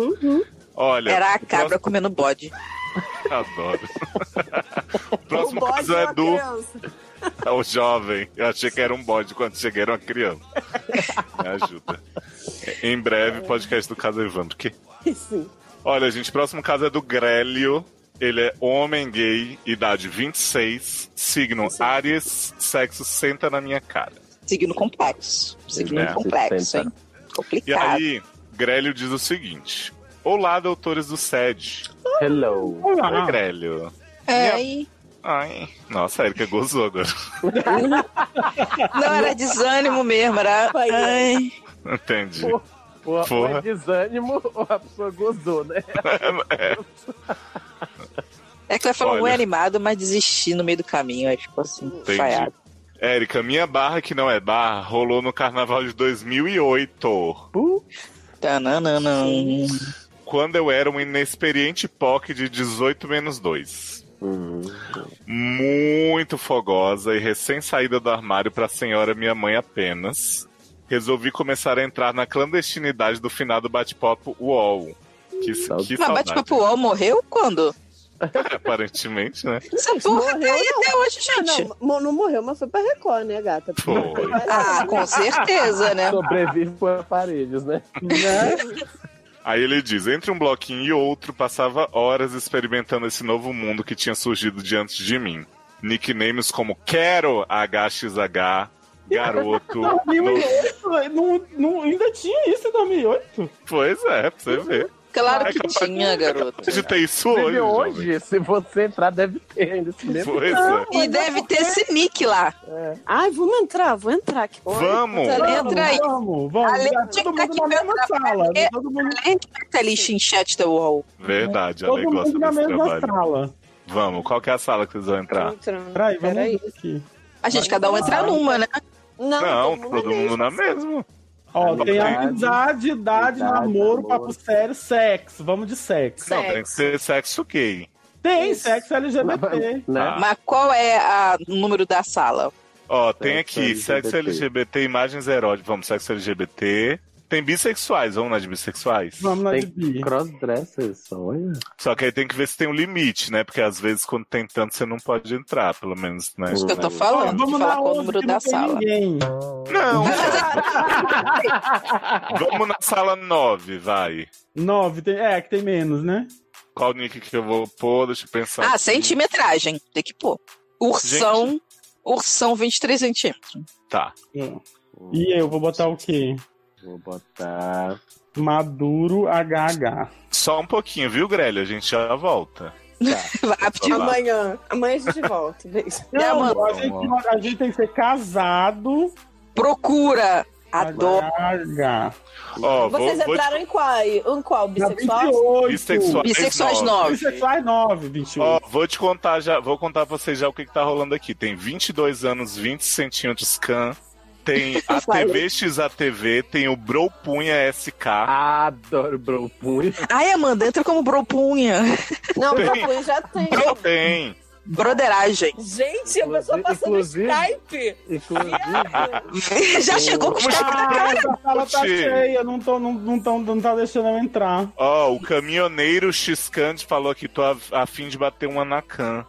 [SPEAKER 1] Olha,
[SPEAKER 2] Era a
[SPEAKER 1] o
[SPEAKER 2] cabra comendo bode.
[SPEAKER 1] próximo- Adoro. o próximo
[SPEAKER 2] bode
[SPEAKER 1] caso
[SPEAKER 2] é
[SPEAKER 1] é
[SPEAKER 2] uma
[SPEAKER 1] do.
[SPEAKER 2] criança.
[SPEAKER 1] É o jovem. Eu achei que era um bode quando cheguei, era uma criança. Me ajuda. Em breve, podcast do caso Evandro. Que...
[SPEAKER 5] Sim.
[SPEAKER 1] Olha, gente, próximo caso é do Grélio. Ele é homem gay, idade 26, signo Áries, sexo senta na minha cara.
[SPEAKER 2] Signo complexo. Signo
[SPEAKER 1] É.
[SPEAKER 2] complexo, hein?
[SPEAKER 1] E
[SPEAKER 2] Complicado.
[SPEAKER 1] aí, Grélio diz o seguinte: Olá, doutores do SED.
[SPEAKER 6] Hello.
[SPEAKER 1] Olá, Grélio.
[SPEAKER 2] É, e...
[SPEAKER 1] Ai. Nossa, a Erika gozou agora.
[SPEAKER 2] Não, era desânimo mesmo, era. Ai.
[SPEAKER 1] Entendi.
[SPEAKER 6] Ou, ou, ou
[SPEAKER 1] Porra.
[SPEAKER 6] é desânimo ou a pessoa gozou, né?
[SPEAKER 1] É,
[SPEAKER 2] É que ela falou
[SPEAKER 1] Olha.
[SPEAKER 2] um é animado, mas desisti no meio do caminho, aí ficou assim,
[SPEAKER 1] Entendi.
[SPEAKER 2] falhado.
[SPEAKER 1] Érica, minha barra que não é barra rolou no carnaval de 2008.
[SPEAKER 2] Tananana.
[SPEAKER 1] Quando eu era um inexperiente POC de 18 menos 2. Muito fogosa e recém-saída do armário pra senhora minha mãe apenas. Resolvi começar a entrar na clandestinidade do finado bate-papo UOL. Que, que
[SPEAKER 2] Mas
[SPEAKER 1] saudade.
[SPEAKER 5] tipo,
[SPEAKER 2] bate-papo UOL morreu quando?
[SPEAKER 1] Aparentemente, né?
[SPEAKER 2] Essa porra tá aí até hoje,
[SPEAKER 5] gente. Ah, Não, mo- não morreu, mas foi pra Record, né, gata?
[SPEAKER 1] Foi.
[SPEAKER 2] Ah, com certeza, né?
[SPEAKER 6] Sobrevive com aparelhos, né?
[SPEAKER 1] Aí ele diz: entre um bloquinho e outro, passava horas experimentando esse novo mundo que tinha surgido diante de mim. Nicknames como Quero HXH, Garoto.
[SPEAKER 3] 2008, velho, não, não, ainda tinha isso em 2008.
[SPEAKER 1] Pois é, pra você ver.
[SPEAKER 2] Claro
[SPEAKER 1] É
[SPEAKER 2] que
[SPEAKER 1] capaz-
[SPEAKER 2] tinha,
[SPEAKER 1] é
[SPEAKER 2] garoto.
[SPEAKER 1] capaz De ter isso hoje.
[SPEAKER 6] Inclusive,
[SPEAKER 1] jovem.
[SPEAKER 6] hoje, se você entrar, deve ter ainda esse mesmo.
[SPEAKER 1] Pois é.
[SPEAKER 2] E deve ter esse nick lá.
[SPEAKER 3] É.
[SPEAKER 5] Ai, vamos entrar, vou entrar. Que porra.
[SPEAKER 1] Vamos.
[SPEAKER 2] Entra aí.
[SPEAKER 3] Vamos, vamos.
[SPEAKER 2] Ale-
[SPEAKER 3] Tá
[SPEAKER 2] tinha
[SPEAKER 3] todo
[SPEAKER 2] que tá
[SPEAKER 3] mundo
[SPEAKER 2] aqui
[SPEAKER 3] na mesma
[SPEAKER 2] pra-
[SPEAKER 3] sala.
[SPEAKER 2] É,
[SPEAKER 3] Todo mundo,
[SPEAKER 2] Ale- especialista em chat da UOL.
[SPEAKER 1] Verdade,
[SPEAKER 3] todo
[SPEAKER 1] ela gosta
[SPEAKER 3] mundo na
[SPEAKER 1] desse
[SPEAKER 3] mesma
[SPEAKER 1] trabalho.
[SPEAKER 3] sala.
[SPEAKER 1] Vamos, qual que é a sala que vocês vão entrar?
[SPEAKER 3] Peraí, vamos ver aqui.
[SPEAKER 2] A gente, cada um
[SPEAKER 3] Ah,
[SPEAKER 2] entra numa, né?
[SPEAKER 1] Não, todo mundo é na mesma. é
[SPEAKER 3] Ó, tem
[SPEAKER 1] Amizade,
[SPEAKER 3] amizade, idade, namoro, papo sério, sexo. Vamos de sexo.
[SPEAKER 1] Não, tem que ser sexo gay.
[SPEAKER 3] Tem sexo LGBT.
[SPEAKER 1] Né?
[SPEAKER 2] Mas qual é a- o número da sala?
[SPEAKER 1] Ó, tem aqui
[SPEAKER 6] LGBT.
[SPEAKER 1] sexo LGBT, imagens eróticas. Vamos, sexo LGBT. Tem bissexuais, vamos na de bissexuais?
[SPEAKER 3] Vamos
[SPEAKER 6] Tem crossdressers, olha.
[SPEAKER 1] Só que aí tem que ver se tem um limite, né? Porque às vezes quando tem tanto você não pode entrar, pelo menos, né?
[SPEAKER 2] Isso que eu tô falando, de
[SPEAKER 3] vamos
[SPEAKER 2] falar
[SPEAKER 3] na
[SPEAKER 2] qual o
[SPEAKER 3] onze,
[SPEAKER 2] número
[SPEAKER 3] que
[SPEAKER 2] da
[SPEAKER 3] não tem
[SPEAKER 2] sala.
[SPEAKER 3] ninguém.
[SPEAKER 1] Não. Vamos na sala 9, vai.
[SPEAKER 3] Nove, tem, é, que tem menos, né?
[SPEAKER 1] Qual nick que eu vou pôr? Deixa eu pensar.
[SPEAKER 2] Ah,
[SPEAKER 1] aqui.
[SPEAKER 2] centimetragem. Tem que pôr. Ursão. Ursão 23 centímetros.
[SPEAKER 1] Tá.
[SPEAKER 3] É. E eu vou botar o quê?
[SPEAKER 6] Vou botar.
[SPEAKER 3] Maduro HH.
[SPEAKER 1] Só um pouquinho, viu, Grelha? A gente já volta.
[SPEAKER 2] Rápido.
[SPEAKER 1] Vamos lá.
[SPEAKER 5] Amanhã. Amanhã a gente volta. beijo.
[SPEAKER 3] Não, É, a gente, a gente tem que ser casado.
[SPEAKER 2] Procura.
[SPEAKER 3] Adoro.
[SPEAKER 1] Ó, vou,
[SPEAKER 5] Vocês
[SPEAKER 1] vou
[SPEAKER 5] entraram em qual? Em qual? Bissexual?
[SPEAKER 3] 28.
[SPEAKER 1] Bissexuais Bissexuais nove. nove.
[SPEAKER 3] Bissexuais 9,
[SPEAKER 1] te...
[SPEAKER 3] 28.
[SPEAKER 1] Ó, vou te contar já, vou contar pra vocês já o que, que tá rolando aqui. Tem 22 anos, 20 centímetros can. Tem a TV XATV, tem o Bropunha SK.
[SPEAKER 6] Adoro Bropunha.
[SPEAKER 2] Ai, Amanda, entra como bropunha.
[SPEAKER 5] Não,
[SPEAKER 1] Tem.
[SPEAKER 5] papo, já tem.
[SPEAKER 1] Tem.
[SPEAKER 2] Broderagem.
[SPEAKER 5] Gente, a pessoa passando
[SPEAKER 6] inclusive-
[SPEAKER 5] Skype.
[SPEAKER 2] Já chegou com os
[SPEAKER 3] Ah, essa sala tá
[SPEAKER 1] Gente.
[SPEAKER 3] cheia, não, tô, não, não, tão, não tá deixando eu entrar.
[SPEAKER 1] Ó, o caminhoneiro Xcante falou que tô a, a fim de bater uma na can.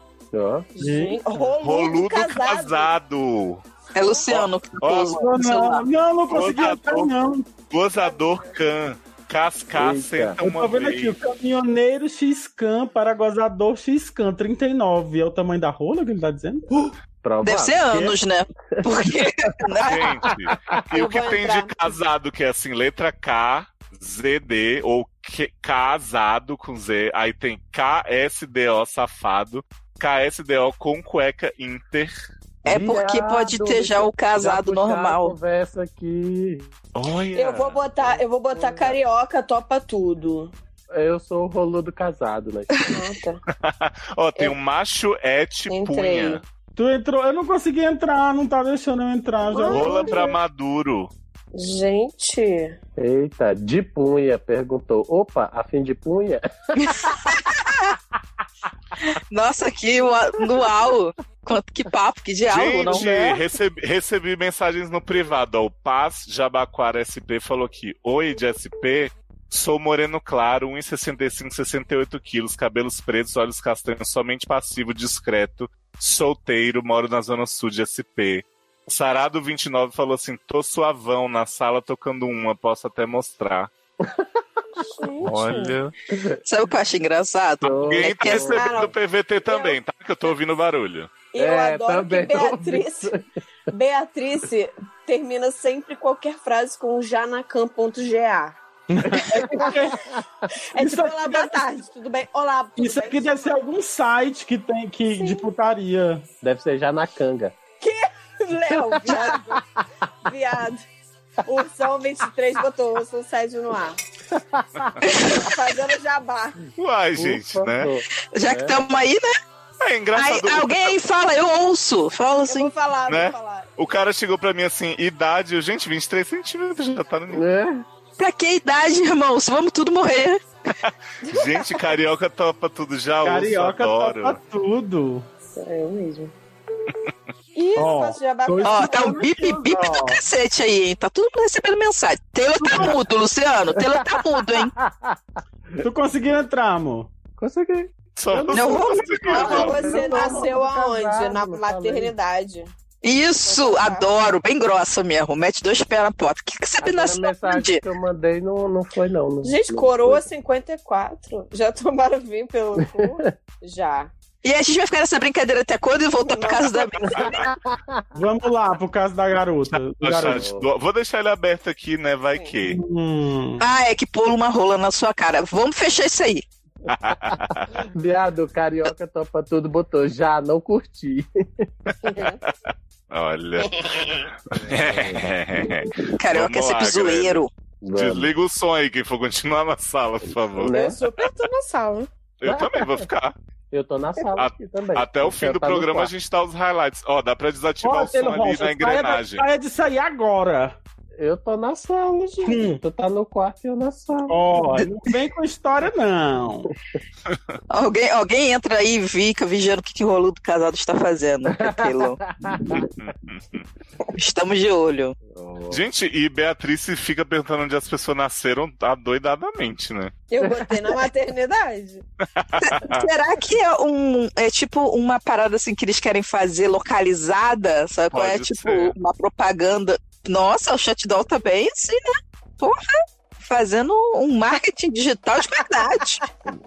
[SPEAKER 3] Gente,
[SPEAKER 5] roludo
[SPEAKER 1] Roludo casado.
[SPEAKER 5] casado.
[SPEAKER 2] É Luciano.
[SPEAKER 1] Ó,
[SPEAKER 3] Não, não, não, não consegui entrar,
[SPEAKER 1] gozador,
[SPEAKER 3] não.
[SPEAKER 1] gozador can. Cascar senta
[SPEAKER 3] Eu
[SPEAKER 1] uma
[SPEAKER 3] tô vendo
[SPEAKER 1] vez.
[SPEAKER 3] aqui, o caminhoneiro X-Can para gozador X-Can 39. É o tamanho da rola que ele tá dizendo?
[SPEAKER 2] Deve ser anos, né? Porque.
[SPEAKER 1] Gente, e
[SPEAKER 2] Eu
[SPEAKER 1] o que
[SPEAKER 2] vou
[SPEAKER 1] tem
[SPEAKER 2] entrar.
[SPEAKER 1] de casado que é assim, letra K, ZD, ou que, casado com Z, aí tem KSDO safado, KSDO com cueca inter.
[SPEAKER 2] É porque pode ter já o casado normal.
[SPEAKER 6] Conversa aqui.
[SPEAKER 1] Olha.
[SPEAKER 5] Eu vou botar, eu vou botar carioca, topa tudo.
[SPEAKER 6] Eu sou o roludo casado, né?
[SPEAKER 1] Ó, tem um macho et punha.
[SPEAKER 3] Tu entrou, eu não consegui entrar, não tá deixando eu entrar. Já
[SPEAKER 1] Rola pra Maduro.
[SPEAKER 5] Gente.
[SPEAKER 6] Eita, de punha, perguntou. Opa, a fim de punha?
[SPEAKER 2] Nossa, que ua- uau! Quanto que papo, que diálogo, não né?
[SPEAKER 1] Gente, recebi, recebi mensagens no privado. Ó, o Paz Jabaquara SP falou aqui: Oi, de SP. Sou moreno claro, 1,65, 68 quilos, cabelos pretos, olhos castanhos, somente passivo, discreto, solteiro, moro na zona sul de SP. Sarado29 falou assim: tô suavão na sala tocando uma, posso até mostrar. Olha.
[SPEAKER 2] Sabe o que eu acho engraçado?
[SPEAKER 1] Alguém
[SPEAKER 2] É
[SPEAKER 1] tá
[SPEAKER 2] que
[SPEAKER 1] recebendo PVT também, tá? Que eu tô ouvindo barulho.
[SPEAKER 5] Eu
[SPEAKER 1] É,
[SPEAKER 5] adoro que Beatriz, Beatriz termina sempre qualquer frase com janacan.ga.
[SPEAKER 14] É tipo, olá, boa tarde, tudo bem? Olá, tudo
[SPEAKER 3] Isso
[SPEAKER 14] bem?
[SPEAKER 3] aqui deve ser algum site que tem que de putaria.
[SPEAKER 6] Deve ser já na canga.
[SPEAKER 14] Léo, viado. Viado. Ursão 23 botou Ursão Sérgio no ar. Fazendo jabá.
[SPEAKER 1] Uai, gente, né?
[SPEAKER 2] Já que estamos aí, né?
[SPEAKER 1] É engraçado.
[SPEAKER 2] Aí, alguém aí fala, eu ouço. Fala assim.
[SPEAKER 14] vou falar,
[SPEAKER 1] né? O cara chegou pra mim assim, idade, eu, gente, 23 centímetros já tá no nível.
[SPEAKER 2] Pra que idade, irmãos? Vamos tudo morrer.
[SPEAKER 1] Gente, carioca topa tudo já, ouço,
[SPEAKER 3] Carioca
[SPEAKER 1] Ah, adoro.
[SPEAKER 3] topa tudo.
[SPEAKER 14] É eu mesmo. Isso,
[SPEAKER 1] Ó,
[SPEAKER 14] faço jabá.
[SPEAKER 3] dois
[SPEAKER 2] Ó, tá um bip bip do cacete aí, hein? Tá todo mundo recebendo mensagem. Taylor tá mudo, Luciano. Taylor tá mudo, hein?
[SPEAKER 3] Tu conseguiu entrar, amor?
[SPEAKER 6] Consegui.
[SPEAKER 1] Só
[SPEAKER 3] não,
[SPEAKER 2] Não,
[SPEAKER 3] sei.
[SPEAKER 14] Não, você nasceu aonde?
[SPEAKER 2] casado,
[SPEAKER 14] Na maternidade.
[SPEAKER 2] Isso, adoro. Bem grossa mesmo. Mete dois pés na porta. O que, que você me nasceu
[SPEAKER 6] mensagem que eu mandei não, não foi, não. não
[SPEAKER 14] Gente,
[SPEAKER 6] não
[SPEAKER 14] coroa assim. 54. Já tomaram vinho pelo cu? Já.
[SPEAKER 2] E a gente vai ficar nessa brincadeira até quando e voltar pra casa da
[SPEAKER 3] Vamos lá, por causa da garota. É, do
[SPEAKER 1] Ó,
[SPEAKER 3] garoto.
[SPEAKER 1] chat, do- Vou deixar ele aberto aqui, né? Vai que.
[SPEAKER 3] Hum.
[SPEAKER 2] Ah, é que pula uma rola na sua cara. Vamos fechar isso aí.
[SPEAKER 6] Viado, carioca topa tudo, botou já, não curti.
[SPEAKER 1] Olha.
[SPEAKER 2] Carioca
[SPEAKER 1] Vamos
[SPEAKER 2] é sempre
[SPEAKER 1] galera.
[SPEAKER 2] zoeiro.
[SPEAKER 1] Desliga o som aí, quem for continuar na sala, por favor.
[SPEAKER 6] Né?
[SPEAKER 14] Eu super tô na sala.
[SPEAKER 1] Eu também vou ficar.
[SPEAKER 6] Eu tô na sala
[SPEAKER 1] A-
[SPEAKER 6] aqui também.
[SPEAKER 1] Até o fim
[SPEAKER 6] Eu
[SPEAKER 1] do
[SPEAKER 6] tava no
[SPEAKER 1] programa a
[SPEAKER 6] quarto.
[SPEAKER 1] gente dá os highlights. Ó, dá pra desativar o som
[SPEAKER 3] Taylor
[SPEAKER 1] ali
[SPEAKER 3] Rocha,
[SPEAKER 1] na
[SPEAKER 3] saia da-
[SPEAKER 1] engrenagem.
[SPEAKER 3] Saia disso aí agora. Hum.
[SPEAKER 6] Eu tô na sala, gente. Tu tá no quarto e eu na sala.
[SPEAKER 3] Ó, não vem com história, não.
[SPEAKER 2] Alguém, alguém entra aí e fica vigiando o que, que o rolo do casado está fazendo. Taylor. Estamos de olho.
[SPEAKER 1] Gente, e Beatriz fica perguntando onde as pessoas nasceram adoidadamente, né?
[SPEAKER 14] Eu botei na maternidade.
[SPEAKER 2] Será que é um é tipo uma parada assim que eles querem fazer localizada? Sabe qual é
[SPEAKER 1] Pode
[SPEAKER 2] tipo
[SPEAKER 1] ser.
[SPEAKER 2] uma propaganda? Nossa, o shutdown tá bem assim, né? Porra! Fazendo um marketing digital de verdade.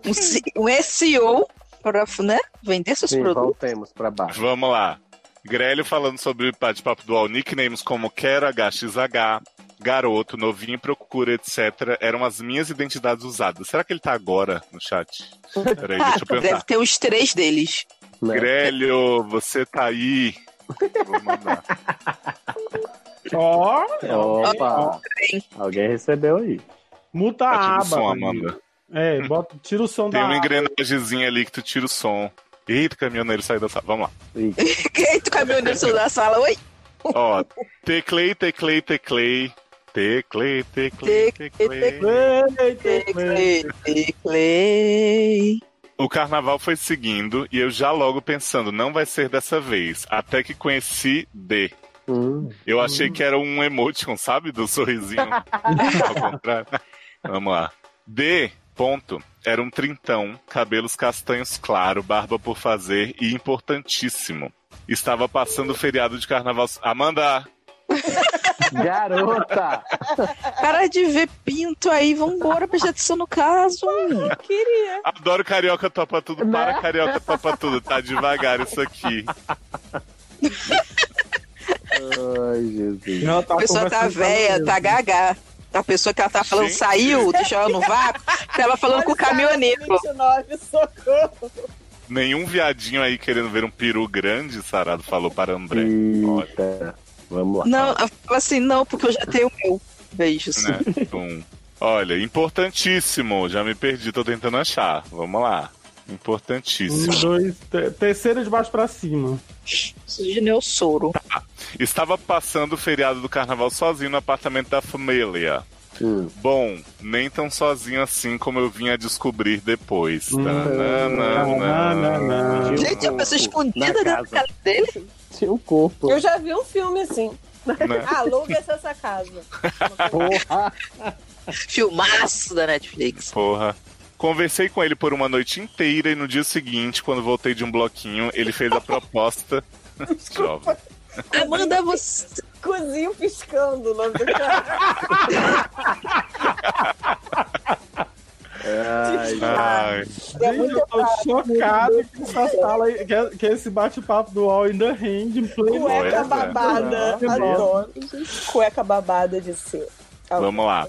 [SPEAKER 2] um, C- um SEO para né? vender seus
[SPEAKER 1] Sim,
[SPEAKER 2] produtos.
[SPEAKER 6] Voltemos pra baixo.
[SPEAKER 1] Vamos lá. Grélio falando sobre bate-papo dual, nicknames como Quero, HXH, Garoto, Novinho, Procura, etc. Eram as minhas identidades usadas. Será que ele tá agora no chat? Peraí, deixa eu
[SPEAKER 2] Ah, Deve
[SPEAKER 1] perguntar.
[SPEAKER 2] ter uns três deles.
[SPEAKER 6] Né?
[SPEAKER 1] Grélio, você tá aí? Vou mandar.
[SPEAKER 3] Ó, é um
[SPEAKER 6] Opa! Alguém recebeu aí.
[SPEAKER 3] Muta a
[SPEAKER 1] Ativa o
[SPEAKER 3] aba.
[SPEAKER 1] Tá som,
[SPEAKER 3] Danilo.
[SPEAKER 1] Amanda.
[SPEAKER 3] É, bota, tira o som
[SPEAKER 1] Tem um
[SPEAKER 3] da
[SPEAKER 1] uma
[SPEAKER 3] aba.
[SPEAKER 1] engrenagemzinha ali que tu tira o som. Eita, caminhoneiro saiu da sala. Vamos lá.
[SPEAKER 2] Eita, o caminhoneiro da sala, oi?
[SPEAKER 1] Ó, teclei, teclei, teclei. Teclei, teclei, teclei.
[SPEAKER 2] Teclei, teclei.
[SPEAKER 1] O carnaval foi seguindo e eu já logo pensando, não vai ser dessa vez. Até que conheci D.
[SPEAKER 6] Hum.
[SPEAKER 1] Eu achei que era um emoticon, sabe? Do sorrisinho. Ao contrário. Então, Vamos lá. D. Ponto. Era um trintão, cabelos castanhos claro, barba por fazer e importantíssimo. Estava passando o feriado de carnaval. Amanda!
[SPEAKER 6] Garota!
[SPEAKER 2] Para de ver pinto aí, vambora, prestar atenção no caso. Queria.
[SPEAKER 1] Adoro carioca topa tudo,
[SPEAKER 2] Né?
[SPEAKER 1] para carioca topa tudo. Tá devagar isso aqui.
[SPEAKER 6] Ai, Jesus.
[SPEAKER 2] a pessoa tá velha, tá gaga. A pessoa que ela tá falando
[SPEAKER 6] Gente.
[SPEAKER 2] saiu, deixou ela no vácuo, tava falando com o caminhoneiro.
[SPEAKER 14] 29, socorro.
[SPEAKER 1] Nenhum viadinho aí querendo ver um peru grande, Sarado falou para André. Olha.
[SPEAKER 6] Vamos
[SPEAKER 2] Não, eu falo assim, não, porque eu já tenho o meu. Beijos.
[SPEAKER 1] Né? Bom. Olha, importantíssimo. Já me perdi, tô tentando achar. Vamos lá. Importantíssimo.
[SPEAKER 14] Uhum.
[SPEAKER 3] Um, dois, te- terceiro de baixo pra cima.
[SPEAKER 2] De Neossoro.
[SPEAKER 1] Tá. Estava passando o feriado do carnaval sozinho no apartamento da família.
[SPEAKER 14] Hum.
[SPEAKER 1] Bom, nem tão sozinho assim como eu vim a descobrir depois. Tananana.
[SPEAKER 14] Hum. Gente, a pessoa escondida dentro da casa
[SPEAKER 2] dele?
[SPEAKER 6] Tinha um corpo.
[SPEAKER 14] Eu já vi um filme assim.
[SPEAKER 1] Né?
[SPEAKER 14] Aluga-se essa casa.
[SPEAKER 6] Porra.
[SPEAKER 2] Filmaço da Netflix.
[SPEAKER 1] Porra. Conversei com ele por uma noite inteira e no dia seguinte, quando voltei de um bloquinho, ele fez a proposta. Jovem.
[SPEAKER 2] Amanda, você.
[SPEAKER 14] Cozinho piscando é o nome do cara.
[SPEAKER 1] Ai.
[SPEAKER 3] Gente, eu tô chocado que essa sala, aí- que, que esse bate-papo do All ainda rende em pleno.
[SPEAKER 14] Cueca
[SPEAKER 1] Pois é.
[SPEAKER 14] babada.
[SPEAKER 3] Nossa,
[SPEAKER 14] Adoro. Cueca babada de ser.
[SPEAKER 1] Vamos lá.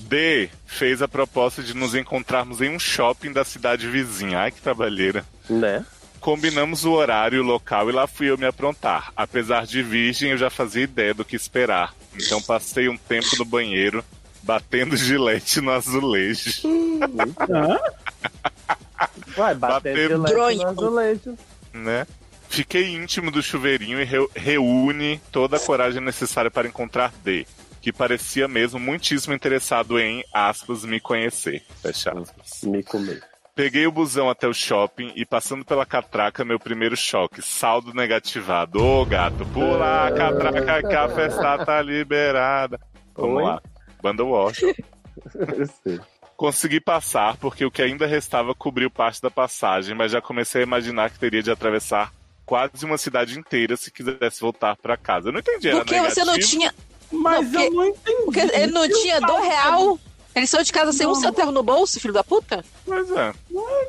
[SPEAKER 1] D fez a proposta de nos encontrarmos em um shopping da cidade vizinha. Ai, que trabalheira.
[SPEAKER 6] Né?
[SPEAKER 1] Combinamos o horário, o local e lá fui eu me aprontar. Apesar de virgem, eu já fazia ideia do que esperar. Então passei um tempo no banheiro, batendo gilete no azulejo.
[SPEAKER 6] Ué, bater de leite no azulejo.
[SPEAKER 1] né? Fiquei íntimo do chuveirinho e reu- reúne toda a coragem necessária para encontrar D, que parecia mesmo muitíssimo interessado em, aspas, me conhecer. Fecha aspas.
[SPEAKER 6] Me comer.
[SPEAKER 1] Peguei o busão até o shopping e passando pela catraca, meu primeiro choque. Saldo negativado. Ô, gato, pula a catraca que a festa tá liberada. Vamos
[SPEAKER 6] Oi?
[SPEAKER 1] lá. Banda Wash. Consegui passar, porque o que ainda restava cobriu parte da passagem, mas já comecei a imaginar que teria de atravessar quase uma cidade inteira se quisesse voltar pra casa. Eu não entendi. era
[SPEAKER 2] Porque você não
[SPEAKER 1] negativo?
[SPEAKER 2] tinha.
[SPEAKER 3] Mas eu não entendi.
[SPEAKER 2] Porque ele não
[SPEAKER 3] Eu
[SPEAKER 2] tinha do
[SPEAKER 3] tava-
[SPEAKER 2] real. Ele saiu de casa sem um centavo no bolso, filho da puta?
[SPEAKER 1] Pois é.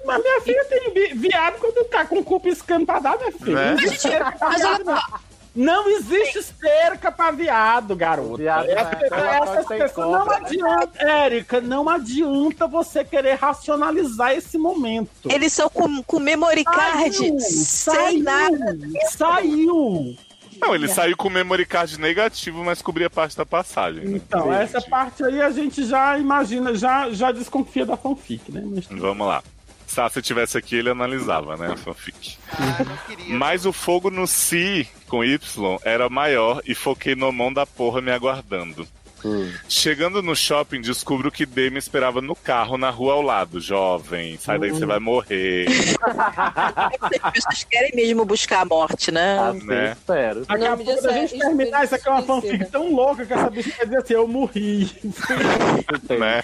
[SPEAKER 3] Mas minha filha tem vi- viado quando tá com o cu piscando pra dar, minha filha.
[SPEAKER 1] Né?
[SPEAKER 3] Não existe cerca pra viado, não. Não existe cerca pra viado, garoto.
[SPEAKER 6] Viado,
[SPEAKER 3] Essas
[SPEAKER 6] né?
[SPEAKER 3] pessoas-
[SPEAKER 6] Ela só
[SPEAKER 3] essas
[SPEAKER 6] tem
[SPEAKER 3] pessoas não
[SPEAKER 6] cobra.
[SPEAKER 3] adianta, Érica, não adianta você querer racionalizar esse momento.
[SPEAKER 2] Eles são com, com memory card
[SPEAKER 3] Saiu,
[SPEAKER 2] sem
[SPEAKER 3] saiu,
[SPEAKER 2] nada.
[SPEAKER 3] Saiu!
[SPEAKER 1] Não, ele saiu com memory card negativo, mas cobria parte da passagem. Né?
[SPEAKER 3] Então, essa parte aí a gente já imagina, já, já desconfia da fanfic, né? Mas-
[SPEAKER 1] Vamos lá. Sá, se tivesse aqui, ele analisava,
[SPEAKER 3] Uhum.
[SPEAKER 1] né? A fanfic. Mas o fogo no Si, com Y, era maior e foquei no mão da porra me aguardando.
[SPEAKER 3] Uhum.
[SPEAKER 1] Chegando no shopping, descubro que D me esperava no carro na rua ao lado. Jovem, sai daí,
[SPEAKER 3] Uhum.
[SPEAKER 1] você vai morrer.
[SPEAKER 2] As pessoas querem mesmo buscar a morte, né?
[SPEAKER 1] né?
[SPEAKER 6] Espero.
[SPEAKER 3] Daqui a
[SPEAKER 2] Não, me
[SPEAKER 3] pouco,
[SPEAKER 2] disse,
[SPEAKER 3] a gente
[SPEAKER 2] é,
[SPEAKER 3] terminar, isso aqui é uma
[SPEAKER 2] espírito
[SPEAKER 3] fanfic tão louca que essa bicha quer dizer assim, eu morri.
[SPEAKER 1] né?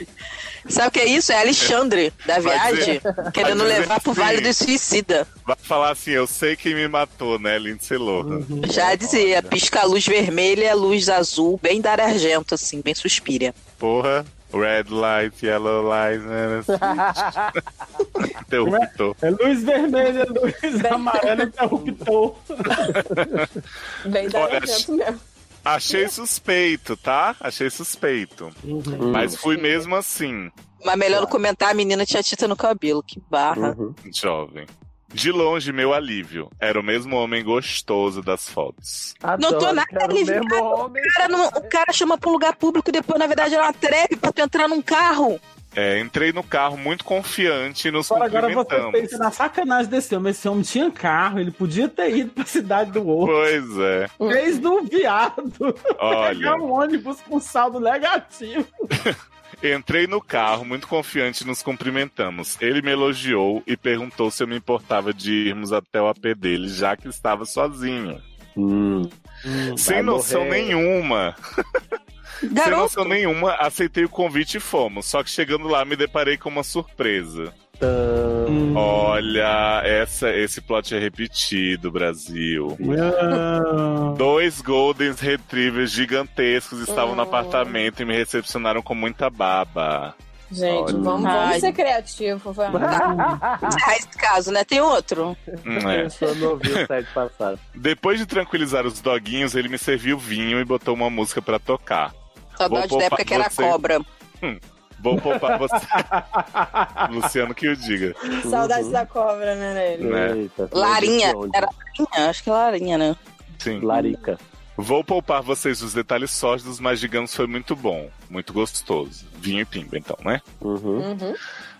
[SPEAKER 2] Sabe o que é isso? É Alexandre, da
[SPEAKER 1] Vai
[SPEAKER 2] viagem,
[SPEAKER 1] dizer-
[SPEAKER 2] querendo
[SPEAKER 1] vai dizer
[SPEAKER 2] levar pro
[SPEAKER 1] assim.
[SPEAKER 2] Vale do Suicida.
[SPEAKER 1] Vai falar assim, eu sei quem me matou, né, Lindsay Lohan?
[SPEAKER 3] Uhum.
[SPEAKER 2] Já dizia, pisca a luz vermelha, luz azul, bem dar argento, assim, bem suspira.
[SPEAKER 1] Porra, red light, yellow light, né? Interruptor.
[SPEAKER 3] É luz vermelha, luz amarela, interruptor.
[SPEAKER 5] Bem dá
[SPEAKER 1] Olha,
[SPEAKER 5] evento mesmo.
[SPEAKER 1] Achei suspeito, tá? Achei suspeito.
[SPEAKER 3] Uhum.
[SPEAKER 1] Mas fui mesmo assim,
[SPEAKER 2] Mas melhor não comentar, a menina tinha tinta no cabelo, que barra.
[SPEAKER 1] Uhum. jovem. De longe, meu alívio. Era o mesmo homem gostoso das fotos.
[SPEAKER 6] Tá
[SPEAKER 2] Não tô nada aliviado. O cara, não- o cara chama pro lugar público e depois, na verdade, era uma trap pra tu entrar num carro.
[SPEAKER 1] É, entrei no carro muito confiante e nos
[SPEAKER 3] Agora, agora você tá
[SPEAKER 1] cumprimentamos.
[SPEAKER 3] pensa na sacanagem desse homem. Esse homem tinha carro, ele podia ter ido pra cidade do outro.
[SPEAKER 1] Pois é.
[SPEAKER 3] Fez do viado.
[SPEAKER 1] Olha.
[SPEAKER 3] Pegar um ônibus com saldo negativo.
[SPEAKER 1] Entrei no carro, muito confiante, nos cumprimentamos. Ele me elogiou e perguntou se eu me importava de irmos até o AP dele, já que estava sozinho.
[SPEAKER 6] Hum.
[SPEAKER 1] Sem
[SPEAKER 6] vai
[SPEAKER 1] noção
[SPEAKER 6] morrer.
[SPEAKER 1] nenhuma. Sem noção nenhuma, aceitei o convite e fomos. Só que chegando lá, me deparei com uma surpresa. Olha, essa, esse plot é repetido, Brasil. Dois Goldens Retrievers gigantescos estavam no apartamento e me recepcionaram com muita baba.
[SPEAKER 14] Gente,
[SPEAKER 1] Olha.
[SPEAKER 14] vamos, vamos
[SPEAKER 2] Ai.
[SPEAKER 14] ser criativo, vamos.
[SPEAKER 2] Ah, esse caso, né? Tem outro.
[SPEAKER 1] Hum, é.
[SPEAKER 6] Eu não ouvi o site passado.
[SPEAKER 1] Depois de tranquilizar os doguinhos, ele me serviu vinho e botou uma música pra tocar.
[SPEAKER 2] Saudade da época que era cobra.
[SPEAKER 1] Hum, Vou poupar você. Luciano que o diga. Uhum.
[SPEAKER 14] Saudades da cobra, né, Nelly?
[SPEAKER 1] Né?
[SPEAKER 2] Larinha. Era Larinha? Acho que é Larinha, né?
[SPEAKER 1] Sim.
[SPEAKER 6] Larica.
[SPEAKER 1] Vou poupar vocês dos detalhes sórdidos, mas digamos foi muito bom, muito gostoso. Vinho e pimba, então, né?
[SPEAKER 2] Uhum.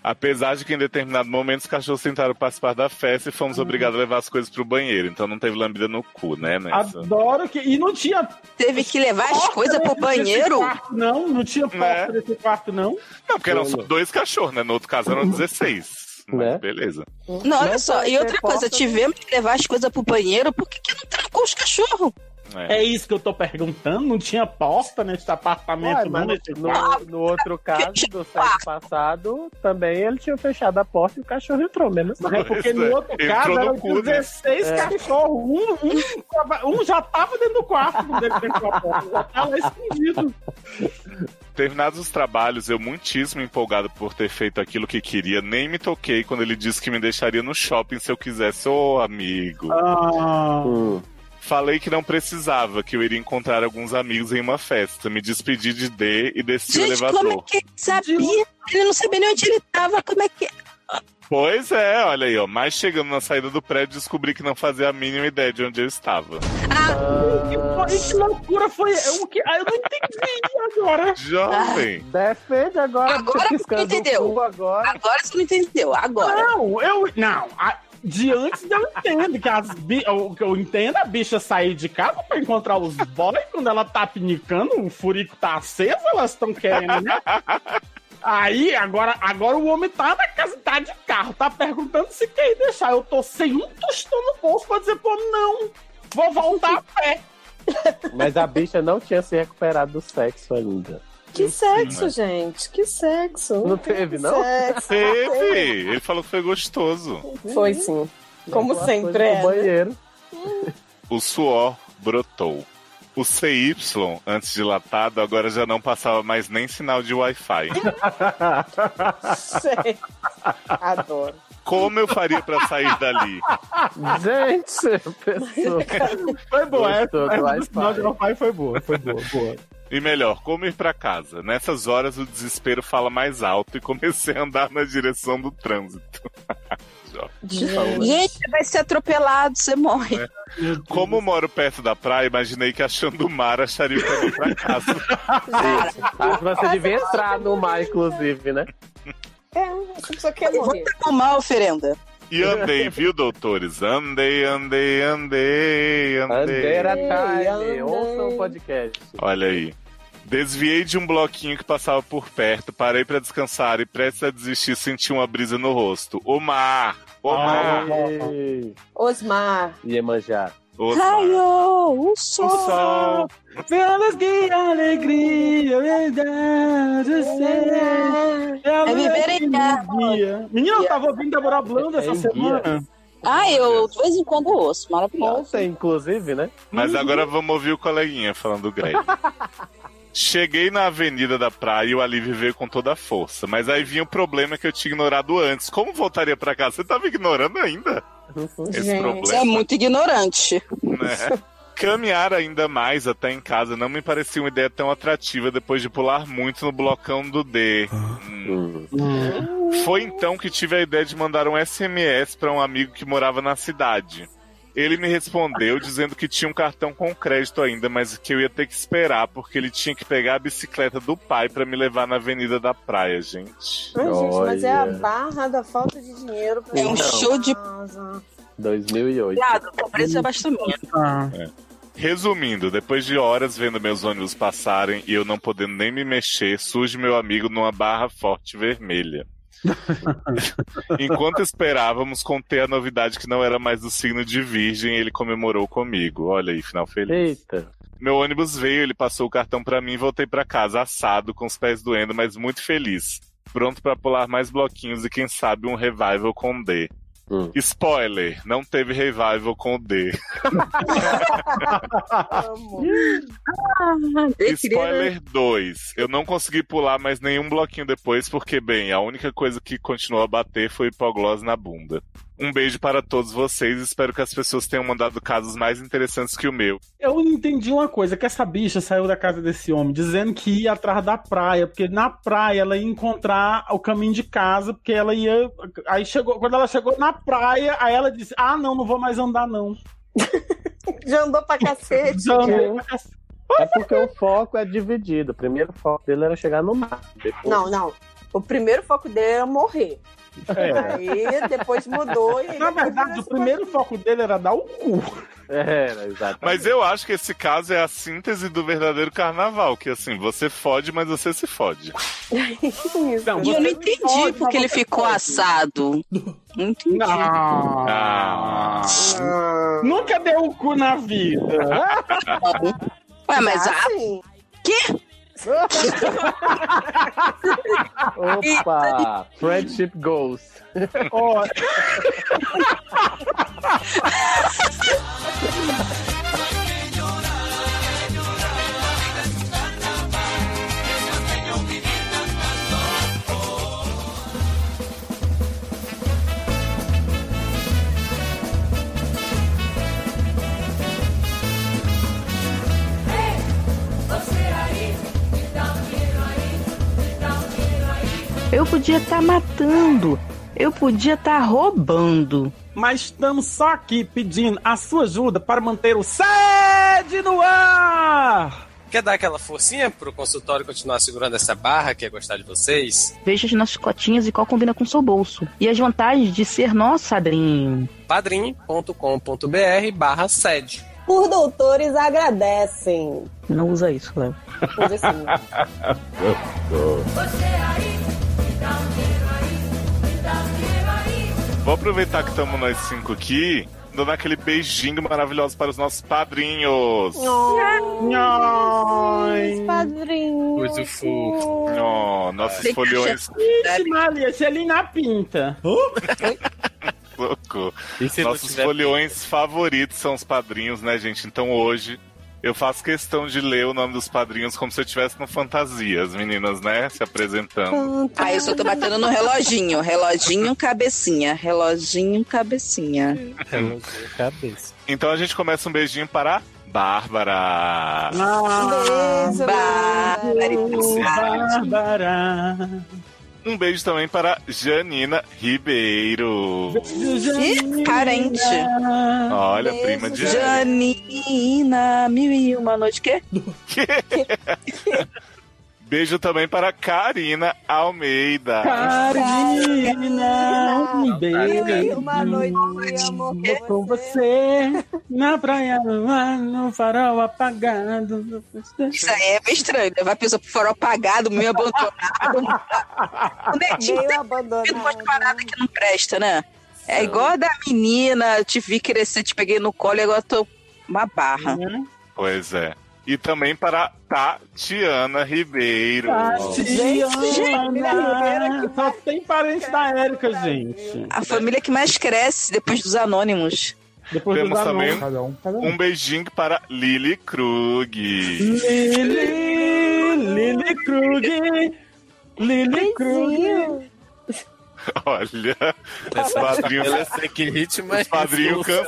[SPEAKER 1] Apesar de que em determinado momento os cachorros tentaram participar da festa e fomos obrigados a levar as coisas pro banheiro, então não teve lambida no cu, né?
[SPEAKER 3] Ah,
[SPEAKER 1] Nessa.
[SPEAKER 3] Adoro que. E não tinha.
[SPEAKER 2] Teve que levar as coisas pro banheiro?
[SPEAKER 3] Não, não tinha porta nesse quarto, não.
[SPEAKER 1] Né? Não, porque eram só dois cachorros, né? No outro caso eram 16. Mas
[SPEAKER 2] Né?
[SPEAKER 1] beleza.
[SPEAKER 2] Não, olha só. E outra coisa, tivemos que levar as coisas pro banheiro, por que, que não trancou os cachorros?
[SPEAKER 1] É.
[SPEAKER 3] isso que eu tô perguntando? Não tinha porta nesse apartamento,
[SPEAKER 6] Ué,
[SPEAKER 3] não?
[SPEAKER 6] mas
[SPEAKER 3] nesse
[SPEAKER 6] no,
[SPEAKER 3] quarto?
[SPEAKER 6] no outro caso do site passado, também ele tinha fechado a porta e o cachorro entrou, mesmo assim.
[SPEAKER 3] É porque no outro caso eram
[SPEAKER 6] né?
[SPEAKER 1] né?
[SPEAKER 3] 16
[SPEAKER 6] É.
[SPEAKER 3] cachorros. Um, um tava- um já tava dentro do quarto quando ele trancou a porta. Já tava escondido.
[SPEAKER 1] Terminados os trabalhos, eu muitíssimo empolgado por ter feito aquilo que queria, nem me toquei quando ele disse que me deixaria no shopping se eu quisesse, ô amigo.
[SPEAKER 3] Ah.
[SPEAKER 1] Falei que não precisava, que eu iria encontrar alguns amigos em uma festa. Me despedi de D e desci o
[SPEAKER 2] Gente,
[SPEAKER 1] elevador.
[SPEAKER 2] como é que ele sabia? Ele não sabia nem onde ele tava, como é que.
[SPEAKER 1] Pois é, olha aí, ó. Mas chegando na saída do prédio, descobri que não fazia a mínima ideia de onde eu estava.
[SPEAKER 3] Que loucura foi o que? Ah, eu não entendi agora.
[SPEAKER 1] Então,
[SPEAKER 2] Ah.
[SPEAKER 1] Jovem.
[SPEAKER 6] Defende agora.
[SPEAKER 2] Agora você não entendeu. Agora. você não entendeu. Agora.
[SPEAKER 3] Não, eu. Não. a- de antes eu entendo que as bi- o que eu entendo a bicha sair de casa pra encontrar os boys quando ela tá pinicando, o furico tá aceso, elas estão querendo, né? Aí, agora, agora o homem tá na casa, tá de carro, tá perguntando se quer ir deixar. Eu tô sem um tostão no bolso pra dizer, pô, não, vou voltar a pé.
[SPEAKER 6] Mas a bicha não tinha se recuperado do sexo ainda.
[SPEAKER 14] Que sexo,
[SPEAKER 1] mas-
[SPEAKER 14] gente? Que sexo?
[SPEAKER 6] Não teve, não?
[SPEAKER 14] Sexo.
[SPEAKER 1] Teve! Ele falou que foi gostoso.
[SPEAKER 14] Foi sim. Como
[SPEAKER 6] Alguma
[SPEAKER 14] sempre
[SPEAKER 6] coisa
[SPEAKER 14] é.
[SPEAKER 6] no banheiro.
[SPEAKER 1] O suor brotou. O CY, antes dilatado, agora já não passava mais nem sinal de Wi-Fi.
[SPEAKER 14] Sei. Adoro.
[SPEAKER 1] Como eu faria pra sair dali?
[SPEAKER 6] Gente, pessoa.
[SPEAKER 3] Foi boa, é.
[SPEAKER 6] Gostou do
[SPEAKER 3] é,
[SPEAKER 6] Wi-Fi.
[SPEAKER 3] No final de Wi-Fi foi boa, foi boa, boa.
[SPEAKER 1] E melhor, como ir pra casa? Nessas horas o desespero fala mais alto e comecei a andar na direção do trânsito. Jovem.
[SPEAKER 2] Gente, você vai ser atropelado, você morre.
[SPEAKER 6] É.
[SPEAKER 1] Como moro perto da praia, imaginei que achando o mar acharia o caminho pra casa.
[SPEAKER 6] Acho que você devia entrar no mar, inclusive, né?
[SPEAKER 14] É, essa pessoa quer morrer.
[SPEAKER 2] Vou tomar a oferenda.
[SPEAKER 1] E andei, viu, doutores? Andei, andei, andei, andei.
[SPEAKER 6] Bandeira Time, ouçam o podcast.
[SPEAKER 1] Olha aí. Desviei de um bloquinho que passava por perto, parei pra descansar e prestes a desistir senti uma brisa no rosto. O mar! O mar!
[SPEAKER 5] Ah.
[SPEAKER 14] Osmar. um
[SPEAKER 6] Iemanjá.
[SPEAKER 1] O mar.
[SPEAKER 2] Raiou, o sol.
[SPEAKER 1] sol.
[SPEAKER 3] Velas que alegria, verdade, eu sei.
[SPEAKER 2] É viver em
[SPEAKER 3] dia. Menina, eu tava ouvindo Débora Blanda
[SPEAKER 1] É, um
[SPEAKER 3] essa semana.
[SPEAKER 2] Ah, eu de vez em quando ouço, maravilhoso.
[SPEAKER 6] Ontem, inclusive, né?
[SPEAKER 1] Mas agora vamos ouvir o coleguinha falando do Greg. Cheguei na avenida da praia e o alívio veio com toda a força. Mas aí vinha o problema que eu tinha ignorado antes. Como voltaria pra casa? Você tava ignorando ainda? Esse problema.
[SPEAKER 2] Você é muito ignorante.
[SPEAKER 1] né? Caminhar ainda mais até em casa não me parecia uma ideia tão atrativa depois de pular muito no blocão do D. Hum. Foi então que tive a ideia de mandar um SMS para um amigo que morava na cidade. Ele me respondeu dizendo que tinha um cartão com crédito ainda, mas que eu ia ter que esperar porque ele tinha que pegar a bicicleta do pai para me levar na avenida da praia, gente.
[SPEAKER 14] Ai, gente, mas é a barra da falta de dinheiro pra
[SPEAKER 1] É um
[SPEAKER 14] entrar
[SPEAKER 1] show
[SPEAKER 14] em
[SPEAKER 1] de-
[SPEAKER 14] casa.
[SPEAKER 6] 2008.
[SPEAKER 2] Obrigado, o preço é abastamento.
[SPEAKER 6] Ah.
[SPEAKER 1] É. Resumindo, depois de horas vendo meus ônibus passarem e eu não podendo nem me mexer, surge meu amigo numa barra forte vermelha. Enquanto esperávamos, contei a novidade que não era mais do signo de virgem e ele comemorou comigo. Olha aí, final feliz.
[SPEAKER 6] Eita.
[SPEAKER 1] Meu ônibus veio, ele passou o cartão pra mim e voltei pra casa assado, com os pés doendo, mas muito feliz. Pronto pra pular mais bloquinhos e quem sabe um revival com o D. Spoiler, não teve revival com o D. Spoiler 2. Eu não consegui pular mais nenhum bloquinho depois, porque, bem, a única coisa que continuou a bater foi hipoglose na bunda. Um beijo para todos vocês, espero que as pessoas tenham mandado casos mais interessantes que o meu.
[SPEAKER 3] Eu não entendi uma coisa, que essa bicha saiu da casa desse homem dizendo que ia atrás da praia, porque na praia ela ia encontrar o caminho de casa, porque ela ia. Aí chegou, quando ela chegou na praia, aí ela disse: Ah, não, não vou mais andar, não.
[SPEAKER 14] Já andou pra cacete.
[SPEAKER 6] Então,
[SPEAKER 3] Já andou pra
[SPEAKER 6] É porque o foco é dividido. O primeiro foco dele era chegar no mar. Depois...
[SPEAKER 14] Não, não. O primeiro foco dele era morrer.
[SPEAKER 6] É.
[SPEAKER 14] Aí depois mudou e. assim.
[SPEAKER 3] Na verdade, o primeiro foco dele era dar o cu.
[SPEAKER 6] Era, exato.
[SPEAKER 1] Mas eu acho que esse caso é a síntese do verdadeiro carnaval, que assim, você fode, mas você se fode.
[SPEAKER 2] e eu não entendi porque ele ficou assado. Não entendi.
[SPEAKER 1] Ah.
[SPEAKER 3] Nunca deu o cu na vida.
[SPEAKER 2] Ué, mas
[SPEAKER 3] Já
[SPEAKER 2] a. Quê?
[SPEAKER 6] Opa! Friendship goals.
[SPEAKER 3] Ó,
[SPEAKER 11] Thank
[SPEAKER 2] Eu podia estar matando. Eu podia estar roubando.
[SPEAKER 3] Mas estamos só aqui pedindo a sua ajuda para manter o sede no ar!
[SPEAKER 20] Quer dar aquela forcinha pro consultório continuar segurando essa barra que é gostar de vocês?
[SPEAKER 2] Veja as nossas cotinhas e qual combina com o seu bolso. E as vantagens de ser nosso padrinho.
[SPEAKER 20] padrim.com.br barra sede.
[SPEAKER 14] Por doutores agradecem.
[SPEAKER 2] Não usa isso, Léo.
[SPEAKER 14] Usa sim.
[SPEAKER 1] Vou aproveitar que estamos nós cinco aqui, dando aquele beijinho maravilhoso para os nossos padrinhos.
[SPEAKER 14] Nós, padrinhos.
[SPEAKER 1] Coisa fofa. Oh, nossos folhões.
[SPEAKER 3] Ixi, Maria, Celina pinta.
[SPEAKER 1] Louco. Nossos folhões favoritos são os padrinhos, né, gente? Então hoje. Eu faço questão de ler o nome dos padrinhos como se eu estivesse no Fantasia, as meninas, né? Se apresentando.
[SPEAKER 2] Aí eu só tô batendo no reloginho. Reloginho, cabecinha. Reloginho, cabecinha.
[SPEAKER 1] Cabeça. Então a gente começa um beijinho para a Bárbara. Ah!
[SPEAKER 3] Bárbara.
[SPEAKER 1] Um beijo também para Janina Ribeiro.
[SPEAKER 2] Ih, Carente.
[SPEAKER 1] Olha, prima de
[SPEAKER 2] Janina, mil e uma noite. Quê?
[SPEAKER 1] Beijo também para Karina Almeida.
[SPEAKER 3] Carolina, um beijo.
[SPEAKER 14] Uma noite, amor.
[SPEAKER 3] Com você, na praia do ar, no farol apagado.
[SPEAKER 2] Isso aí é bem estranho. Levar a pessoa pro farol apagado, meio abandonado. O netinho
[SPEAKER 14] Meio
[SPEAKER 2] tem umas paradas que não presta, né? É igual a da menina, eu te vi crescer, te peguei no colo e agora tô uma barra.
[SPEAKER 3] Hum.
[SPEAKER 1] Pois é. E também para Tatiana Ribeiro.
[SPEAKER 3] Tatiana, só tem parente da Érica, gente.
[SPEAKER 2] A família que mais cresce depois dos anônimos.
[SPEAKER 3] Depois
[SPEAKER 1] Temos
[SPEAKER 3] dos anúncios.
[SPEAKER 1] também um, beijinho para Lily Krug.
[SPEAKER 3] Lili, Lili Krug, Lili Krug.
[SPEAKER 1] Olha, os
[SPEAKER 15] Essa
[SPEAKER 1] padrinhos,
[SPEAKER 15] tabela eu sei que ritmo é
[SPEAKER 1] os padrinhos
[SPEAKER 15] esse, Luciano?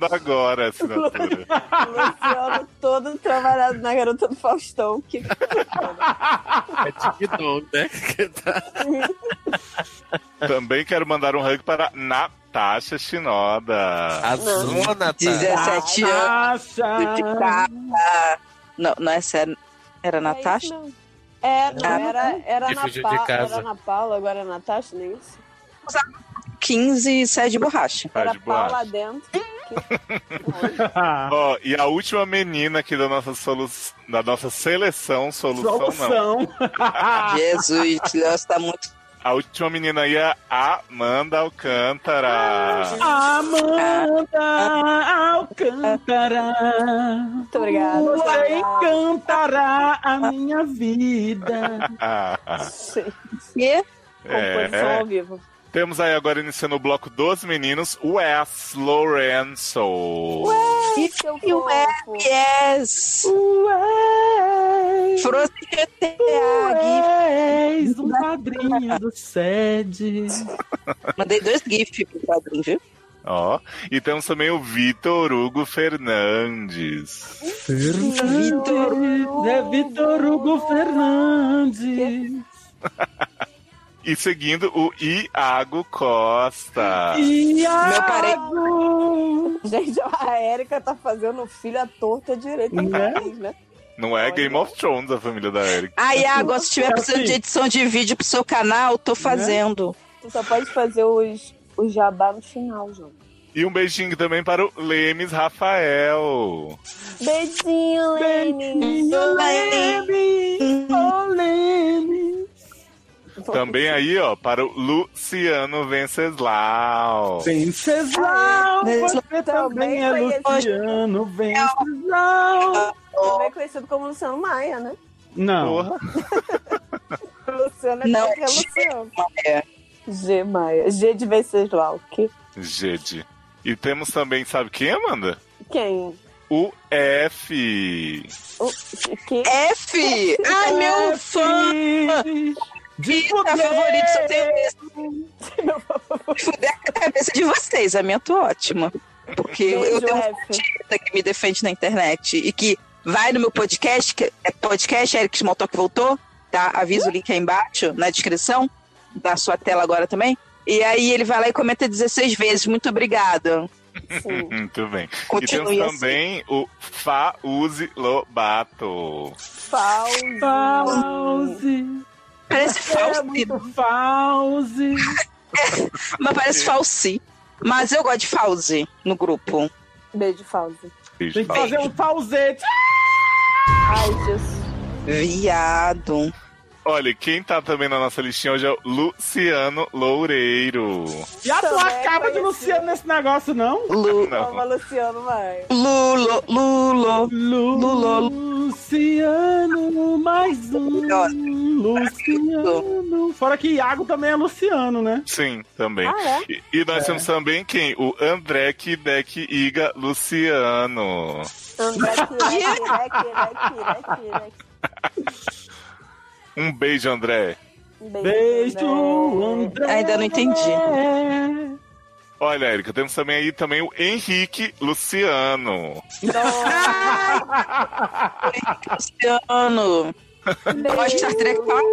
[SPEAKER 1] cancelando
[SPEAKER 15] é
[SPEAKER 1] agora a assinatura.
[SPEAKER 14] Luciano todo trabalhado na garota do Faustão. Que...
[SPEAKER 15] É TikTok, né? Que tá-
[SPEAKER 1] Também quero mandar um hug para Natasha Shinoda.
[SPEAKER 15] A zona,
[SPEAKER 1] tá.
[SPEAKER 15] Natasha. Ah,
[SPEAKER 2] 17 anos.
[SPEAKER 14] Natasha.
[SPEAKER 2] Não, não, essa era, era Natasha?
[SPEAKER 14] É, não, era, era,
[SPEAKER 2] Que
[SPEAKER 14] na
[SPEAKER 2] fugiu Tipo, de
[SPEAKER 14] Paula,
[SPEAKER 2] casa.
[SPEAKER 14] era na Paula, agora é Natasha, nem isso.
[SPEAKER 2] 15 e sai Tá de Tá. borracha.
[SPEAKER 1] Sai de
[SPEAKER 14] Era Paula
[SPEAKER 1] borracha.
[SPEAKER 14] dentro.
[SPEAKER 1] Ó, e a última menina aqui da nossa, solu... da nossa seleção, solução, não.
[SPEAKER 2] Jesus, Deus tá muito.
[SPEAKER 1] A última menina aí é a Amanda Alcântara.
[SPEAKER 3] Amanda Alcântara. Muito
[SPEAKER 14] obrigada.
[SPEAKER 3] Você encantará a minha vida.
[SPEAKER 2] E?
[SPEAKER 1] É. Temos aí agora iniciando o bloco dos meninos, Wes Lorenzo.
[SPEAKER 2] E o yes! Frozen GTA,
[SPEAKER 3] És um padrinho do sede.
[SPEAKER 2] Mandei dois GIFs pro padrinho, viu?
[SPEAKER 1] Ó, e temos também o Vitor Hugo Fernandes.
[SPEAKER 3] Vitor, é Vitor Hugo Fernandes.
[SPEAKER 1] E seguindo o Iago Costa.
[SPEAKER 3] Iago!
[SPEAKER 14] Gente, a Érica tá fazendo o filho à torta direito.
[SPEAKER 1] Né?
[SPEAKER 14] né?
[SPEAKER 1] Não é Game of Thrones a família da Eric.
[SPEAKER 2] Ah, Iago, se tiver precisando de edição de vídeo pro seu canal,
[SPEAKER 3] Né?
[SPEAKER 2] tô fazendo.
[SPEAKER 14] Tu só pode fazer os, os jabá no final, João.
[SPEAKER 1] E um beijinho também para o Lemes Rafael.
[SPEAKER 14] Beijinho, Lene.
[SPEAKER 3] Leme. Oh, Leme.
[SPEAKER 7] Então,
[SPEAKER 1] Também aí, ó, para o Luciano Venceslau.
[SPEAKER 3] Venceslau, você também é
[SPEAKER 14] Também conhecido-
[SPEAKER 3] Luciano
[SPEAKER 2] Hum.
[SPEAKER 3] Venceslau.
[SPEAKER 14] Também conhecido como é Luciano Maia, né?
[SPEAKER 3] Não.
[SPEAKER 14] Luciano é
[SPEAKER 3] Não,
[SPEAKER 14] qualquer Luciano. G Maia. G de Venceslau. Que...
[SPEAKER 1] Gede. E temos também, sabe quem, Amanda?
[SPEAKER 14] Quem?
[SPEAKER 1] O F.
[SPEAKER 14] O... Que...
[SPEAKER 2] F! Ai, meu fã! Vida favorito, só tenho esse. Fuder a cabeça de vocês, a minha tô ótima. Porque eu- eu
[SPEAKER 14] Beijo,
[SPEAKER 2] tenho
[SPEAKER 14] F.
[SPEAKER 2] um direita que me defende na internet e que vai no meu podcast, que é podcast Eric Smalltalk Voltou, tá? Avisa o link aí embaixo, na descrição. na sua tela agora também. E aí ele vai lá e comenta 16 vezes. Muito obrigado.
[SPEAKER 1] Muito bem.
[SPEAKER 2] Continue
[SPEAKER 1] e
[SPEAKER 2] assim.
[SPEAKER 1] temos também o Fauzi Lobato.
[SPEAKER 14] Fauzi.
[SPEAKER 3] Fauzi.
[SPEAKER 2] Parece
[SPEAKER 3] Fauzi. É muito Fauzi.
[SPEAKER 2] Mas parece Falsi. Mas eu gosto de Fauzi no grupo.
[SPEAKER 5] Beijo, Fauzi.
[SPEAKER 3] Tem que fazer um pausete.
[SPEAKER 5] Ai, Jesus.
[SPEAKER 2] Viado.
[SPEAKER 1] Olha, quem tá também na nossa listinha hoje é o Luciano Loureiro.
[SPEAKER 3] Já tu
[SPEAKER 5] Também
[SPEAKER 3] acaba de Luciano nesse negócio, não?
[SPEAKER 1] Lu-
[SPEAKER 5] Calma, Luciano, vai.
[SPEAKER 2] Lulo, Lulo,
[SPEAKER 3] Lulo. Luciano, mais um. Luciano. Fora que Iago também é Luciano, né?
[SPEAKER 1] Sim, também.
[SPEAKER 3] Ah, é?
[SPEAKER 1] E, e nós temos também quem? O André Kidek Iga Luciano. Um beijo, André.
[SPEAKER 3] Beijo, André.
[SPEAKER 2] Ainda não entendi.
[SPEAKER 1] Olha, Érica, temos também aí também o Henrique Luciano.
[SPEAKER 2] Luciano. Eu gosto de Star Trek 4.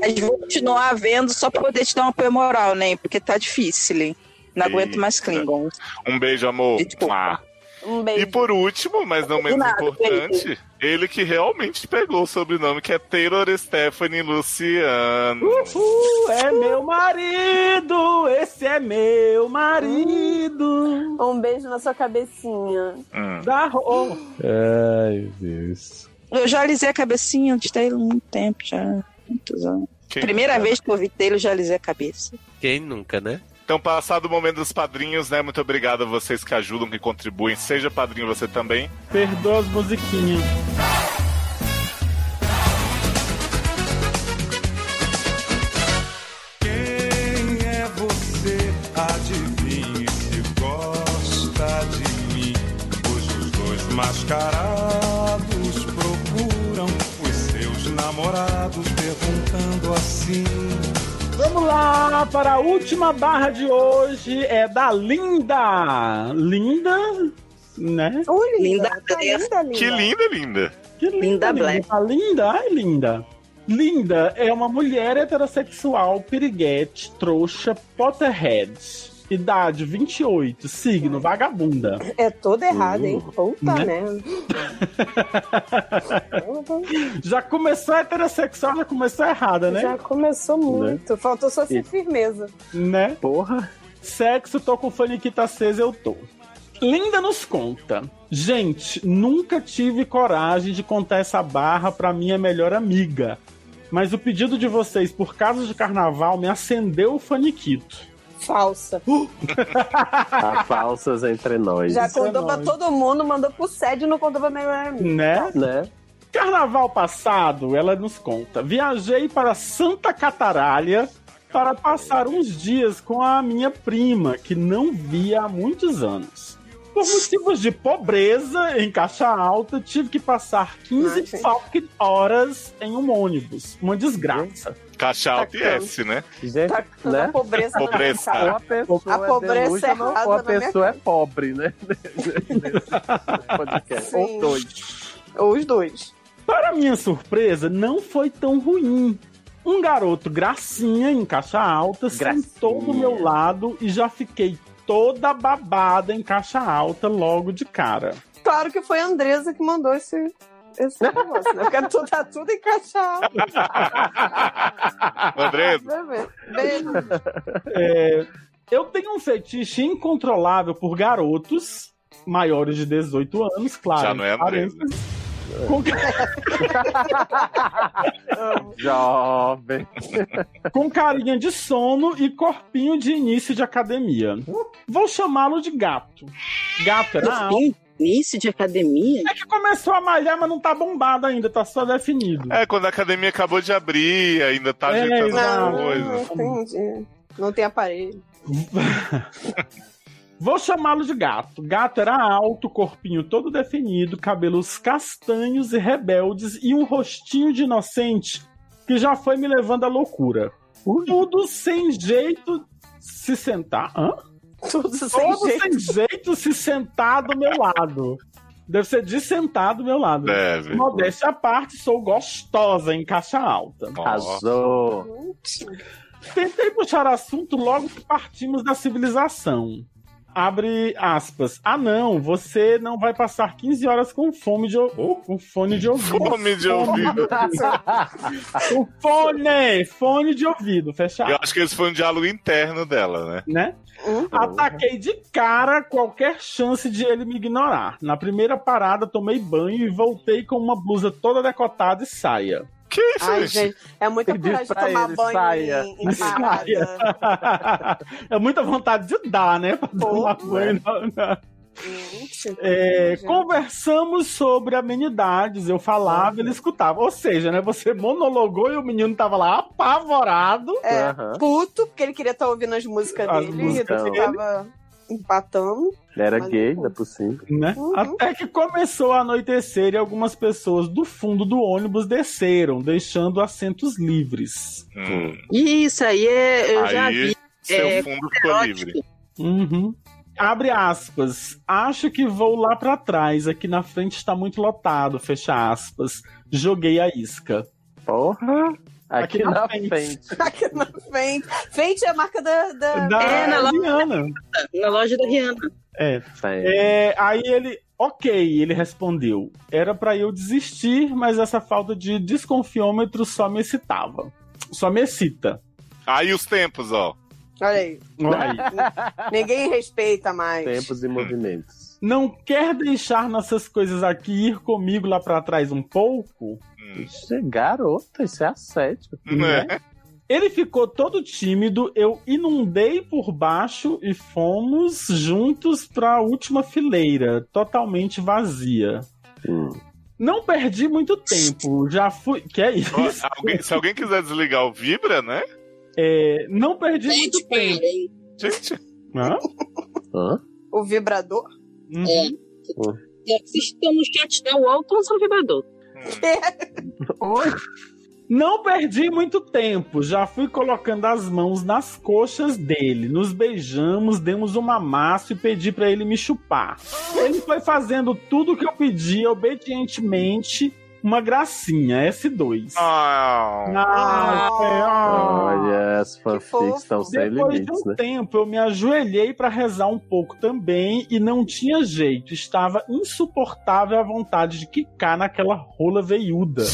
[SPEAKER 2] Mas vou continuar vendo só pra poder te dar um apoio moral, né? Porque tá difícil, hein? Não aguento mais Klingons.
[SPEAKER 1] Um beijo, amor.
[SPEAKER 2] tipo,
[SPEAKER 1] Mua.
[SPEAKER 5] Um beijo.
[SPEAKER 1] E por último, mas não menos
[SPEAKER 2] nada,
[SPEAKER 1] importante,
[SPEAKER 2] beijo.
[SPEAKER 1] ele que realmente pegou o sobrenome, que é Taylor Stephanie Luciano.
[SPEAKER 3] Uhul, é meu marido, esse é meu marido.
[SPEAKER 5] Um beijo na sua cabecinha.
[SPEAKER 3] Da ro...
[SPEAKER 21] Ai, meu Deus.
[SPEAKER 2] Eu já alisei a cabecinha de Taylor há muito tempo, já. Muitos anos.
[SPEAKER 1] Quem é?
[SPEAKER 2] Primeira
[SPEAKER 1] nunca?
[SPEAKER 2] vez que eu vi Taylor, eu já alisei a cabeça.
[SPEAKER 1] Quem nunca, né? Então, passado o momento dos padrinhos, né? Muito obrigado a vocês que ajudam, que contribuem. Seja padrinho você também.
[SPEAKER 3] Perdoa as musiquinhas.
[SPEAKER 22] Quem é você? Adivinhe se gosta de mim. Hoje os dois mascarados procuram os seus namorados, perguntando assim:
[SPEAKER 3] Vamos lá para a última barra de hoje. É da Linda. Linda, né?
[SPEAKER 2] linda,
[SPEAKER 5] linda, linda.
[SPEAKER 1] Que linda, linda.
[SPEAKER 3] Que linda, linda,
[SPEAKER 2] Black.
[SPEAKER 3] Tá linda, ai, linda. Linda é uma mulher heterossexual, piriguete, trouxa, Potterhead. Idade 28, signo, vagabunda.
[SPEAKER 5] É toda errada, hein? Puta
[SPEAKER 3] Né?
[SPEAKER 5] merda. Uhum.
[SPEAKER 3] Já começou heterossexual, já começou errada, né?
[SPEAKER 5] Já começou muito. Faltou só ser é firmeza.
[SPEAKER 3] Né? Porra. Sexo, tô com faniquita acesa, eu tô. Linda nos conta. Gente, nunca tive coragem de contar essa barra pra minha melhor amiga. Mas o pedido de vocês por causa de carnaval me acendeu o faniquito.
[SPEAKER 5] Falsa.
[SPEAKER 6] Há falsas entre nós.
[SPEAKER 5] Já contou pra todo mundo, mandou pro sede e não contou pra Tá melhor amiga.
[SPEAKER 3] Né? Carnaval passado, ela nos conta. Viajei para Santa Cataralha para passar uns dias com a minha prima, que não via há muitos anos. Por motivos de pobreza em caixa alta, tive que passar 15 fucking horas em um ônibus. Uma desgraça.
[SPEAKER 1] Caixa alta e
[SPEAKER 3] Tacando.
[SPEAKER 1] S, né?
[SPEAKER 6] Gente,
[SPEAKER 3] né? a pobreza na
[SPEAKER 1] pobreza.
[SPEAKER 3] nossa alma.
[SPEAKER 6] pessoa
[SPEAKER 3] A pobreza
[SPEAKER 6] deluxa,
[SPEAKER 3] é
[SPEAKER 6] não-
[SPEAKER 3] errada
[SPEAKER 6] ou a
[SPEAKER 3] na minha
[SPEAKER 6] pessoa é pobre, né? Podcast.
[SPEAKER 3] Sim.
[SPEAKER 6] Ou dois.
[SPEAKER 3] Ou os dois. Para minha surpresa, não foi tão ruim. Um garoto gracinha em caixa alta sentou do meu lado e já fiquei toda babada em caixa alta logo de cara.
[SPEAKER 5] Claro que foi a Andresa que mandou esse, esse negócio, né? Porque tu tá tudo encaixado.
[SPEAKER 1] André,
[SPEAKER 5] Beijo.
[SPEAKER 3] É, eu tenho um fetiche incontrolável por garotos maiores de 18 anos, claro.
[SPEAKER 1] Já não é Andresa.
[SPEAKER 6] É.
[SPEAKER 3] Com-
[SPEAKER 6] Jovem.
[SPEAKER 3] com carinha de sono e corpinho de início de academia. Vou chamá-lo de gato. Gato era
[SPEAKER 2] Corpinho Início de academia?
[SPEAKER 3] É que começou a malhar, mas não tá bombado ainda, tá só definido.
[SPEAKER 1] É, quando a academia acabou de abrir, ainda tá
[SPEAKER 3] É,
[SPEAKER 1] ajeitando
[SPEAKER 3] exato.
[SPEAKER 1] as coisas.
[SPEAKER 5] Entendi. Não tem aparelho.
[SPEAKER 3] Vou chamá-lo de gato. Gato era alto, corpinho todo definido, cabelos castanhos e rebeldes e um rostinho de inocente que já foi me levando à loucura. Tudo sem jeito se sentar. Hã?
[SPEAKER 5] Tudo
[SPEAKER 3] sem, jeito. se sentar do meu lado. Deve ser de sentar do meu lado.
[SPEAKER 1] Deve.
[SPEAKER 3] Modéstia à parte, sou gostosa em caixa alta.
[SPEAKER 7] Arrasou.
[SPEAKER 3] Tentei puxar assunto logo que partimos da civilização. Abre aspas. Ah, não, você não vai passar 15 horas com fome de ou com fone de ouvido.
[SPEAKER 1] Oh. Fome de ouvido.
[SPEAKER 3] com fone, fone de ouvido, fecha
[SPEAKER 1] Eu acho que esse foi um diálogo interno dela, né?
[SPEAKER 3] né?
[SPEAKER 5] Uhum.
[SPEAKER 3] Ataquei de cara qualquer chance de ele me ignorar. Na primeira parada, tomei banho e voltei com uma blusa toda decotada e saia.
[SPEAKER 1] Que isso,
[SPEAKER 5] Ai, gente, é muita coragem de tomar banho em, em parada.
[SPEAKER 3] Saia. é muita vontade de dar, né? Pra tomar banho. na- na- É, conversamos sobre amenidades. Eu falava,
[SPEAKER 5] Uhum.
[SPEAKER 3] ele escutava. Ou seja, né? Você monologou e o menino tava lá apavorado.
[SPEAKER 5] É, puto, porque ele queria estar ouvindo as músicas
[SPEAKER 3] As
[SPEAKER 5] dele
[SPEAKER 3] músicas
[SPEAKER 5] e
[SPEAKER 3] dele.
[SPEAKER 5] tava empatando.
[SPEAKER 6] Ele era
[SPEAKER 5] Mas-
[SPEAKER 6] gay, não é possível.
[SPEAKER 3] Né?
[SPEAKER 2] Uhum.
[SPEAKER 3] Até que começou a anoitecer e algumas pessoas do fundo do ônibus desceram, deixando assentos livres.
[SPEAKER 2] Isso aí é. Eu já
[SPEAKER 3] Hum. Aí,
[SPEAKER 2] vi.
[SPEAKER 3] seu
[SPEAKER 2] é,
[SPEAKER 3] fundo ficou
[SPEAKER 2] erótico.
[SPEAKER 3] livre. Uhum. Abre aspas. Acho que vou lá pra trás. Aqui na frente está muito lotado. Fecha aspas. Joguei a isca.
[SPEAKER 6] Porra! Aqui na frente.
[SPEAKER 5] Aqui na frente. Frente é a marca da. da...
[SPEAKER 3] Da
[SPEAKER 5] é, na loja.
[SPEAKER 3] Rihanna.
[SPEAKER 2] Na loja da Rihanna.
[SPEAKER 3] É. É, aí ele, ok, ele respondeu. Era pra eu desistir, mas essa falta de desconfiômetro só me excitava. Só me excita.
[SPEAKER 1] Aí os tempos, ó.
[SPEAKER 5] Olha aí. Ninguém respeita mais.
[SPEAKER 6] Tempos e movimentos.
[SPEAKER 3] Não quer deixar nossas coisas aqui e ir comigo lá pra trás um pouco?
[SPEAKER 6] Isso é garota, isso é assédio.
[SPEAKER 3] Né? Ele ficou todo tímido, eu inundei por baixo e fomos juntos pra última fileira, totalmente vazia.
[SPEAKER 6] Hum.
[SPEAKER 3] Não perdi muito tempo, já fui. Que é isso?
[SPEAKER 1] Ó, alguém- se alguém quiser desligar o Vibra, né?
[SPEAKER 3] É, não perdi muito tempo.
[SPEAKER 1] Gente.
[SPEAKER 3] Hã?
[SPEAKER 5] O vibrador.
[SPEAKER 2] É. Se estão no um chat da UOL, estão no vibrador.
[SPEAKER 3] Oi? Não perdi muito tempo, já fui colocando as mãos nas coxas dele. Nos beijamos, demos um amasso e pedi pra ele me chupar. Ele foi fazendo tudo que eu pedi obedientemente, uma gracinha, S2. Ah, é, ah.
[SPEAKER 6] Olha, as fanfics estão sem
[SPEAKER 3] Depois de
[SPEAKER 6] limites,
[SPEAKER 3] um
[SPEAKER 6] né?
[SPEAKER 3] tempo, eu me ajoelhei pra rezar um pouco também e não tinha jeito. Estava insuportável a vontade de quicar naquela rola veiuda.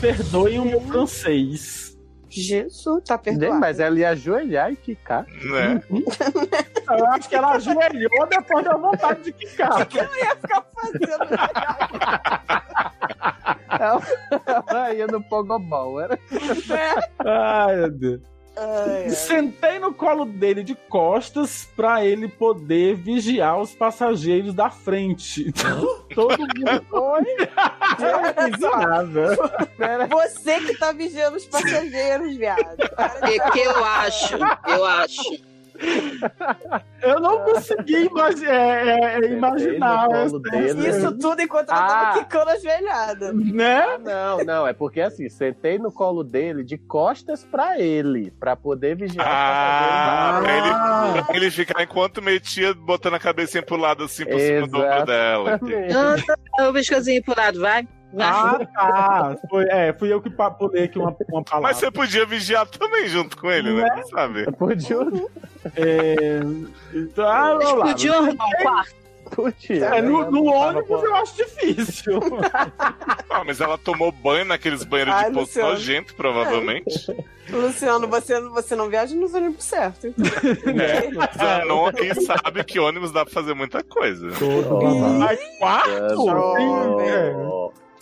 [SPEAKER 3] Perdoem o meu francês.
[SPEAKER 5] Jesus, tá
[SPEAKER 6] Gente,
[SPEAKER 5] perdoado.
[SPEAKER 6] mas ela ia ajoelhar e quicar.
[SPEAKER 1] Né?
[SPEAKER 3] Eu acho que ela ajoelhou depois da vontade de quicar.
[SPEAKER 6] Ela, ela ia no pogobol, era.
[SPEAKER 3] Ai, meu Deus. Sentei no colo dele de costas pra ele poder vigiar os passageiros da frente. Então, Todo mundo. Oi? Eu não fiz nada.
[SPEAKER 5] Você que tá vigiando os passageiros, viado.
[SPEAKER 2] É que eu acho, eu acho.
[SPEAKER 3] Eu não consegui imagi- é, é, é, imaginar.
[SPEAKER 6] Sentei no colo dele.
[SPEAKER 5] Isso tudo enquanto ela
[SPEAKER 6] Ah.
[SPEAKER 5] tava quicando ajoelhada.
[SPEAKER 1] Né?
[SPEAKER 6] Ah, não, não, é porque assim, sentei no colo dele de costas pra ele, pra poder vigiar.
[SPEAKER 1] Ah,
[SPEAKER 6] os
[SPEAKER 1] pra ele,
[SPEAKER 6] passageiros.
[SPEAKER 1] pra ele ficar enquanto metia, botando a cabecinha pro lado assim, por cima do ombro dela.
[SPEAKER 6] Exatamente.
[SPEAKER 2] Anda o biscozinho pro lado, vai.
[SPEAKER 3] Ah,
[SPEAKER 2] vai.
[SPEAKER 3] tá. Foi, é, fui eu que papulei aqui uma, uma palavra.
[SPEAKER 1] Mas você podia vigiar também junto com ele, né? Quem Sabe?
[SPEAKER 6] Podia.
[SPEAKER 3] É... então, Ah, vamos lá.
[SPEAKER 2] Explodiu arrumar um quarto.
[SPEAKER 6] Podia.
[SPEAKER 3] É, no, no ônibus eu acho difícil.
[SPEAKER 1] Ah, mas ela tomou banho naqueles banheiros
[SPEAKER 5] Ai,
[SPEAKER 1] de poço
[SPEAKER 5] Luciano. É.
[SPEAKER 1] nojento, provavelmente.
[SPEAKER 5] Luciano, você, você não viaja nos ônibus certo. então.
[SPEAKER 3] Né?
[SPEAKER 1] É. Zanon, quem sabe que ônibus dá pra fazer muita coisa.
[SPEAKER 3] Mas quarto?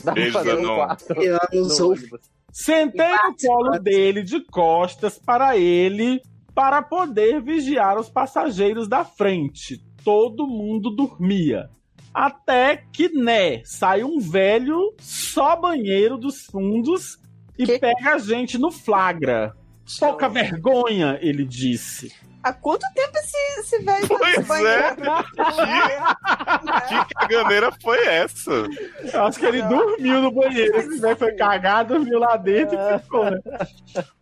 [SPEAKER 1] Dá pra Beijo, fazer um Zanon. quarto
[SPEAKER 2] usou.
[SPEAKER 3] Sentei no colo dele de costas para ele para poder vigiar os passageiros da frente. Todo mundo dormia. Até que, né, sai um velho só banheiro dos fundos e pega a gente no flagra. Pouca vergonha, ele disse.
[SPEAKER 5] Há quanto tempo esse, esse velho tá
[SPEAKER 1] Pois
[SPEAKER 5] no banheiro?
[SPEAKER 1] é. Que caganeira foi essa?
[SPEAKER 3] Eu acho que ele dormiu no banheiro. Esse velho foi cagar, dormiu lá dentro e ficou. né?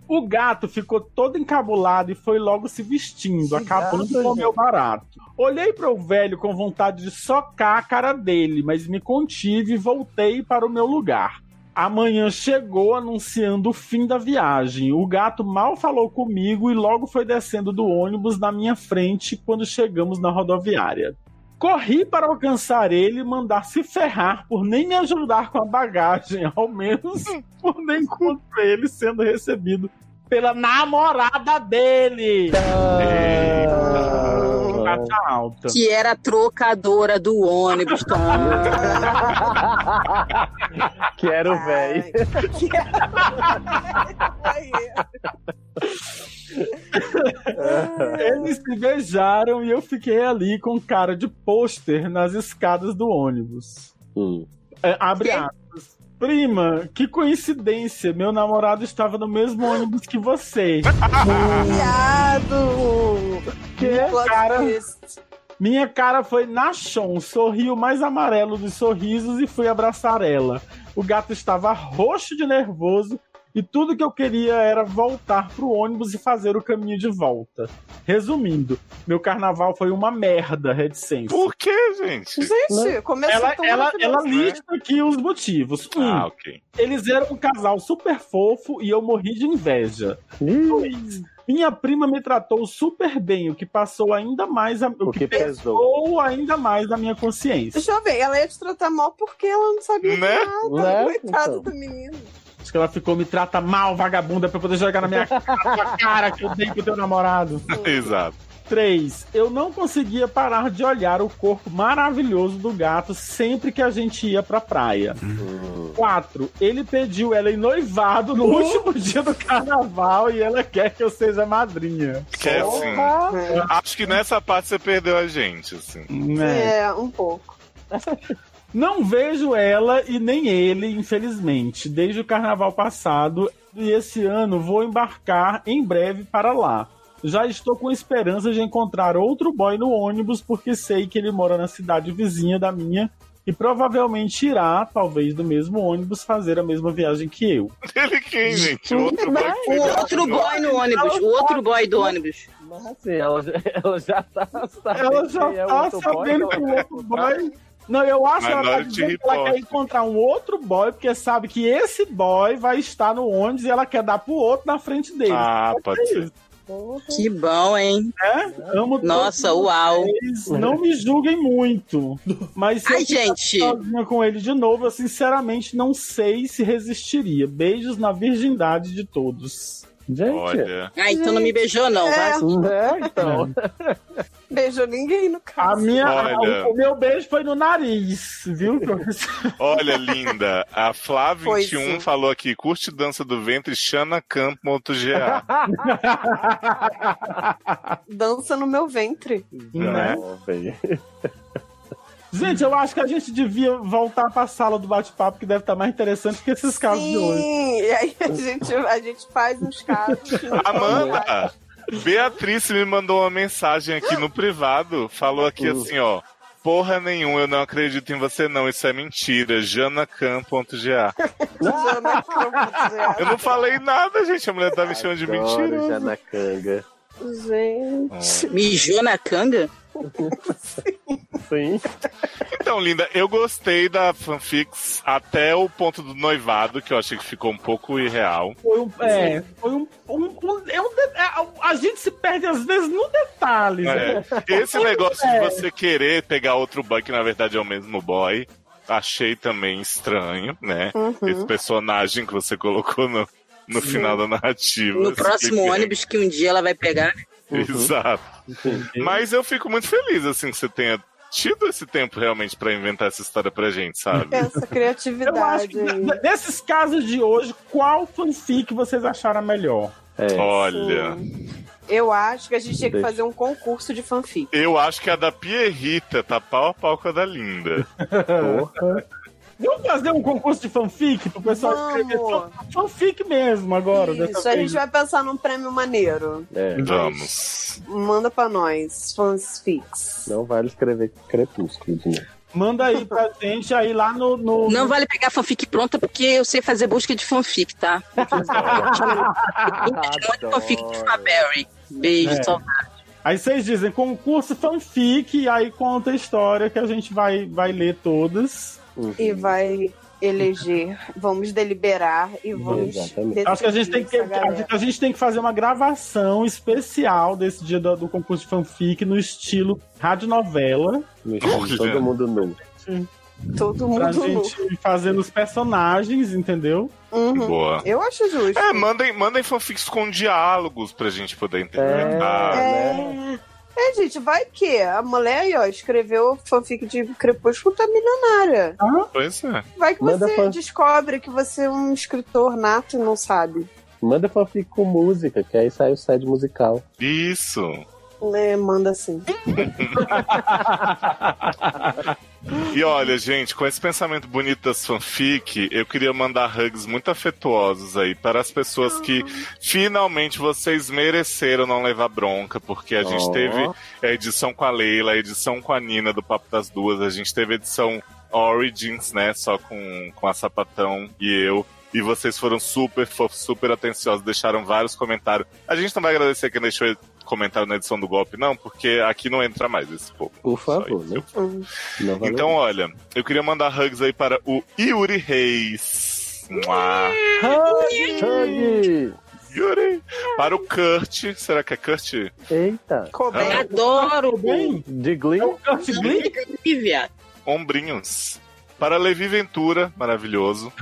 [SPEAKER 3] O gato ficou todo encabulado e foi logo se vestindo, acabando de comer o barato. Olhei para o velho com vontade de socar a cara dele, mas me contive e voltei para o meu lugar. Amanhã chegou anunciando o fim da viagem. O gato mal falou comigo e logo foi descendo do ônibus na minha frente quando chegamos na rodoviária. Corri para alcançar ele e mandar se ferrar por nem me ajudar com a bagagem, ao menos por nem contra ele sendo recebido pela namorada dele. Eita. Alta.
[SPEAKER 2] Que era a trocadora do ônibus, Tom.
[SPEAKER 6] Quero, velho.
[SPEAKER 3] Eles se beijaram e eu fiquei ali com cara de pôster nas escadas do ônibus. É, abre aspas. Prima, que coincidência, meu namorado estava no mesmo ônibus que você.
[SPEAKER 14] Viado!
[SPEAKER 3] Que
[SPEAKER 14] Plot
[SPEAKER 3] cara.
[SPEAKER 14] twist.
[SPEAKER 3] Minha cara foi na chão, sorriu mais amarelo dos sorrisos e fui abraçar ela. O gato estava roxo de nervoso e tudo que eu queria era voltar pro ônibus e fazer o caminho de volta. Resumindo, meu carnaval foi uma merda, reticência.
[SPEAKER 1] Por quê, gente?
[SPEAKER 3] Né?
[SPEAKER 14] Gente, começou
[SPEAKER 3] ela,
[SPEAKER 14] tão
[SPEAKER 3] ela,
[SPEAKER 14] maravilhoso,
[SPEAKER 3] ela
[SPEAKER 14] né?
[SPEAKER 3] lista aqui os motivos. Um,
[SPEAKER 1] Ah, ok.
[SPEAKER 3] eles eram um casal super fofo e eu morri de inveja. Dois, minha prima me tratou super bem, o que passou ainda mais a, o, que, pesou. ainda mais na minha consciência.
[SPEAKER 14] Jovem, ela ia te tratar mal porque ela não sabia
[SPEAKER 3] Né?
[SPEAKER 14] de nada.
[SPEAKER 3] Né?
[SPEAKER 14] Coitado
[SPEAKER 3] Então.
[SPEAKER 14] do menino.
[SPEAKER 3] Acho que ela ficou me trata mal, vagabunda, pra poder jogar na minha cara, cara que eu dei pro teu namorado.
[SPEAKER 1] Exato.
[SPEAKER 3] 3. Eu não conseguia parar de olhar o corpo maravilhoso do gato sempre que a gente ia pra praia. 4. Ele pediu ela em noivado no
[SPEAKER 1] Uh.
[SPEAKER 3] último dia do carnaval e ela quer que eu seja madrinha.
[SPEAKER 1] Que é assim. Acho que nessa parte você perdeu a gente, assim.
[SPEAKER 3] Né?
[SPEAKER 14] um pouco.
[SPEAKER 3] Não vejo ela e nem ele, infelizmente, desde o carnaval passado. E esse ano vou embarcar em breve para lá. Já estou com esperança de encontrar outro boy no ônibus, porque sei que ele mora na cidade vizinha da minha e provavelmente irá, talvez no mesmo ônibus, fazer a mesma viagem que eu.
[SPEAKER 1] Ele quem, gente?
[SPEAKER 2] O outro boy né? no ônibus. O outro boy do ônibus.
[SPEAKER 6] Mas assim, ela, já- ela já tá sabendo.
[SPEAKER 3] Ela já
[SPEAKER 6] quem é o
[SPEAKER 3] tá
[SPEAKER 6] outro boy, né?
[SPEAKER 3] sabendo que
[SPEAKER 6] ela
[SPEAKER 3] o
[SPEAKER 6] vai
[SPEAKER 3] outro boy. Não, eu acho
[SPEAKER 1] Mas
[SPEAKER 3] que ela,
[SPEAKER 1] na
[SPEAKER 3] tá
[SPEAKER 1] hora de
[SPEAKER 3] dizendo que ela quer
[SPEAKER 1] repórter.
[SPEAKER 3] encontrar um outro boy, porque sabe que esse boy vai estar no ônibus e ela quer dar pro outro na frente dele. É
[SPEAKER 1] Ah, pode
[SPEAKER 3] ser.
[SPEAKER 2] Que bom, hein?
[SPEAKER 3] É? Amo
[SPEAKER 2] Nossa,
[SPEAKER 3] todos
[SPEAKER 2] uau.
[SPEAKER 3] vocês.
[SPEAKER 1] É.
[SPEAKER 3] Não me julguem muito. Mas se
[SPEAKER 2] Ai,
[SPEAKER 3] eu ficar
[SPEAKER 2] gente.
[SPEAKER 3] sozinha com ele de novo, eu sinceramente não sei se resistiria. Beijos na virgindade de todos. Gente.
[SPEAKER 1] Olha.
[SPEAKER 2] Ah, então não me beijou, não, vai.
[SPEAKER 6] É, então.
[SPEAKER 14] Beijou ninguém no carro.
[SPEAKER 3] A minha, a-
[SPEAKER 1] Olha.
[SPEAKER 3] o meu beijo foi no nariz, viu? que eu recebi?
[SPEAKER 1] Olha, linda. A
[SPEAKER 3] Foi,
[SPEAKER 1] Flá21
[SPEAKER 3] sim.
[SPEAKER 1] falou aqui: curte dança do ventre, Xana Camp.ga.
[SPEAKER 3] é.
[SPEAKER 14] Dança no meu ventre.
[SPEAKER 1] Né?
[SPEAKER 3] Gente, eu acho que a gente devia voltar pra sala do bate-papo, que deve estar mais interessante que esses casos de hoje.
[SPEAKER 14] Sim, e aí a gente, a gente faz uns casos.
[SPEAKER 1] Amanda! Beatriz me mandou uma mensagem aqui no privado. Falou aqui assim, ó. Porra nenhuma, eu não acredito em você não, isso é mentira. janacan.ga Eu não falei nada, gente. A mulher tá me chamando de
[SPEAKER 6] Adoro,
[SPEAKER 1] mentira.
[SPEAKER 6] Janacanga.
[SPEAKER 14] Gente.
[SPEAKER 2] Mijou na canga?
[SPEAKER 6] Sim.
[SPEAKER 1] Então, linda, eu gostei da fanfics até o ponto do noivado, que eu achei que ficou um pouco irreal.
[SPEAKER 3] Foi um, é, foi um, um, um- é um de- é, a gente se perde às vezes no detalhe.
[SPEAKER 1] É.
[SPEAKER 3] né?
[SPEAKER 1] Esse negócio de
[SPEAKER 3] É.
[SPEAKER 1] você querer pegar outro boy que na verdade é o mesmo boy, achei também estranho, né?
[SPEAKER 2] Uhum.
[SPEAKER 1] Esse personagem que você colocou no, no
[SPEAKER 2] Sim.
[SPEAKER 1] final da narrativa.
[SPEAKER 2] No
[SPEAKER 1] assim,
[SPEAKER 2] próximo
[SPEAKER 1] que-
[SPEAKER 2] ônibus que um dia ela vai pegar.
[SPEAKER 1] Exato. Mas eu fico muito feliz, assim, que você tenha tido esse tempo realmente pra inventar essa história pra gente, sabe?
[SPEAKER 14] Essa criatividade.
[SPEAKER 3] Eu acho que de- desses casos de hoje, qual fanfic vocês acharam a melhor?
[SPEAKER 2] É.
[SPEAKER 1] Olha.
[SPEAKER 14] Eu acho
[SPEAKER 3] É.
[SPEAKER 14] que a gente tinha que
[SPEAKER 1] Deixa.
[SPEAKER 14] fazer um concurso de fanfic.
[SPEAKER 1] Eu acho que a da Pierrita tá pau a pau com a da Linda.
[SPEAKER 3] Vamos fazer um concurso de fanfic pro pessoal
[SPEAKER 5] Vamos.
[SPEAKER 3] escrever fan- fanfic É mesmo agora.
[SPEAKER 5] Isso, a gente vai pensar num prêmio maneiro.
[SPEAKER 1] Vamos.
[SPEAKER 5] Manda pra nós, fanfics.
[SPEAKER 6] Não vale escrever crepúsculo de novo.
[SPEAKER 3] Manda aí pra gente aí lá no. no...
[SPEAKER 2] Não vale pegar fanfic pronta porque eu sei fazer busca de fanfic, tá? Muito fanfic de Faberry. Beijo,
[SPEAKER 3] É.
[SPEAKER 2] saudade.
[SPEAKER 3] Aí vocês dizem concurso fanfic, e aí conta a história que a gente vai, vai ler todas.
[SPEAKER 5] E
[SPEAKER 1] Uhum.
[SPEAKER 5] vai eleger. Vamos deliberar e vamos. decidir
[SPEAKER 3] Acho que a gente tem que
[SPEAKER 5] essa
[SPEAKER 3] a
[SPEAKER 5] galera.
[SPEAKER 3] gente, a gente tem que fazer uma gravação especial desse dia do, do concurso de fanfic no estilo radionovela.
[SPEAKER 6] No estilo todo mundo nu.
[SPEAKER 5] Todo
[SPEAKER 3] Pra
[SPEAKER 5] mundo nu.
[SPEAKER 3] gente ir fazendo os personagens, entendeu?
[SPEAKER 5] Uhum.
[SPEAKER 1] Boa.
[SPEAKER 5] Eu acho justo.
[SPEAKER 1] É, mandem, mandem fanfics com diálogos pra gente poder interpretar.
[SPEAKER 5] É... é, gente, vai que a mulher aí, ó, escreveu fanfic de Crepúsculo tá milionária.
[SPEAKER 1] Pois é.
[SPEAKER 5] Vai que
[SPEAKER 6] Manda
[SPEAKER 5] você
[SPEAKER 6] fan-
[SPEAKER 5] descobre que você é um escritor nato e não sabe.
[SPEAKER 6] Manda fanfic com música, que aí sai o sede musical.
[SPEAKER 1] Isso.
[SPEAKER 5] Né, manda assim.
[SPEAKER 1] E olha, gente, com esse pensamento bonito das fanfic, eu queria mandar hugs muito afetuosos aí para as pessoas que finalmente vocês mereceram não levar bronca, porque a gente
[SPEAKER 6] Ó.
[SPEAKER 1] teve a edição com a Leila, a edição com a Nina do Papo das Duas, a gente teve a edição Origins, né, só com, com a Sapatão e eu. E vocês foram super fofos, super atenciosos, deixaram vários comentários. A gente não vai agradecer quem deixou comentário na edição do golpe, não, porque aqui não entra mais esse povo.
[SPEAKER 6] Por favor, né? Não vale
[SPEAKER 1] Então, olha, eu queria mandar hugs aí para o Yuri Reis. Mua.
[SPEAKER 6] Hug!
[SPEAKER 1] Yuri! Para o Kurt. Será que é Kurt?
[SPEAKER 6] Eita! É um
[SPEAKER 1] Ah.
[SPEAKER 2] Adoro! é
[SPEAKER 6] De Glee?
[SPEAKER 2] Lívia.
[SPEAKER 1] Ombrinhos. Para Levi Ventura, maravilhoso.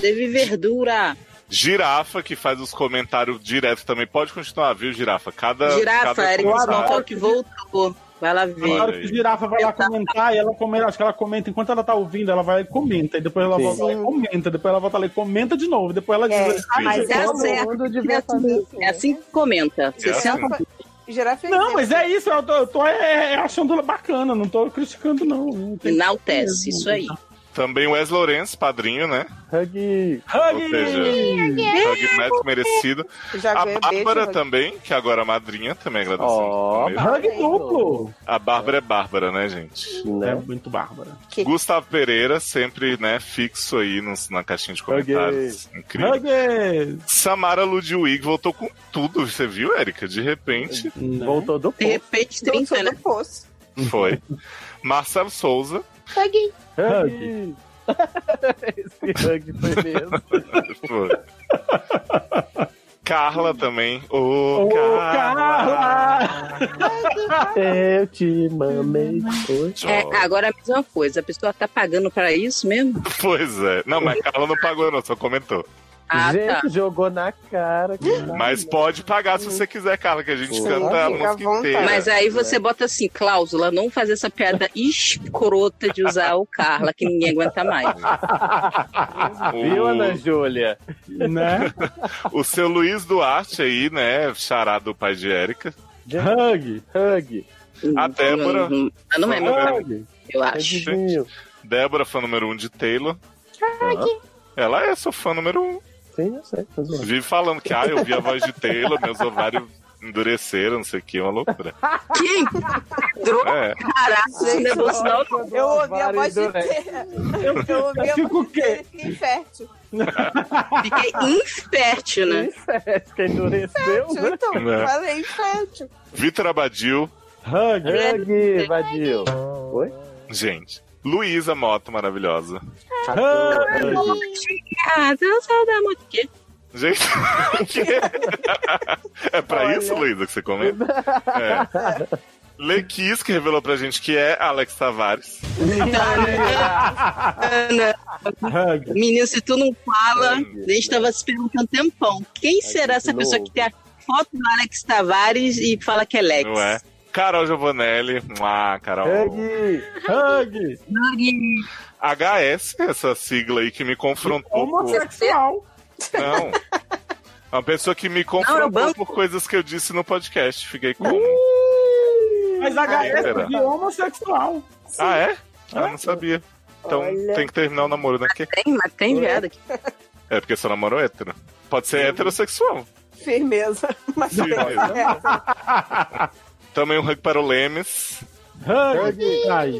[SPEAKER 2] Deve verdura.
[SPEAKER 1] Girafa, que faz os comentários direto também. Pode continuar, viu, Girafa? Cada.
[SPEAKER 2] Girafa,
[SPEAKER 1] cada
[SPEAKER 2] Eric um
[SPEAKER 1] comentário-
[SPEAKER 2] Small que voltou. Vai lá ver.
[SPEAKER 3] Na hora que a girafa vai lá comentar, e ela comenta, acho que ela comenta, enquanto ela tá ouvindo, ela vai e comenta, e depois ela
[SPEAKER 6] Sim.
[SPEAKER 3] volta lá e comenta, depois ela volta lá e comenta de novo, depois ela diz.
[SPEAKER 2] Ah, mas é
[SPEAKER 3] Todo
[SPEAKER 2] certo.
[SPEAKER 3] mundo-
[SPEAKER 2] É assim,
[SPEAKER 6] né?
[SPEAKER 2] é assim que comenta. Você senta-
[SPEAKER 1] assim.
[SPEAKER 5] Girafa
[SPEAKER 3] Não, mas é isso, eu tô, eu tô é, é, achando ela bacana, não tô criticando, não. não tem-
[SPEAKER 2] Enaltece, isso aí.
[SPEAKER 1] Também Wes Lourenço, padrinho, né?
[SPEAKER 6] Hug!
[SPEAKER 1] Ou seja, hug médico merecido.
[SPEAKER 5] Já
[SPEAKER 1] A
[SPEAKER 5] ganhei
[SPEAKER 1] Bárbara
[SPEAKER 5] beijo,
[SPEAKER 1] também, que agora é madrinha, também agradecemos. também.
[SPEAKER 3] Hug duplo!
[SPEAKER 1] A Bárbara é Bárbara, né, gente?
[SPEAKER 3] É muito Bárbara.
[SPEAKER 1] Gustavo Pereira, sempre, né, fixo aí nos, na caixinha de comentários. Incrível.
[SPEAKER 3] Hug!
[SPEAKER 1] Samara Ludwig voltou com tudo, você viu, Érica? De repente.
[SPEAKER 3] Né?
[SPEAKER 6] Voltou do
[SPEAKER 2] De repente, 30, né?
[SPEAKER 1] Foi. Marcelo Souza.
[SPEAKER 5] Peguei.
[SPEAKER 6] Hug! Esse hug foi mesmo.
[SPEAKER 1] Foi. Carla também. Ô,
[SPEAKER 6] Eu te mamei. Oi?
[SPEAKER 2] É, agora a mesma coisa. A pessoa tá pagando pra isso mesmo?
[SPEAKER 1] Pois é. Não, mas Carla não pagou, não, só comentou.
[SPEAKER 2] Ah,
[SPEAKER 6] Gente,
[SPEAKER 2] tá.
[SPEAKER 6] jogou na cara. que
[SPEAKER 1] Mas pode pagar se você quiser, Carla, que a gente canta a música inteira. né?
[SPEAKER 2] Mas aí você bota assim, cláusula, não fazer essa piada escrota de usar o Carla, que ninguém aguenta mais.
[SPEAKER 6] Viu,
[SPEAKER 1] O-
[SPEAKER 6] Ana Júlia?
[SPEAKER 3] Né?
[SPEAKER 1] O seu Luiz Duarte aí, né? Xará do pai de Érica.
[SPEAKER 6] Hug, hug.
[SPEAKER 1] A Débora.
[SPEAKER 2] Uhum. Ah, não é,
[SPEAKER 1] fã
[SPEAKER 2] não é.
[SPEAKER 1] número- um.
[SPEAKER 2] Eu acho.
[SPEAKER 1] Débora, fã número um de Taylor. Ela é sua fã número um.
[SPEAKER 6] Sim, eu sei. tô zoando.
[SPEAKER 1] Vive falando que, ah, eu ouvi a voz de Taylor, meus ovários endureceram, não sei o que, é uma loucura. É.
[SPEAKER 2] Caraca,
[SPEAKER 5] Gente,
[SPEAKER 2] negócio não.
[SPEAKER 5] Eu ouvi a voz de
[SPEAKER 6] Vários
[SPEAKER 5] inteira. Eu ouvi
[SPEAKER 6] Tipo
[SPEAKER 5] a voz inteira e fiquei infértil.
[SPEAKER 2] Fiquei infértil, né?
[SPEAKER 5] É,
[SPEAKER 6] Infértil, que endureceu.
[SPEAKER 5] Infértil, então.
[SPEAKER 6] É.
[SPEAKER 1] Né?
[SPEAKER 5] Falei infértil.
[SPEAKER 1] Vitor Abadil,
[SPEAKER 6] Hug, hug, vadio. Oi?
[SPEAKER 1] gente. Luísa Moto, maravilhosa.
[SPEAKER 2] é
[SPEAKER 6] Hug.
[SPEAKER 2] Ah, eu sou da moto. Quê?
[SPEAKER 1] Gente, o quê? é pra isso, Luísa, que você comenta? É. Lequis, que revelou pra gente que é Alex Tavares.
[SPEAKER 2] Ana, Menino, se tu não fala, a gente tava se perguntando um tempão. Quem será essa
[SPEAKER 1] de
[SPEAKER 2] pessoa
[SPEAKER 1] novo.
[SPEAKER 2] que tem a foto do Alex Tavares e fala que é Lex?
[SPEAKER 1] Não é? Carol Giovanelli. Ah, Carol.
[SPEAKER 6] Hug, hug.
[SPEAKER 1] HS, essa sigla aí que me confrontou. por...
[SPEAKER 3] Homossexual.
[SPEAKER 1] Não. É Uma pessoa que me confrontou por coisas que eu disse no podcast. Fiquei como?
[SPEAKER 3] Mas a HS
[SPEAKER 1] Será?
[SPEAKER 3] de homossexual.
[SPEAKER 1] Ah, é? Ah, não sabia. Então
[SPEAKER 2] Olha.
[SPEAKER 1] tem que terminar o namoro, né? Que-
[SPEAKER 2] Tem, mas tem viado aqui.
[SPEAKER 1] É porque seu namoro é hétero. Pode ser heterossexual.
[SPEAKER 5] Firmeza. Mas
[SPEAKER 1] Sim,
[SPEAKER 5] é.
[SPEAKER 1] Também um hug para o Lemes.
[SPEAKER 5] Hug.
[SPEAKER 1] Ai.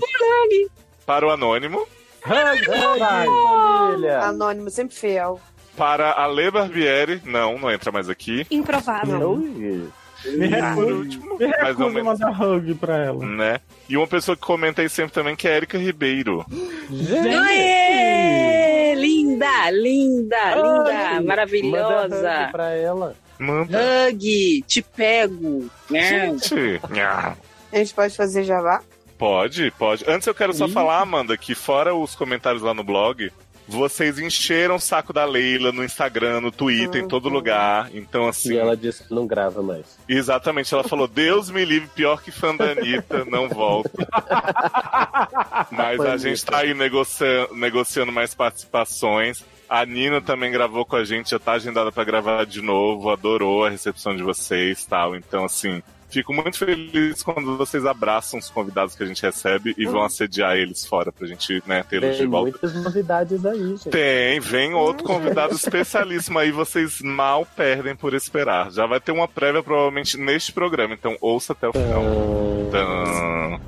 [SPEAKER 1] Para o Anônimo.
[SPEAKER 5] Anônimo, sempre fiel.
[SPEAKER 1] Para a Lê Barbieri. Não, não entra mais aqui.
[SPEAKER 9] Improvável.
[SPEAKER 3] Me
[SPEAKER 1] E por
[SPEAKER 3] recuso,
[SPEAKER 1] último,
[SPEAKER 3] me
[SPEAKER 1] mas não
[SPEAKER 3] recuso a
[SPEAKER 1] menos,
[SPEAKER 3] mandar é hug pra ela.
[SPEAKER 1] né? E uma pessoa que comenta aí sempre também que é Erika Ribeiro.
[SPEAKER 2] Aê! Linda, linda, linda,
[SPEAKER 6] Manda
[SPEAKER 2] maravilhosa.
[SPEAKER 6] hug pra ela.
[SPEAKER 1] Manda.
[SPEAKER 2] Hug, te pego.
[SPEAKER 5] É.
[SPEAKER 2] né?
[SPEAKER 1] Gente, Ah. nham.
[SPEAKER 5] A gente pode fazer javá?
[SPEAKER 1] Pode, pode. Antes eu quero só falar, Amanda, que fora os comentários lá no blog, vocês encheram o saco da Leila no Instagram, no Twitter, em todo lugar. Então, assim.
[SPEAKER 6] Uhum. E ela disse que não grava mais.
[SPEAKER 1] Exatamente, ela falou: Deus me livre, pior que fã da Anitta, não volto. Mas a gente tá aí negocia- negociando mais participações. A Nina também gravou com a gente, já tá agendada pra gravar de novo, adorou a recepção de vocês tal. Então, assim, fico muito feliz quando vocês abraçam os convidados que a gente recebe e vão
[SPEAKER 6] Hum.
[SPEAKER 1] assediar eles fora pra gente né, tê-los de
[SPEAKER 6] Tem
[SPEAKER 1] volta.
[SPEAKER 6] muitas novidades aí, gente.
[SPEAKER 1] Tem, vem outro convidado especialíssimo aí, vocês mal perdem por esperar. Já vai ter uma prévia provavelmente neste programa, então ouça até o final. Tã.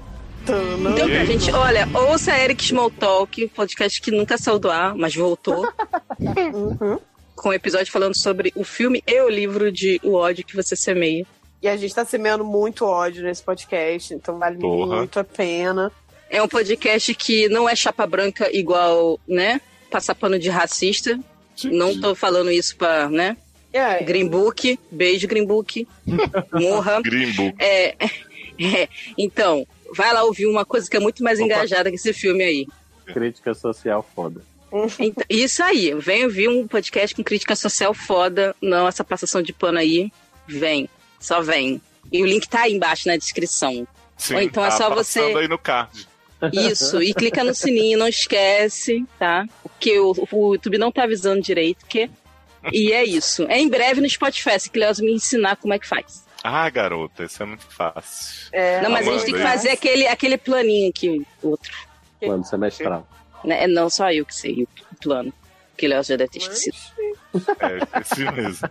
[SPEAKER 2] Então, pra gente, olha, ouça a Eric Smalltalk, podcast que nunca saiu do ar, mas voltou.
[SPEAKER 5] Uhum.
[SPEAKER 2] Com um episódio falando sobre o filme e o livro de O ódio que você semeia.
[SPEAKER 5] E a gente tá semeando muito ódio nesse podcast, então vale
[SPEAKER 2] Porra.
[SPEAKER 5] muito a pena.
[SPEAKER 2] É um podcast que não é chapa branca igual, né? Passar pano de racista. Não tô falando isso pra, né? Green Book. Beijo, Green Book. Morra.
[SPEAKER 1] Grimbo.
[SPEAKER 2] É, é, então, vai lá ouvir uma coisa que é muito mais engajada que esse filme aí.
[SPEAKER 6] Crítica social foda.
[SPEAKER 2] Então, isso aí, vem ouvir um podcast com crítica social foda, não essa passação de pano aí. Vem, só vem. E o link tá aí embaixo na descrição.
[SPEAKER 1] Sim,
[SPEAKER 2] Ou então é
[SPEAKER 1] tá
[SPEAKER 2] só
[SPEAKER 1] passando
[SPEAKER 2] você.
[SPEAKER 1] aí no card.
[SPEAKER 2] Isso, e clica no sininho, não esquece, tá? Porque o, o YouTube não tá avisando direito, que. E é isso. É em breve no Spotify, se Cleosa me ensinar como é que faz.
[SPEAKER 1] Ah, garota, isso é muito fácil.
[SPEAKER 5] É.
[SPEAKER 2] não, mas a gente tem que fazer aquele, aquele planinho aqui, outro.
[SPEAKER 6] Plano semestral.
[SPEAKER 2] Né? Não só eu que sei o plano. Que Léo já deve ter esquecido.
[SPEAKER 1] É, esse mesmo.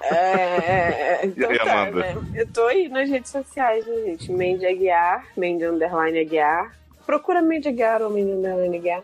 [SPEAKER 5] É, é, então
[SPEAKER 1] E aí,
[SPEAKER 5] tá,
[SPEAKER 1] Amanda?
[SPEAKER 5] né? Eu tô aí nas redes sociais, né, gente? Mandy Aguiar, Mandy Underline Aguiar. Procura Mandy Aguiar ou Mandy Underline Aguiar.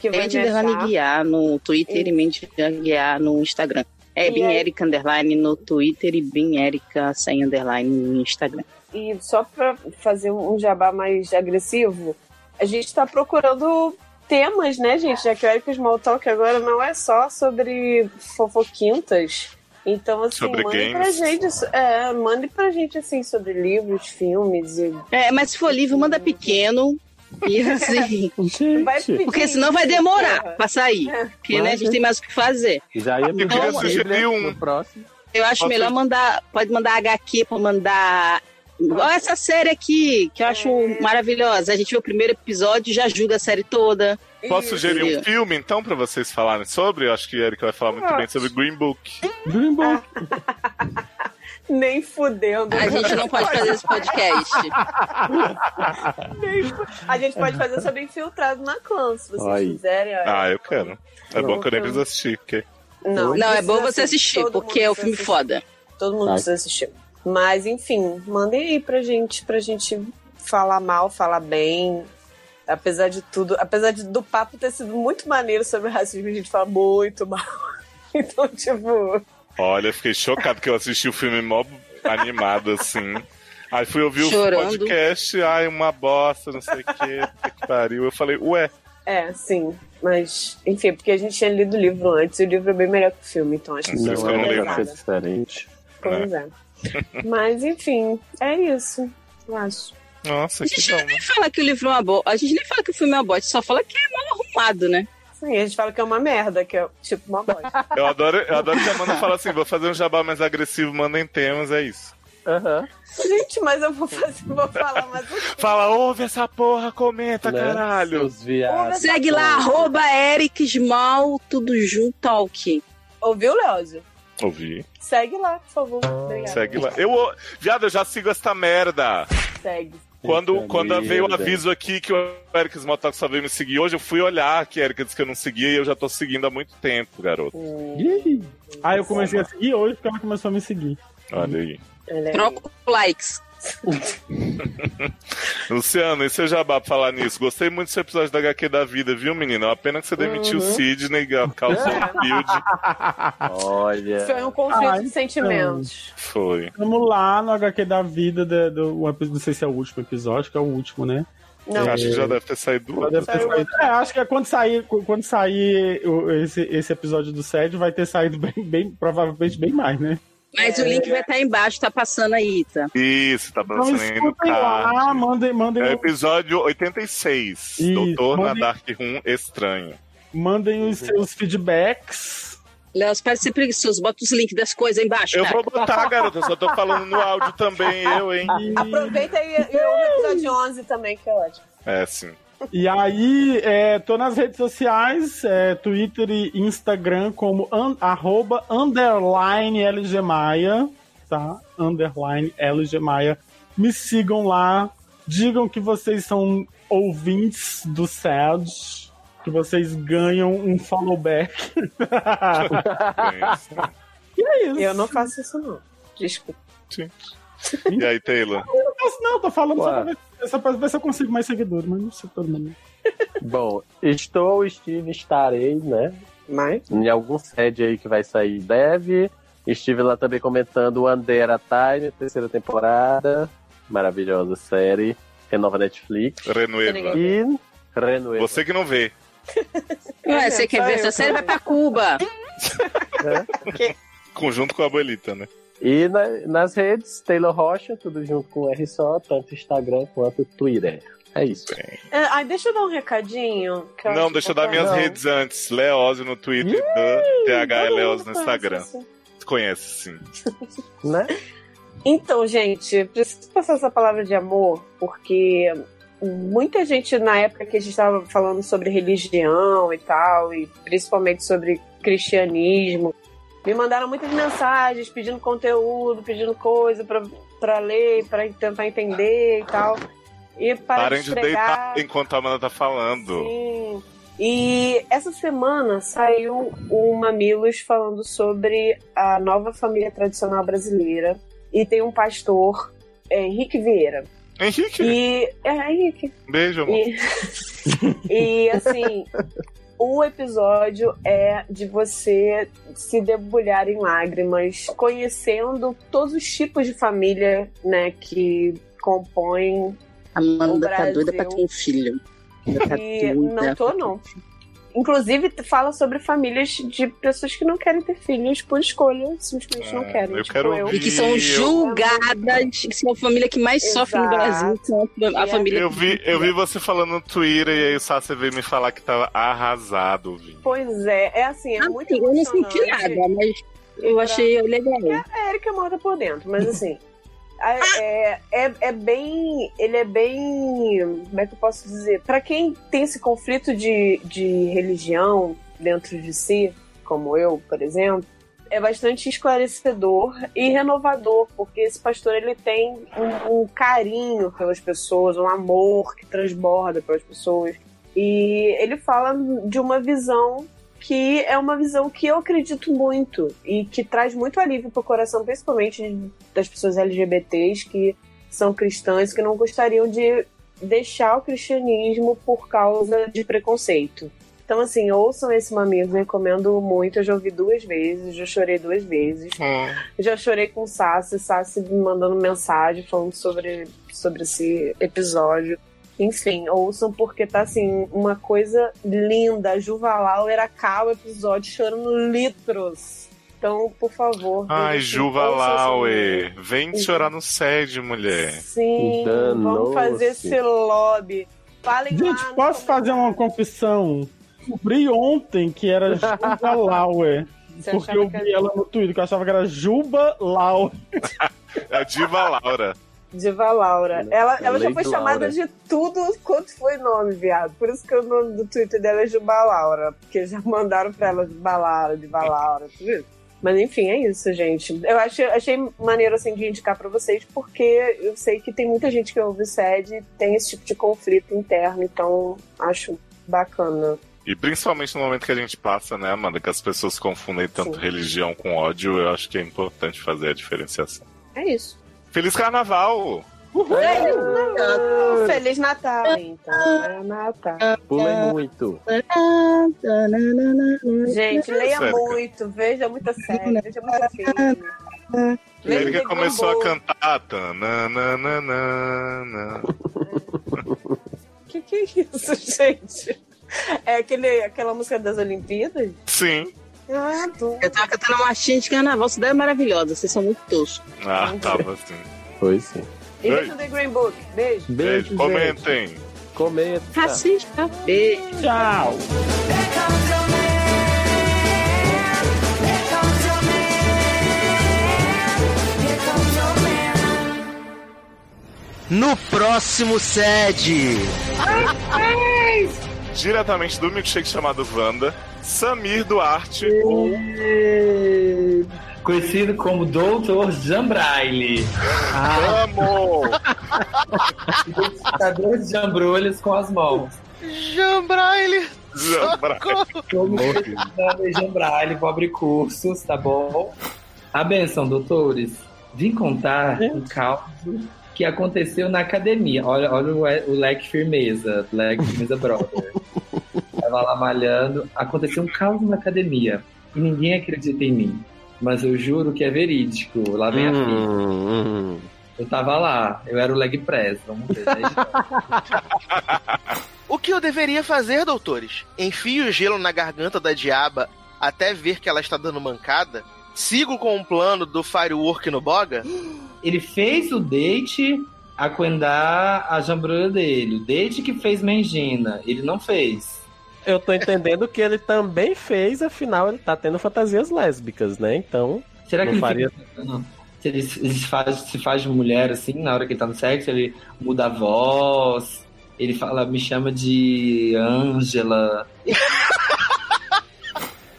[SPEAKER 5] Que vai
[SPEAKER 2] Mandy
[SPEAKER 5] me achar.
[SPEAKER 2] Underline Guiar no Twitter e Mandy Guiar no Instagram. É
[SPEAKER 5] E
[SPEAKER 2] Bin
[SPEAKER 5] aí?
[SPEAKER 2] Erica Underline no Twitter e Bin Erica sem Underline no Instagram.
[SPEAKER 5] E só pra fazer um jabá mais agressivo, a gente tá procurando temas, né, gente? Já que o Eric Smalltalk agora não é só sobre fofoquintas. Então, assim,
[SPEAKER 2] Sobre
[SPEAKER 5] mande
[SPEAKER 2] games.
[SPEAKER 5] pra gente. É, mande pra gente, assim, sobre livros, filmes e.
[SPEAKER 2] É, mas se for livre, manda pequeno. E assim.
[SPEAKER 5] Vai pedir,
[SPEAKER 2] Porque senão vai demorar
[SPEAKER 5] porra.
[SPEAKER 2] pra sair.
[SPEAKER 5] É.
[SPEAKER 2] Porque né, a gente tem mais o que fazer. Então,
[SPEAKER 6] Já ia
[SPEAKER 2] Eu queria
[SPEAKER 6] Bíblia
[SPEAKER 2] sugerir
[SPEAKER 1] um.
[SPEAKER 6] no próximo.
[SPEAKER 2] Eu acho
[SPEAKER 6] Posso-
[SPEAKER 2] melhor mandar. Pode mandar HQ, pode mandar. Igual essa série aqui, que eu acho
[SPEAKER 3] É.
[SPEAKER 2] maravilhosa. A gente vê o primeiro episódio e já julga a série toda.
[SPEAKER 1] Posso sugerir
[SPEAKER 2] Entendeu?
[SPEAKER 1] um filme, então, pra vocês falarem sobre? Eu acho que o Eric vai falar muito bem sobre Green Book.
[SPEAKER 3] Green Book.
[SPEAKER 5] Nem fudendo.
[SPEAKER 2] A gente não pode fazer esse podcast.
[SPEAKER 5] Nem fu- A gente pode fazer sobre infiltrado na clã, se vocês
[SPEAKER 1] Aí.
[SPEAKER 5] quiserem. olha.
[SPEAKER 1] Ah, eu quero. É bom que eu nem preciso assistir, porque...
[SPEAKER 5] Não,
[SPEAKER 2] Não, é
[SPEAKER 5] precisa
[SPEAKER 2] bom você
[SPEAKER 5] assistir,
[SPEAKER 2] assistir,
[SPEAKER 5] todo
[SPEAKER 2] porque
[SPEAKER 5] mundo
[SPEAKER 2] é um filme
[SPEAKER 5] precisa
[SPEAKER 2] foda.
[SPEAKER 5] Todo mundo
[SPEAKER 2] Ai.
[SPEAKER 5] precisa assistir. Mas, enfim, mandem aí pra gente, pra gente falar mal, falar bem. Apesar de tudo, apesar de- do papo ter sido muito maneiro sobre racismo, a gente fala muito mal. Então, tipo.
[SPEAKER 1] Olha, eu fiquei chocado que eu assisti o filme mó animado, assim. Aí fui ouvir
[SPEAKER 5] Chorando.
[SPEAKER 1] o podcast, ai, uma bosta, não sei o que, puta que pariu. Eu falei, ué,
[SPEAKER 5] É, sim. Mas, enfim, porque a gente tinha lido o livro antes e o livro é bem melhor que o filme, então acho que
[SPEAKER 1] Não,
[SPEAKER 5] isso
[SPEAKER 1] eu não
[SPEAKER 5] é
[SPEAKER 1] lembro.
[SPEAKER 5] pesado.
[SPEAKER 6] diferente.
[SPEAKER 5] Pois é. Mas, enfim, é isso. Eu acho.
[SPEAKER 1] Nossa,
[SPEAKER 2] A gente
[SPEAKER 1] então?
[SPEAKER 2] nem fala que o livro é uma boa. A gente nem fala que o filme é uma boa, a gente só fala que é mal arrumado, né?
[SPEAKER 5] Sim, a gente fala que é uma merda, que é tipo uma bosta.
[SPEAKER 1] eu adoro, eu adoro que a Amanda fala assim, vou fazer um jabá mais agressivo, mandem temas, é isso.
[SPEAKER 5] Gente, mas eu vou fazer, vou falar mais um
[SPEAKER 1] Fala, ouve essa porra, comenta,
[SPEAKER 6] Né?
[SPEAKER 1] caralho.
[SPEAKER 6] Seus viados.
[SPEAKER 2] Segue
[SPEAKER 3] tá
[SPEAKER 2] lá, arroba Eric Small, tudo junto, Talk.
[SPEAKER 5] Ouviu, Leózio?
[SPEAKER 1] Ouvi.
[SPEAKER 5] Segue lá, por favor. Obrigada.
[SPEAKER 1] Segue lá. Eu, viado, eu já sigo esta merda.
[SPEAKER 5] Segue.
[SPEAKER 1] Quando, quando veio o aviso aqui que o Eric Smotox só veio me seguir hoje, eu fui olhar que a Erika disse que eu não seguia e eu já tô seguindo há muito tempo, garoto.
[SPEAKER 3] Ih! Aí eu comecei a seguir hoje porque ela começou a me seguir.
[SPEAKER 1] Olha aí.
[SPEAKER 3] é
[SPEAKER 2] Troca likes.
[SPEAKER 1] Luciano, e seu jabá pra falar nisso? Gostei muito desse episódio da HQ da vida, viu, menina? É uma pena que você demitiu
[SPEAKER 5] Uhum.
[SPEAKER 1] o Sidney e causou um build. Olha.
[SPEAKER 5] Foi um conflito
[SPEAKER 3] Ah,
[SPEAKER 5] de
[SPEAKER 3] então.
[SPEAKER 5] sentimentos.
[SPEAKER 1] Foi.
[SPEAKER 3] Vamos lá no HQ da vida, da- do, o epi- não sei se é o último episódio, que é o último, né?
[SPEAKER 1] Eu acho que já deve ter saído do outro.
[SPEAKER 3] É, acho que é quando sair, quando sair o- esse, esse episódio do SED, vai ter saído bem, bem- provavelmente bem mais, né?
[SPEAKER 2] Mas o link vai estar embaixo, tá passando aí, tá?
[SPEAKER 1] Isso, tá
[SPEAKER 3] Então
[SPEAKER 1] passando aí no
[SPEAKER 3] escutem
[SPEAKER 1] card.
[SPEAKER 3] lá, mandem, mandem,
[SPEAKER 1] É o episódio 86, Doutor na Dark Room Estranho.
[SPEAKER 3] mandem os seus feedbacks.
[SPEAKER 2] Léo, você parece ser preguiçoso. Bota os links das coisas aí embaixo.
[SPEAKER 1] Eu
[SPEAKER 2] cara.
[SPEAKER 1] vou botar, garota, eu só tô falando no áudio também, é eu, hein?
[SPEAKER 5] Aproveita aí e ouve o episódio 11 também, que é ótimo.
[SPEAKER 1] É, sim.
[SPEAKER 3] E aí, é, tô nas redes sociais, é, Twitter e Instagram como an- arroba underline LG Maia, tá? Underline LG Maia. Me sigam lá, digam que vocês são ouvintes do SED, que vocês ganham um followback. e é isso.
[SPEAKER 5] Eu não faço isso, não. Desculpa.
[SPEAKER 1] E aí, Taylor?
[SPEAKER 3] Eu não faço, não, tô falando só
[SPEAKER 6] Ué.
[SPEAKER 3] pra, ver, só pra ver se eu consigo mais seguidores, mas não sei todo mundo.
[SPEAKER 6] Bom, estou, estive, estarei, né?
[SPEAKER 5] Mas?
[SPEAKER 6] Em algum sede aí que vai sair deve. Estive lá também comentando o Andera Time, terceira temporada. Maravilhosa série. Renova Netflix.
[SPEAKER 1] Renueva.
[SPEAKER 6] E Renueva.
[SPEAKER 1] Você que não vê.
[SPEAKER 2] Ué, você quer ver essa série? Vai pra Cuba.
[SPEAKER 5] É.
[SPEAKER 1] Conjunto com a Abuelita, né?
[SPEAKER 6] E na- nas redes, Taylor Rocha, tudo junto com o R só, tanto Instagram quanto Twitter. É isso.
[SPEAKER 5] É, ai, deixa eu dar um recadinho. que tá eu
[SPEAKER 1] Não,
[SPEAKER 5] acho
[SPEAKER 1] deixa eu dar
[SPEAKER 5] importante.
[SPEAKER 1] minhas redes antes. Leose no Twitter,
[SPEAKER 5] tá
[SPEAKER 1] Dan, TH Leose no Instagram.
[SPEAKER 5] conhece
[SPEAKER 1] Conhece, sim.
[SPEAKER 6] Né?
[SPEAKER 5] Então, gente, preciso passar essa palavra de amor, porque muita gente, na época que a gente estava falando sobre religião e tal, e principalmente sobre cristianismo, me mandaram muitas mensagens pedindo conteúdo, pedindo coisa pra, pra ler, pra tentar entender e tal. E para
[SPEAKER 1] Parem de
[SPEAKER 5] esfregar-
[SPEAKER 1] deitar enquanto a Amanda tá falando.
[SPEAKER 5] Sim. E essa semana saiu o Mamilos falando sobre a nova família tradicional brasileira. E tem um pastor, é, Henrique Vieira.
[SPEAKER 1] Henrique?
[SPEAKER 5] E, é, Henrique.
[SPEAKER 1] Um Beijo, amor.
[SPEAKER 5] E- E assim, o episódio é de você se debulhar em lágrimas, conhecendo todos os tipos de família, né, que compõem.
[SPEAKER 2] Amanda
[SPEAKER 5] o
[SPEAKER 2] tá doida pra
[SPEAKER 5] Brasil.
[SPEAKER 2] ter um filho. Amanda tá
[SPEAKER 5] E
[SPEAKER 2] doida.
[SPEAKER 5] não tô, não. Inclusive, fala sobre famílias de pessoas que não querem ter filhos por escolha, simplesmente não querem.
[SPEAKER 1] É. eu
[SPEAKER 5] tipo
[SPEAKER 1] quero
[SPEAKER 5] eu.
[SPEAKER 1] ouvir.
[SPEAKER 2] E que são julgadas, que são a família que mais sofre no Brasil. São a a família
[SPEAKER 1] Eu vi, eu vi você falando no Twitter e aí o Sassi veio me falar que tava arrasado ouvindo.
[SPEAKER 5] Pois é, é assim, é muito
[SPEAKER 2] Ah, eu não senti
[SPEAKER 5] emocionante.
[SPEAKER 2] nada, mas eu achei legal.
[SPEAKER 5] A Erika é morta por dentro, mas assim. a- é, é, é bem. Ele é bem. Como é que eu posso dizer? Pra quem tem esse conflito de, de religião dentro de si, como eu, por exemplo, é bastante esclarecedor e renovador, porque esse pastor ele tem um, um carinho pelas pessoas, um amor que transborda pelas pessoas. E ele fala de uma visão que é uma visão que eu acredito muito e que traz muito alívio pro coração, principalmente das pessoas LGBTs que são cristãs que não gostariam de deixar o cristianismo por causa de preconceito. Então, assim, ouçam esse Mamilos, recomendo muito. Eu já ouvi duas vezes, já chorei duas vezes. Já chorei com o Sassi, Sassi me mandando mensagem falando sobre, sobre esse episódio. Enfim, ouçam porque tá assim, uma coisa linda. Juvalau era cá o episódio chorando litros. Então, por
[SPEAKER 6] Ah,
[SPEAKER 5] favor.
[SPEAKER 1] Ai,
[SPEAKER 5] gente,
[SPEAKER 1] Juva
[SPEAKER 5] ouçam esse
[SPEAKER 1] Laue, vem te chorar no sede, mulher.
[SPEAKER 5] Sim, vamos fazer esse lobby. Falem
[SPEAKER 3] Gente, posso fazer uma confissão? Descobri ontem que era Juba Lauer.
[SPEAKER 5] Você
[SPEAKER 3] Porque
[SPEAKER 5] achava
[SPEAKER 3] eu
[SPEAKER 5] que
[SPEAKER 3] vi
[SPEAKER 5] era-
[SPEAKER 3] ela no Twitter, que eu achava que era Juba Lauer.
[SPEAKER 1] É A Diva Laura.
[SPEAKER 5] Diva Laura. Ela, ela já
[SPEAKER 1] é Lady
[SPEAKER 5] foi chamada
[SPEAKER 1] Laura.
[SPEAKER 5] de tudo quanto foi nome, viado. Por isso que o nome do Twitter dela é Juba Laura. Porque já mandaram pra ela Juba Laura, Diva Laura, tudo isso. Mas enfim, é isso, gente. Eu achei, achei maneiro assim de indicar pra vocês, porque eu sei que tem muita gente que ouve o SED e tem esse tipo de conflito interno, então acho bacana.
[SPEAKER 1] E principalmente no momento que a gente passa, né, Amanda, que as pessoas confundem tanto
[SPEAKER 5] Sim.
[SPEAKER 1] religião com ódio, eu acho que é importante fazer a diferenciação.
[SPEAKER 5] É isso.
[SPEAKER 1] Feliz Carnaval!
[SPEAKER 5] Feliz Natal! Feliz Natal, então. É Natal.
[SPEAKER 6] Pulem muito.
[SPEAKER 5] Gente, leia
[SPEAKER 1] Sério, cara.
[SPEAKER 5] muito, veja muita série, veja muita filme.
[SPEAKER 1] E ele que
[SPEAKER 5] Lembra
[SPEAKER 1] começou a
[SPEAKER 5] Gumball.
[SPEAKER 1] cantar. tá, tananana.
[SPEAKER 5] Que que é isso, gente? É aquele, aquela música das Olimpíadas?
[SPEAKER 1] Sim.
[SPEAKER 5] Ah, tô.
[SPEAKER 2] Eu tava cantando uma Tá marchinha de carnaval, isso daí é maravilhosa, vocês são muito toscos.
[SPEAKER 1] Ah, tava assim.
[SPEAKER 6] Foi sim.
[SPEAKER 5] E veja The Green Book. Beijo.
[SPEAKER 6] Beijo, gente.
[SPEAKER 1] Comentem.
[SPEAKER 6] Comenta.
[SPEAKER 2] Tá. Racista. Beijo.
[SPEAKER 6] Tchau.
[SPEAKER 7] No próximo sede.
[SPEAKER 1] Diretamente do milkshake chamado Wanda, Samir Duarte.
[SPEAKER 23] Conhecido como Doutor Jambraile.
[SPEAKER 1] Amor!
[SPEAKER 23] Identificador de jambrolhas com as mãos.
[SPEAKER 8] Jambraile!
[SPEAKER 23] Como pesquisador Jambraile, vou abrir cursos, tá bom? A benção, doutores. Vim contar um caso que aconteceu na academia. Olha, olha o, e- o leque firmeza, leque firmeza brother. Tava lá malhando. Aconteceu um caos na academia. E ninguém acredita em mim. Mas eu juro que é verídico. Lá vem a fita. Eu tava lá. Eu era o leg press. Vamos ver. né?
[SPEAKER 8] O que eu deveria fazer, doutores? Enfio o gelo na garganta da diaba até ver que ela está dando mancada? Sigo com o plano do firework no boga?
[SPEAKER 23] Ele fez o date a coendar a jambrulha dele. O date que fez Mengina. Ele não fez.
[SPEAKER 6] Eu tô entendendo que ele também fez, afinal ele tá tendo fantasias lésbicas, né? Então.
[SPEAKER 23] Será que
[SPEAKER 6] não
[SPEAKER 23] ele
[SPEAKER 6] faria...
[SPEAKER 23] fica- não. Se ele, se ele se faz, se faz de mulher assim, na hora que ele tá no sexo, ele muda a voz, ele fala, me chama de Ângela.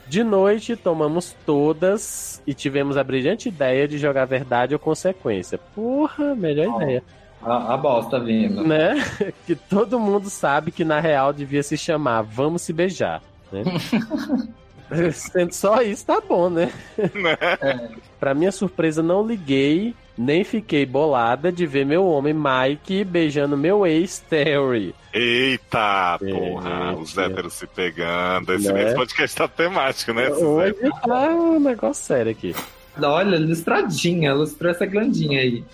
[SPEAKER 6] De noite, tomamos todas e tivemos a brilhante ideia de jogar verdade ou consequência. Porra, melhor ideia.
[SPEAKER 23] A, a bosta vindo.
[SPEAKER 6] Né? Que todo mundo sabe que na real devia se chamar Vamos se beijar. Né? Sendo só isso, tá bom, né? Pra minha surpresa, não liguei, nem fiquei bolada de ver meu homem Mike beijando meu ex Terry.
[SPEAKER 1] Eita, porra, os héteros se pegando. Esse
[SPEAKER 6] Né?
[SPEAKER 1] mês podcast tá temático, né? Esses
[SPEAKER 6] Hoje tá um negócio sério aqui.
[SPEAKER 23] Olha, lustradinha, lustrou essa glandinha aí.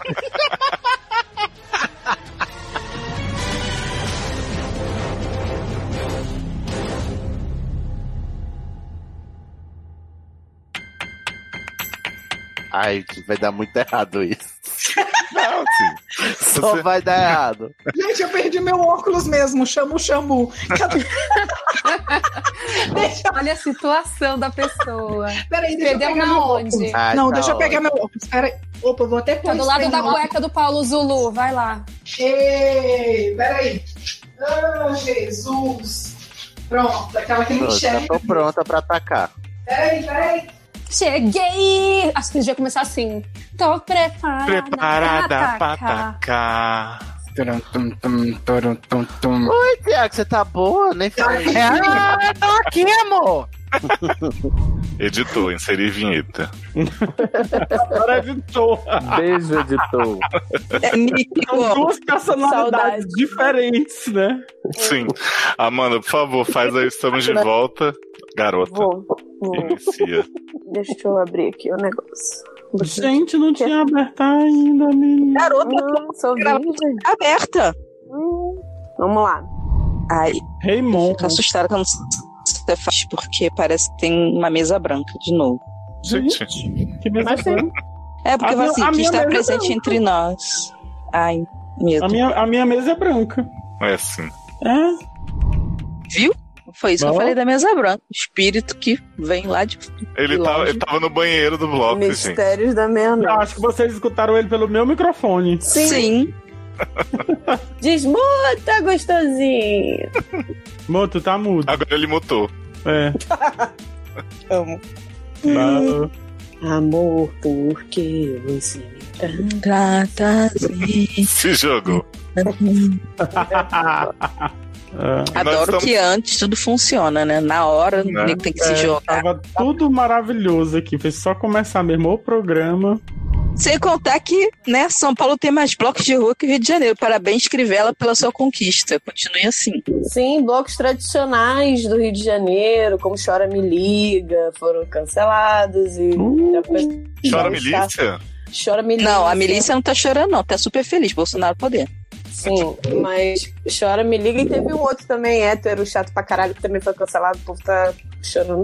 [SPEAKER 7] Ai, vai dar muito errado isso.
[SPEAKER 1] Não,
[SPEAKER 7] Só vai dar errado.
[SPEAKER 18] Gente, eu perdi meu óculos mesmo. Chamo, chamo.
[SPEAKER 24] Olha a situação da pessoa.
[SPEAKER 18] Peraí, deixa
[SPEAKER 24] Perdeu
[SPEAKER 18] eu pegar
[SPEAKER 24] na
[SPEAKER 18] meu
[SPEAKER 24] onde?
[SPEAKER 18] óculos.
[SPEAKER 24] Ai,
[SPEAKER 18] não,
[SPEAKER 24] tá
[SPEAKER 18] deixa eu pegar
[SPEAKER 24] ótimo.
[SPEAKER 18] meu óculos. Peraí. Opa, eu vou até
[SPEAKER 24] Tá do lado da cueca do Paulo Zulu, vai lá.
[SPEAKER 18] Ei, peraí. Ah, Jesus. Pronto, aquela que não
[SPEAKER 7] Pronto, já
[SPEAKER 24] enxerga.
[SPEAKER 7] tô pronta pra atacar.
[SPEAKER 24] Peraí, peraí. Cheguei! Acho que devia começar assim. Tô preparada.
[SPEAKER 7] Preparada pra
[SPEAKER 24] atacar.
[SPEAKER 1] atacar.
[SPEAKER 7] Oi, Tiago, você tá boa? Nem falei.
[SPEAKER 24] Ai,
[SPEAKER 17] é,
[SPEAKER 7] Ah, eu tô aqui, amor.
[SPEAKER 1] Editor, inserir vinheta.
[SPEAKER 3] é
[SPEAKER 6] Agora editor. Beijo, editor.
[SPEAKER 5] É
[SPEAKER 3] São duas personalidades diferentes, né?
[SPEAKER 1] Sim. Amanda, por favor, faz aí. Estamos de volta. Garota,
[SPEAKER 5] Vou. vou.
[SPEAKER 1] inicia.
[SPEAKER 5] Deixa eu abrir aqui o negócio.
[SPEAKER 3] Gente, não tinha aberto ainda, menina.
[SPEAKER 5] Garota, não, sou virgem.
[SPEAKER 2] Aberta.
[SPEAKER 24] Hum,
[SPEAKER 5] Vamos lá.
[SPEAKER 2] Ai, fico assustada quando você faz, porque parece que tem uma mesa branca de novo.
[SPEAKER 1] Gente,
[SPEAKER 3] que mesa
[SPEAKER 2] Mas tem.
[SPEAKER 3] branca.
[SPEAKER 2] É, porque
[SPEAKER 3] A minha-
[SPEAKER 2] você
[SPEAKER 3] a
[SPEAKER 2] que
[SPEAKER 3] minha
[SPEAKER 2] está
[SPEAKER 3] mesa
[SPEAKER 2] presente
[SPEAKER 3] branca.
[SPEAKER 2] entre nós. Ai, medo.
[SPEAKER 3] A minha, a minha mesa é branca.
[SPEAKER 1] É sim.
[SPEAKER 3] É?
[SPEAKER 2] Viu? Foi isso que
[SPEAKER 3] Não.
[SPEAKER 2] eu falei da mesa branca. Espírito que vem lá de.
[SPEAKER 1] Ele,
[SPEAKER 2] de
[SPEAKER 1] tava,
[SPEAKER 2] longe.
[SPEAKER 1] ele tava no banheiro do bloco, gente.
[SPEAKER 5] da meia-noite.
[SPEAKER 3] Eu Acho que vocês escutaram ele pelo meu microfone.
[SPEAKER 5] Sim. Sim. Desmuta, gostosinho.
[SPEAKER 3] Mô, tu tá mudo.
[SPEAKER 1] Agora ele mutou.
[SPEAKER 3] É.
[SPEAKER 2] Amo.
[SPEAKER 3] Tá.
[SPEAKER 14] Amor, porque você me trata assim.
[SPEAKER 1] Se jogou.
[SPEAKER 2] Adoro que antes tudo funciona, né? Na hora
[SPEAKER 3] Né?
[SPEAKER 2] né? tem que se
[SPEAKER 3] É,
[SPEAKER 2] jogar.
[SPEAKER 3] Tava tudo maravilhoso aqui. Foi só começar mesmo o programa.
[SPEAKER 2] Sem contar que, né, São Paulo tem mais blocos de rua que o Rio de Janeiro. Parabéns, Crivella, pela sua conquista. Continue assim.
[SPEAKER 5] Sim, blocos tradicionais do Rio de Janeiro, como Chora Me Liga, foram cancelados e.
[SPEAKER 2] Uh.
[SPEAKER 5] assim.
[SPEAKER 1] Chora milícia?
[SPEAKER 5] Chora Milícia.
[SPEAKER 2] Não, a milícia não tá chorando, não. Tá super feliz, Bolsonaro poder.
[SPEAKER 5] Sim, mas Chora Me Liga e teve um outro também, hétero, chato pra caralho, que também foi cancelado, o povo tá chorando.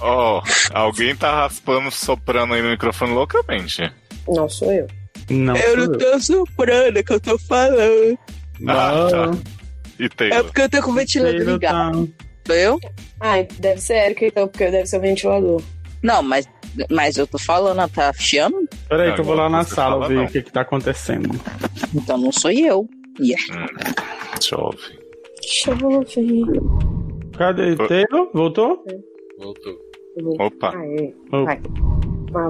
[SPEAKER 1] Ó, alguém tá raspando, soprando aí no microfone loucamente.
[SPEAKER 5] Não sou eu.
[SPEAKER 3] Não.
[SPEAKER 2] eu não tô soprando, é que eu tô falando.
[SPEAKER 1] Ah, tá. E Taylor.
[SPEAKER 2] É porque eu tô com o ventilador
[SPEAKER 1] Taylor
[SPEAKER 3] tá.
[SPEAKER 2] ligado. Sou eu?
[SPEAKER 5] Ai, deve ser Erika então, porque deve ser o ventilador.
[SPEAKER 2] Não, mas, mas eu tô falando, ela tá chiando?
[SPEAKER 3] Peraí, que eu vou lá na sala
[SPEAKER 2] É, fala,
[SPEAKER 3] ver
[SPEAKER 2] não.
[SPEAKER 3] o que, que tá acontecendo.
[SPEAKER 2] Então não sou eu.
[SPEAKER 1] Chove.
[SPEAKER 5] Chove.
[SPEAKER 3] Cadê? Taylor? Voltou?
[SPEAKER 15] Voltou.
[SPEAKER 1] Opa.
[SPEAKER 3] Oh.
[SPEAKER 5] Ah,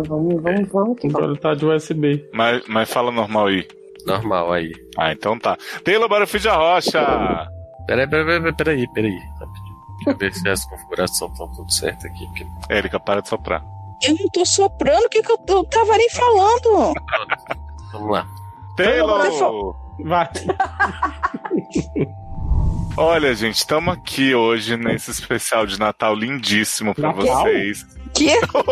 [SPEAKER 5] vamos, vamos, vamos. Que
[SPEAKER 3] Agora tá de USB.
[SPEAKER 1] Mas, mas fala normal aí.
[SPEAKER 15] Normal aí.
[SPEAKER 1] Ah, então tá. Taylor Barofid da Rocha!
[SPEAKER 15] Peraí, peraí, peraí, peraí, peraí. rapidinho. Deixa eu ver se as configurações estão tudo certo aqui. Porque...
[SPEAKER 1] Érica, para de soprar.
[SPEAKER 2] Eu não tô soprando, o que, que eu, tô- eu tava nem falando?
[SPEAKER 15] Vamos lá.
[SPEAKER 1] Taylor!
[SPEAKER 3] Vai.
[SPEAKER 1] Olha, gente, estamos aqui hoje nesse especial de Natal lindíssimo pra
[SPEAKER 5] Natal?
[SPEAKER 1] vocês.
[SPEAKER 2] Que?
[SPEAKER 5] Tudo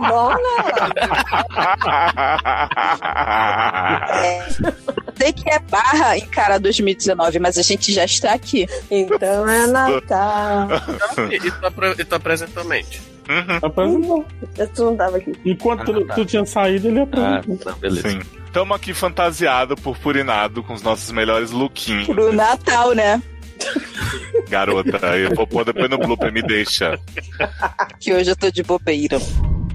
[SPEAKER 5] bom,
[SPEAKER 2] É.
[SPEAKER 1] né?
[SPEAKER 2] Sei que é barra encarar 2019, mas a gente já está aqui.
[SPEAKER 5] Então é
[SPEAKER 2] Ah, tá.
[SPEAKER 5] Natal.
[SPEAKER 15] E, e tu, apre- e tu apresentou mente.
[SPEAKER 1] Uhum.
[SPEAKER 6] Tá
[SPEAKER 5] Tu não tava aqui.
[SPEAKER 3] Enquanto
[SPEAKER 15] Ah,
[SPEAKER 3] tu,
[SPEAKER 15] tá.
[SPEAKER 3] tu tinha saído, ele
[SPEAKER 15] Ah,
[SPEAKER 3] apresentou.
[SPEAKER 6] tá,
[SPEAKER 15] não, beleza.
[SPEAKER 1] Sim. Estamos aqui fantasiado, purpurinado, com os nossos melhores lookinhos.
[SPEAKER 2] Pro Natal, né?
[SPEAKER 1] Garota, eu vou pôr depois no blooper, me deixa.
[SPEAKER 2] Que hoje eu tô de bobeira.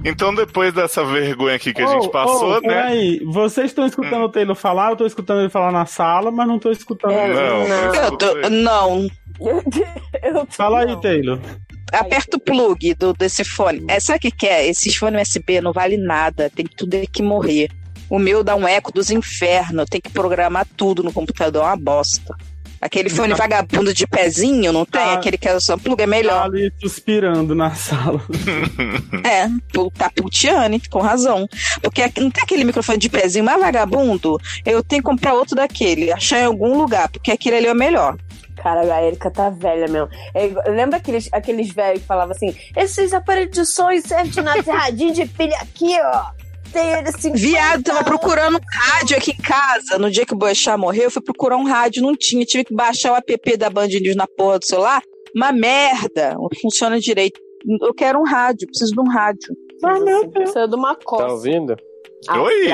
[SPEAKER 1] Então, depois dessa vergonha aqui que a gente
[SPEAKER 3] Oh,
[SPEAKER 1] passou,
[SPEAKER 3] oh,
[SPEAKER 1] né? Hum.
[SPEAKER 3] Peraí, vocês estão escutando o Taylor falar, eu tô escutando ele falar na sala, mas não tô escutando.
[SPEAKER 5] É,
[SPEAKER 1] Não, não
[SPEAKER 2] Eu tô, não.
[SPEAKER 3] Fala aí, Taylor.
[SPEAKER 2] Aperta o plug do, desse fone. É, sabe o que, que é? Esses fones USB não vale nada. Tem tudo aí que morrer. O meu dá um eco dos infernos. Tem que programar tudo no computador. É uma bosta. Aquele fone
[SPEAKER 3] Tá.
[SPEAKER 2] vagabundo de pezinho, não
[SPEAKER 3] Ah.
[SPEAKER 2] tem? Aquele que é só plug é melhor.
[SPEAKER 3] Tá ali suspirando na sala.
[SPEAKER 2] É, pu- tá putiane, com razão. Porque aqui- não tem aquele microfone de pezinho mais vagabundo? Eu tenho que comprar outro daquele, achar em algum lugar, porque aquele ali é o melhor.
[SPEAKER 5] Cara, a Erika tá velha mesmo. É igual- lembra aqueles, aqueles velhos que falavam assim: esses aparelhos de som servem de na serradinha de pilha aqui, ó. Tem ele assim.
[SPEAKER 2] Viado, tava procurando um rádio aqui em casa. No dia que o Boechat morreu, eu fui procurar um rádio, não tinha. Tive que baixar o app da Band News na porra do celular. Uma merda, não funciona direito. Eu quero um rádio, preciso de um rádio.
[SPEAKER 5] Ah, meu Deus. Saiu de uma
[SPEAKER 6] Tá
[SPEAKER 5] costa.
[SPEAKER 6] ouvindo?
[SPEAKER 1] Oi!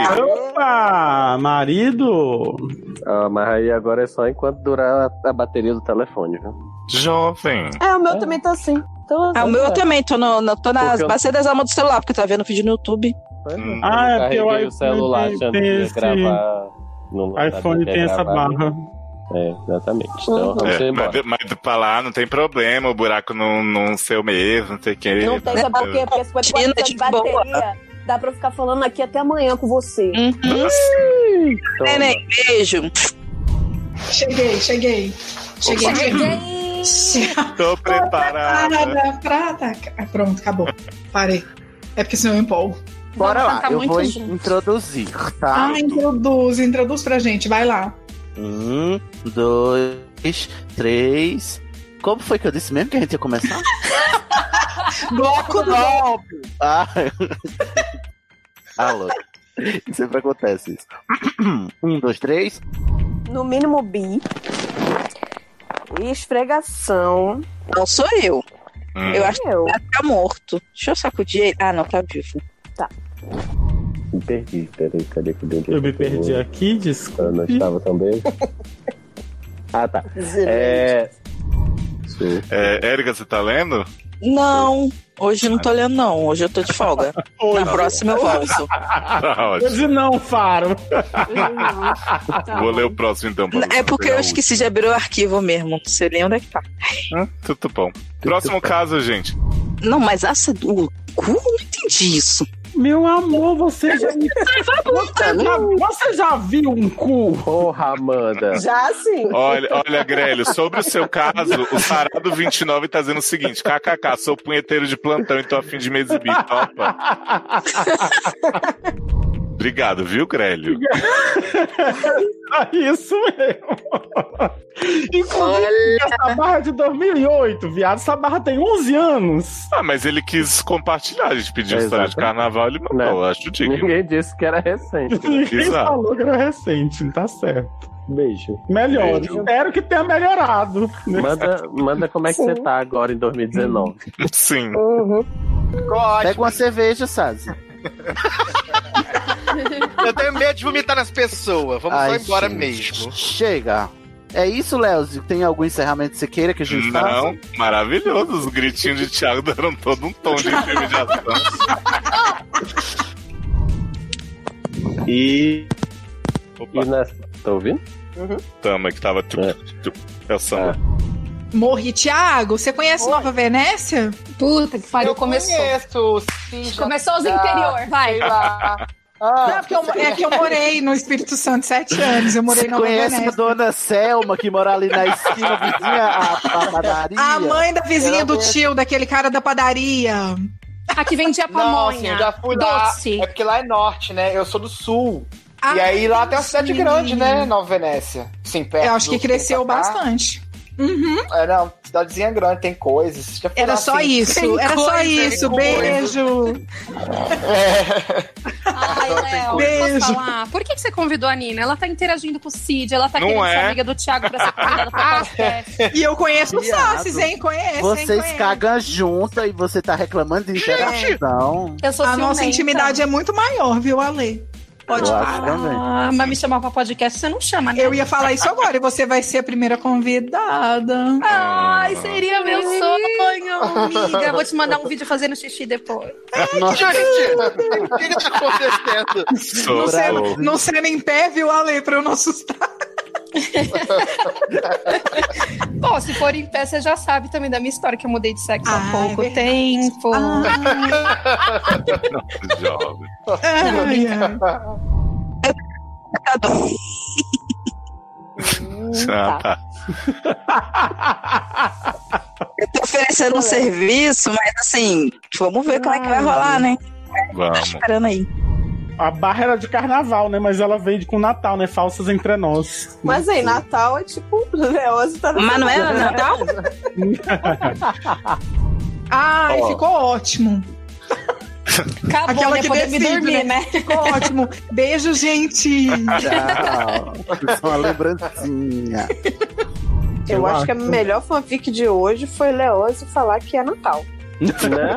[SPEAKER 3] Opa, marido!
[SPEAKER 6] Ah, mas aí agora é só enquanto durar a, a bateria do telefone, viu?
[SPEAKER 1] Jovem.
[SPEAKER 5] É, o meu também tá assim. Então,
[SPEAKER 2] Ah, o meu eu também, tô, no, no, tô nas
[SPEAKER 6] Porque eu-
[SPEAKER 2] bacias das almas do celular, porque tá vendo vídeo no YouTube.
[SPEAKER 3] Ah, é porque
[SPEAKER 6] eu
[SPEAKER 3] o
[SPEAKER 6] carreguei o
[SPEAKER 3] iPhone
[SPEAKER 6] celular
[SPEAKER 3] tem-
[SPEAKER 6] achando
[SPEAKER 3] tem
[SPEAKER 6] que ia
[SPEAKER 3] esse-
[SPEAKER 6] gravar. Não sabia
[SPEAKER 3] iPhone
[SPEAKER 6] que ia
[SPEAKER 3] tem essa
[SPEAKER 6] gravar, né?
[SPEAKER 3] barra.
[SPEAKER 6] É, exatamente. Então
[SPEAKER 1] É,
[SPEAKER 6] vamos embora.
[SPEAKER 1] mas, mas pra lá não tem problema, o buraco não, não seu mesmo, não sei o Né? que.
[SPEAKER 5] Não tem, sabe por quê? Porque 54 de bateria. Dá pra eu ficar falando aqui até amanhã com você.
[SPEAKER 2] Neném, beijo.
[SPEAKER 18] Cheguei, cheguei. Cheguei.
[SPEAKER 1] Tô
[SPEAKER 24] Tá
[SPEAKER 1] preparada.
[SPEAKER 18] Parada, prata. Ah, Pronto, acabou. Parei. É porque senão eu empolgo.
[SPEAKER 7] Bora
[SPEAKER 18] Vamos
[SPEAKER 7] lá,
[SPEAKER 18] cantar
[SPEAKER 24] tá
[SPEAKER 7] eu
[SPEAKER 18] muito
[SPEAKER 7] vou
[SPEAKER 18] junto.
[SPEAKER 7] introduzir, tá?
[SPEAKER 18] Ah, introduz, introduz pra gente, vai lá.
[SPEAKER 7] Um, dois, três. Como foi que eu disse mesmo que a gente ia começar?
[SPEAKER 18] Bloco não.
[SPEAKER 7] ah. Alô. Sempre acontece isso. Um, dois, três.
[SPEAKER 5] No mínimo bi. E esfregação.
[SPEAKER 2] Não sou eu.
[SPEAKER 1] Hum. Uhum.
[SPEAKER 2] Eu acho que
[SPEAKER 5] eu.
[SPEAKER 2] ele tá morto. Deixa eu sacudir ele. Ah, não, tá vivo.
[SPEAKER 5] Tá.
[SPEAKER 6] Me perdi, peraí, cadê que deu?
[SPEAKER 3] Eu me perdi aqui, desculpa.
[SPEAKER 6] Eu não estava também. ah, tá. É.
[SPEAKER 1] É, Érica, você tá lendo?
[SPEAKER 2] Não, hoje eu não tô lendo, não. Hoje eu tô de folga. Na próxima eu volto.
[SPEAKER 1] Tá ótimo.
[SPEAKER 3] Hoje não, Faro.
[SPEAKER 1] Vou ler o próximo então. pra
[SPEAKER 2] Tá É
[SPEAKER 1] você
[SPEAKER 2] porque
[SPEAKER 1] pegar
[SPEAKER 2] eu
[SPEAKER 1] o
[SPEAKER 2] esqueci de abrir o arquivo mesmo. Não sei nem onde é que tá.
[SPEAKER 1] último. Tudo bom. Próximo caso, gente.
[SPEAKER 2] Não, mas essa do cu, não entendi isso.
[SPEAKER 3] Meu amor, você já me. você, já, você já viu um cu?
[SPEAKER 6] Porra, Amanda.
[SPEAKER 5] Já sim.
[SPEAKER 1] Olha, olha, Grélio, sobre o seu caso, o Sarado29 tá dizendo o seguinte: KKK, sou punheteiro de plantão e tô a fim de me exibir. Topa. Obrigado, viu, Grélio?
[SPEAKER 3] É isso mesmo. Inclusive, essa barra é de 2008, viado. Essa barra tem 11 anos.
[SPEAKER 1] Ah, mas ele quis compartilhar. A gente pediu
[SPEAKER 6] É,
[SPEAKER 1] história de
[SPEAKER 6] exatamente.
[SPEAKER 1] carnaval, ele mandou.
[SPEAKER 6] Né?
[SPEAKER 1] Eu acho digno.
[SPEAKER 6] Ninguém disse que era recente.
[SPEAKER 3] Ninguém
[SPEAKER 1] Exato.
[SPEAKER 3] falou que era recente, tá certo.
[SPEAKER 6] Beijo.
[SPEAKER 3] Melhor.
[SPEAKER 6] Beijo.
[SPEAKER 3] Espero que tenha melhorado.
[SPEAKER 6] Manda, manda como é que
[SPEAKER 3] Sim.
[SPEAKER 6] você tá agora em 2019.
[SPEAKER 1] Sim.
[SPEAKER 7] Pega uma cerveja, Sazi.
[SPEAKER 8] Eu tenho medo de vomitar nas pessoas. Vamos
[SPEAKER 7] Ai,
[SPEAKER 8] só embora
[SPEAKER 7] gente,
[SPEAKER 8] mesmo.
[SPEAKER 7] Chega. É isso, Léo? Tem algum encerramento que você queira que a gente faça?
[SPEAKER 1] Não, maravilhoso. Os gritinhos de Thiago deram todo um tom de filme de ação.
[SPEAKER 6] E. e nessa... Tá ouvindo?
[SPEAKER 1] Tamo, é que tava. Tchup, tchup, é o samba.
[SPEAKER 18] Morre, Thiago. Você conhece Nova Venécia?
[SPEAKER 24] Puta que pariu,
[SPEAKER 18] Eu
[SPEAKER 24] começou.
[SPEAKER 18] conheço,
[SPEAKER 24] Começou os interior, vai.
[SPEAKER 7] Ah,
[SPEAKER 18] Não, porque eu- é que eu morei no Espírito Santo sete anos. Eu morei
[SPEAKER 7] Você
[SPEAKER 18] na Nova
[SPEAKER 7] conhece
[SPEAKER 18] Venécia.
[SPEAKER 7] a dona Selma, que mora ali na esquina, vizinha à à padaria?
[SPEAKER 18] A mãe da vizinha
[SPEAKER 7] Ela
[SPEAKER 18] do
[SPEAKER 7] vem-
[SPEAKER 18] tio, daquele cara da padaria.
[SPEAKER 24] A que vendia
[SPEAKER 17] Não,
[SPEAKER 18] pamonha.
[SPEAKER 17] sim, já fui lá. É porque lá é norte, né? Eu sou do sul. e aí lá tem uma cidade
[SPEAKER 18] Ah, sim.
[SPEAKER 17] grande, né? Nova Venécia. Sim, perto.
[SPEAKER 18] Eu acho que
[SPEAKER 17] do-
[SPEAKER 18] cresceu
[SPEAKER 17] pra cá.
[SPEAKER 18] bastante. Uhum.
[SPEAKER 17] É, não, cidadezinha grande, tem coisas. Já fui
[SPEAKER 18] Era
[SPEAKER 17] lá,
[SPEAKER 18] só
[SPEAKER 17] sim.
[SPEAKER 18] isso,
[SPEAKER 17] Tem
[SPEAKER 18] era só
[SPEAKER 17] coisa,
[SPEAKER 18] isso.
[SPEAKER 17] tem coisa. É.
[SPEAKER 18] Beijo.
[SPEAKER 24] Léo,
[SPEAKER 18] Beijo.
[SPEAKER 24] posso falar? Por que, que você convidou a Nina? Ela tá interagindo com o Cid, ela tá
[SPEAKER 7] Não
[SPEAKER 24] querendo
[SPEAKER 7] é?
[SPEAKER 24] ser amiga do Thiago pra ser convidada pra podcast.
[SPEAKER 18] E eu conheço
[SPEAKER 7] o Sassis, hein?
[SPEAKER 10] É,
[SPEAKER 18] Conheço,
[SPEAKER 7] Vocês cagam junto e você tá reclamando de interação.
[SPEAKER 24] Eu sou
[SPEAKER 18] A nossa
[SPEAKER 24] ciumenta.
[SPEAKER 18] intimidade
[SPEAKER 24] tá.
[SPEAKER 18] é muito maior, viu, Ale? Pode
[SPEAKER 7] Eu
[SPEAKER 18] falar.
[SPEAKER 7] acho também.
[SPEAKER 24] Ah, mas me chamar pra podcast você não chama, né?
[SPEAKER 18] Eu ia falar isso agora e você vai ser a primeira convidada.
[SPEAKER 24] Ai, seria meu sonho, amiga. Eu Vou te mandar um vídeo fazendo xixi depois.
[SPEAKER 8] Gente, o que que tá acontecendo?
[SPEAKER 18] Não
[SPEAKER 1] Sou
[SPEAKER 18] sendo,
[SPEAKER 1] bravo.
[SPEAKER 18] não sendo em pé, viu, Ale, pra eu não assustar.
[SPEAKER 24] Bom, se for em pé, você já sabe também da minha história, que eu mudei de sexo
[SPEAKER 18] Ah,
[SPEAKER 24] há
[SPEAKER 18] é
[SPEAKER 24] pouco tempo.
[SPEAKER 6] Ah.
[SPEAKER 1] Jovem.
[SPEAKER 24] Não, brincando.
[SPEAKER 2] Hum,
[SPEAKER 1] Ah, tá.
[SPEAKER 2] Eu tô oferecendo um serviço, mas assim, vamos ver como é que vai rolar, né?
[SPEAKER 1] Vamos.
[SPEAKER 2] Esperando aí.
[SPEAKER 3] A barra era de carnaval, né? Mas ela veio de- com Natal, né? Falsas entre nós.
[SPEAKER 5] Mas aí, Natal é tipo. Leose tá
[SPEAKER 3] Mas não era Natal?
[SPEAKER 18] Ai,
[SPEAKER 3] Ó.
[SPEAKER 18] ficou ótimo.
[SPEAKER 24] Acabou,
[SPEAKER 18] Aquela
[SPEAKER 24] né?
[SPEAKER 18] que
[SPEAKER 24] Poder me
[SPEAKER 18] decide,
[SPEAKER 24] dormir, né?
[SPEAKER 18] Ficou ótimo. Beijo, gente.
[SPEAKER 7] Tchau. Só uma lembrancinha.
[SPEAKER 5] Eu,
[SPEAKER 7] Eu
[SPEAKER 5] acho, que a
[SPEAKER 7] acho.
[SPEAKER 5] melhor é
[SPEAKER 7] Né?
[SPEAKER 5] fanfic de hoje foi Leose falar que é Natal.
[SPEAKER 6] Né?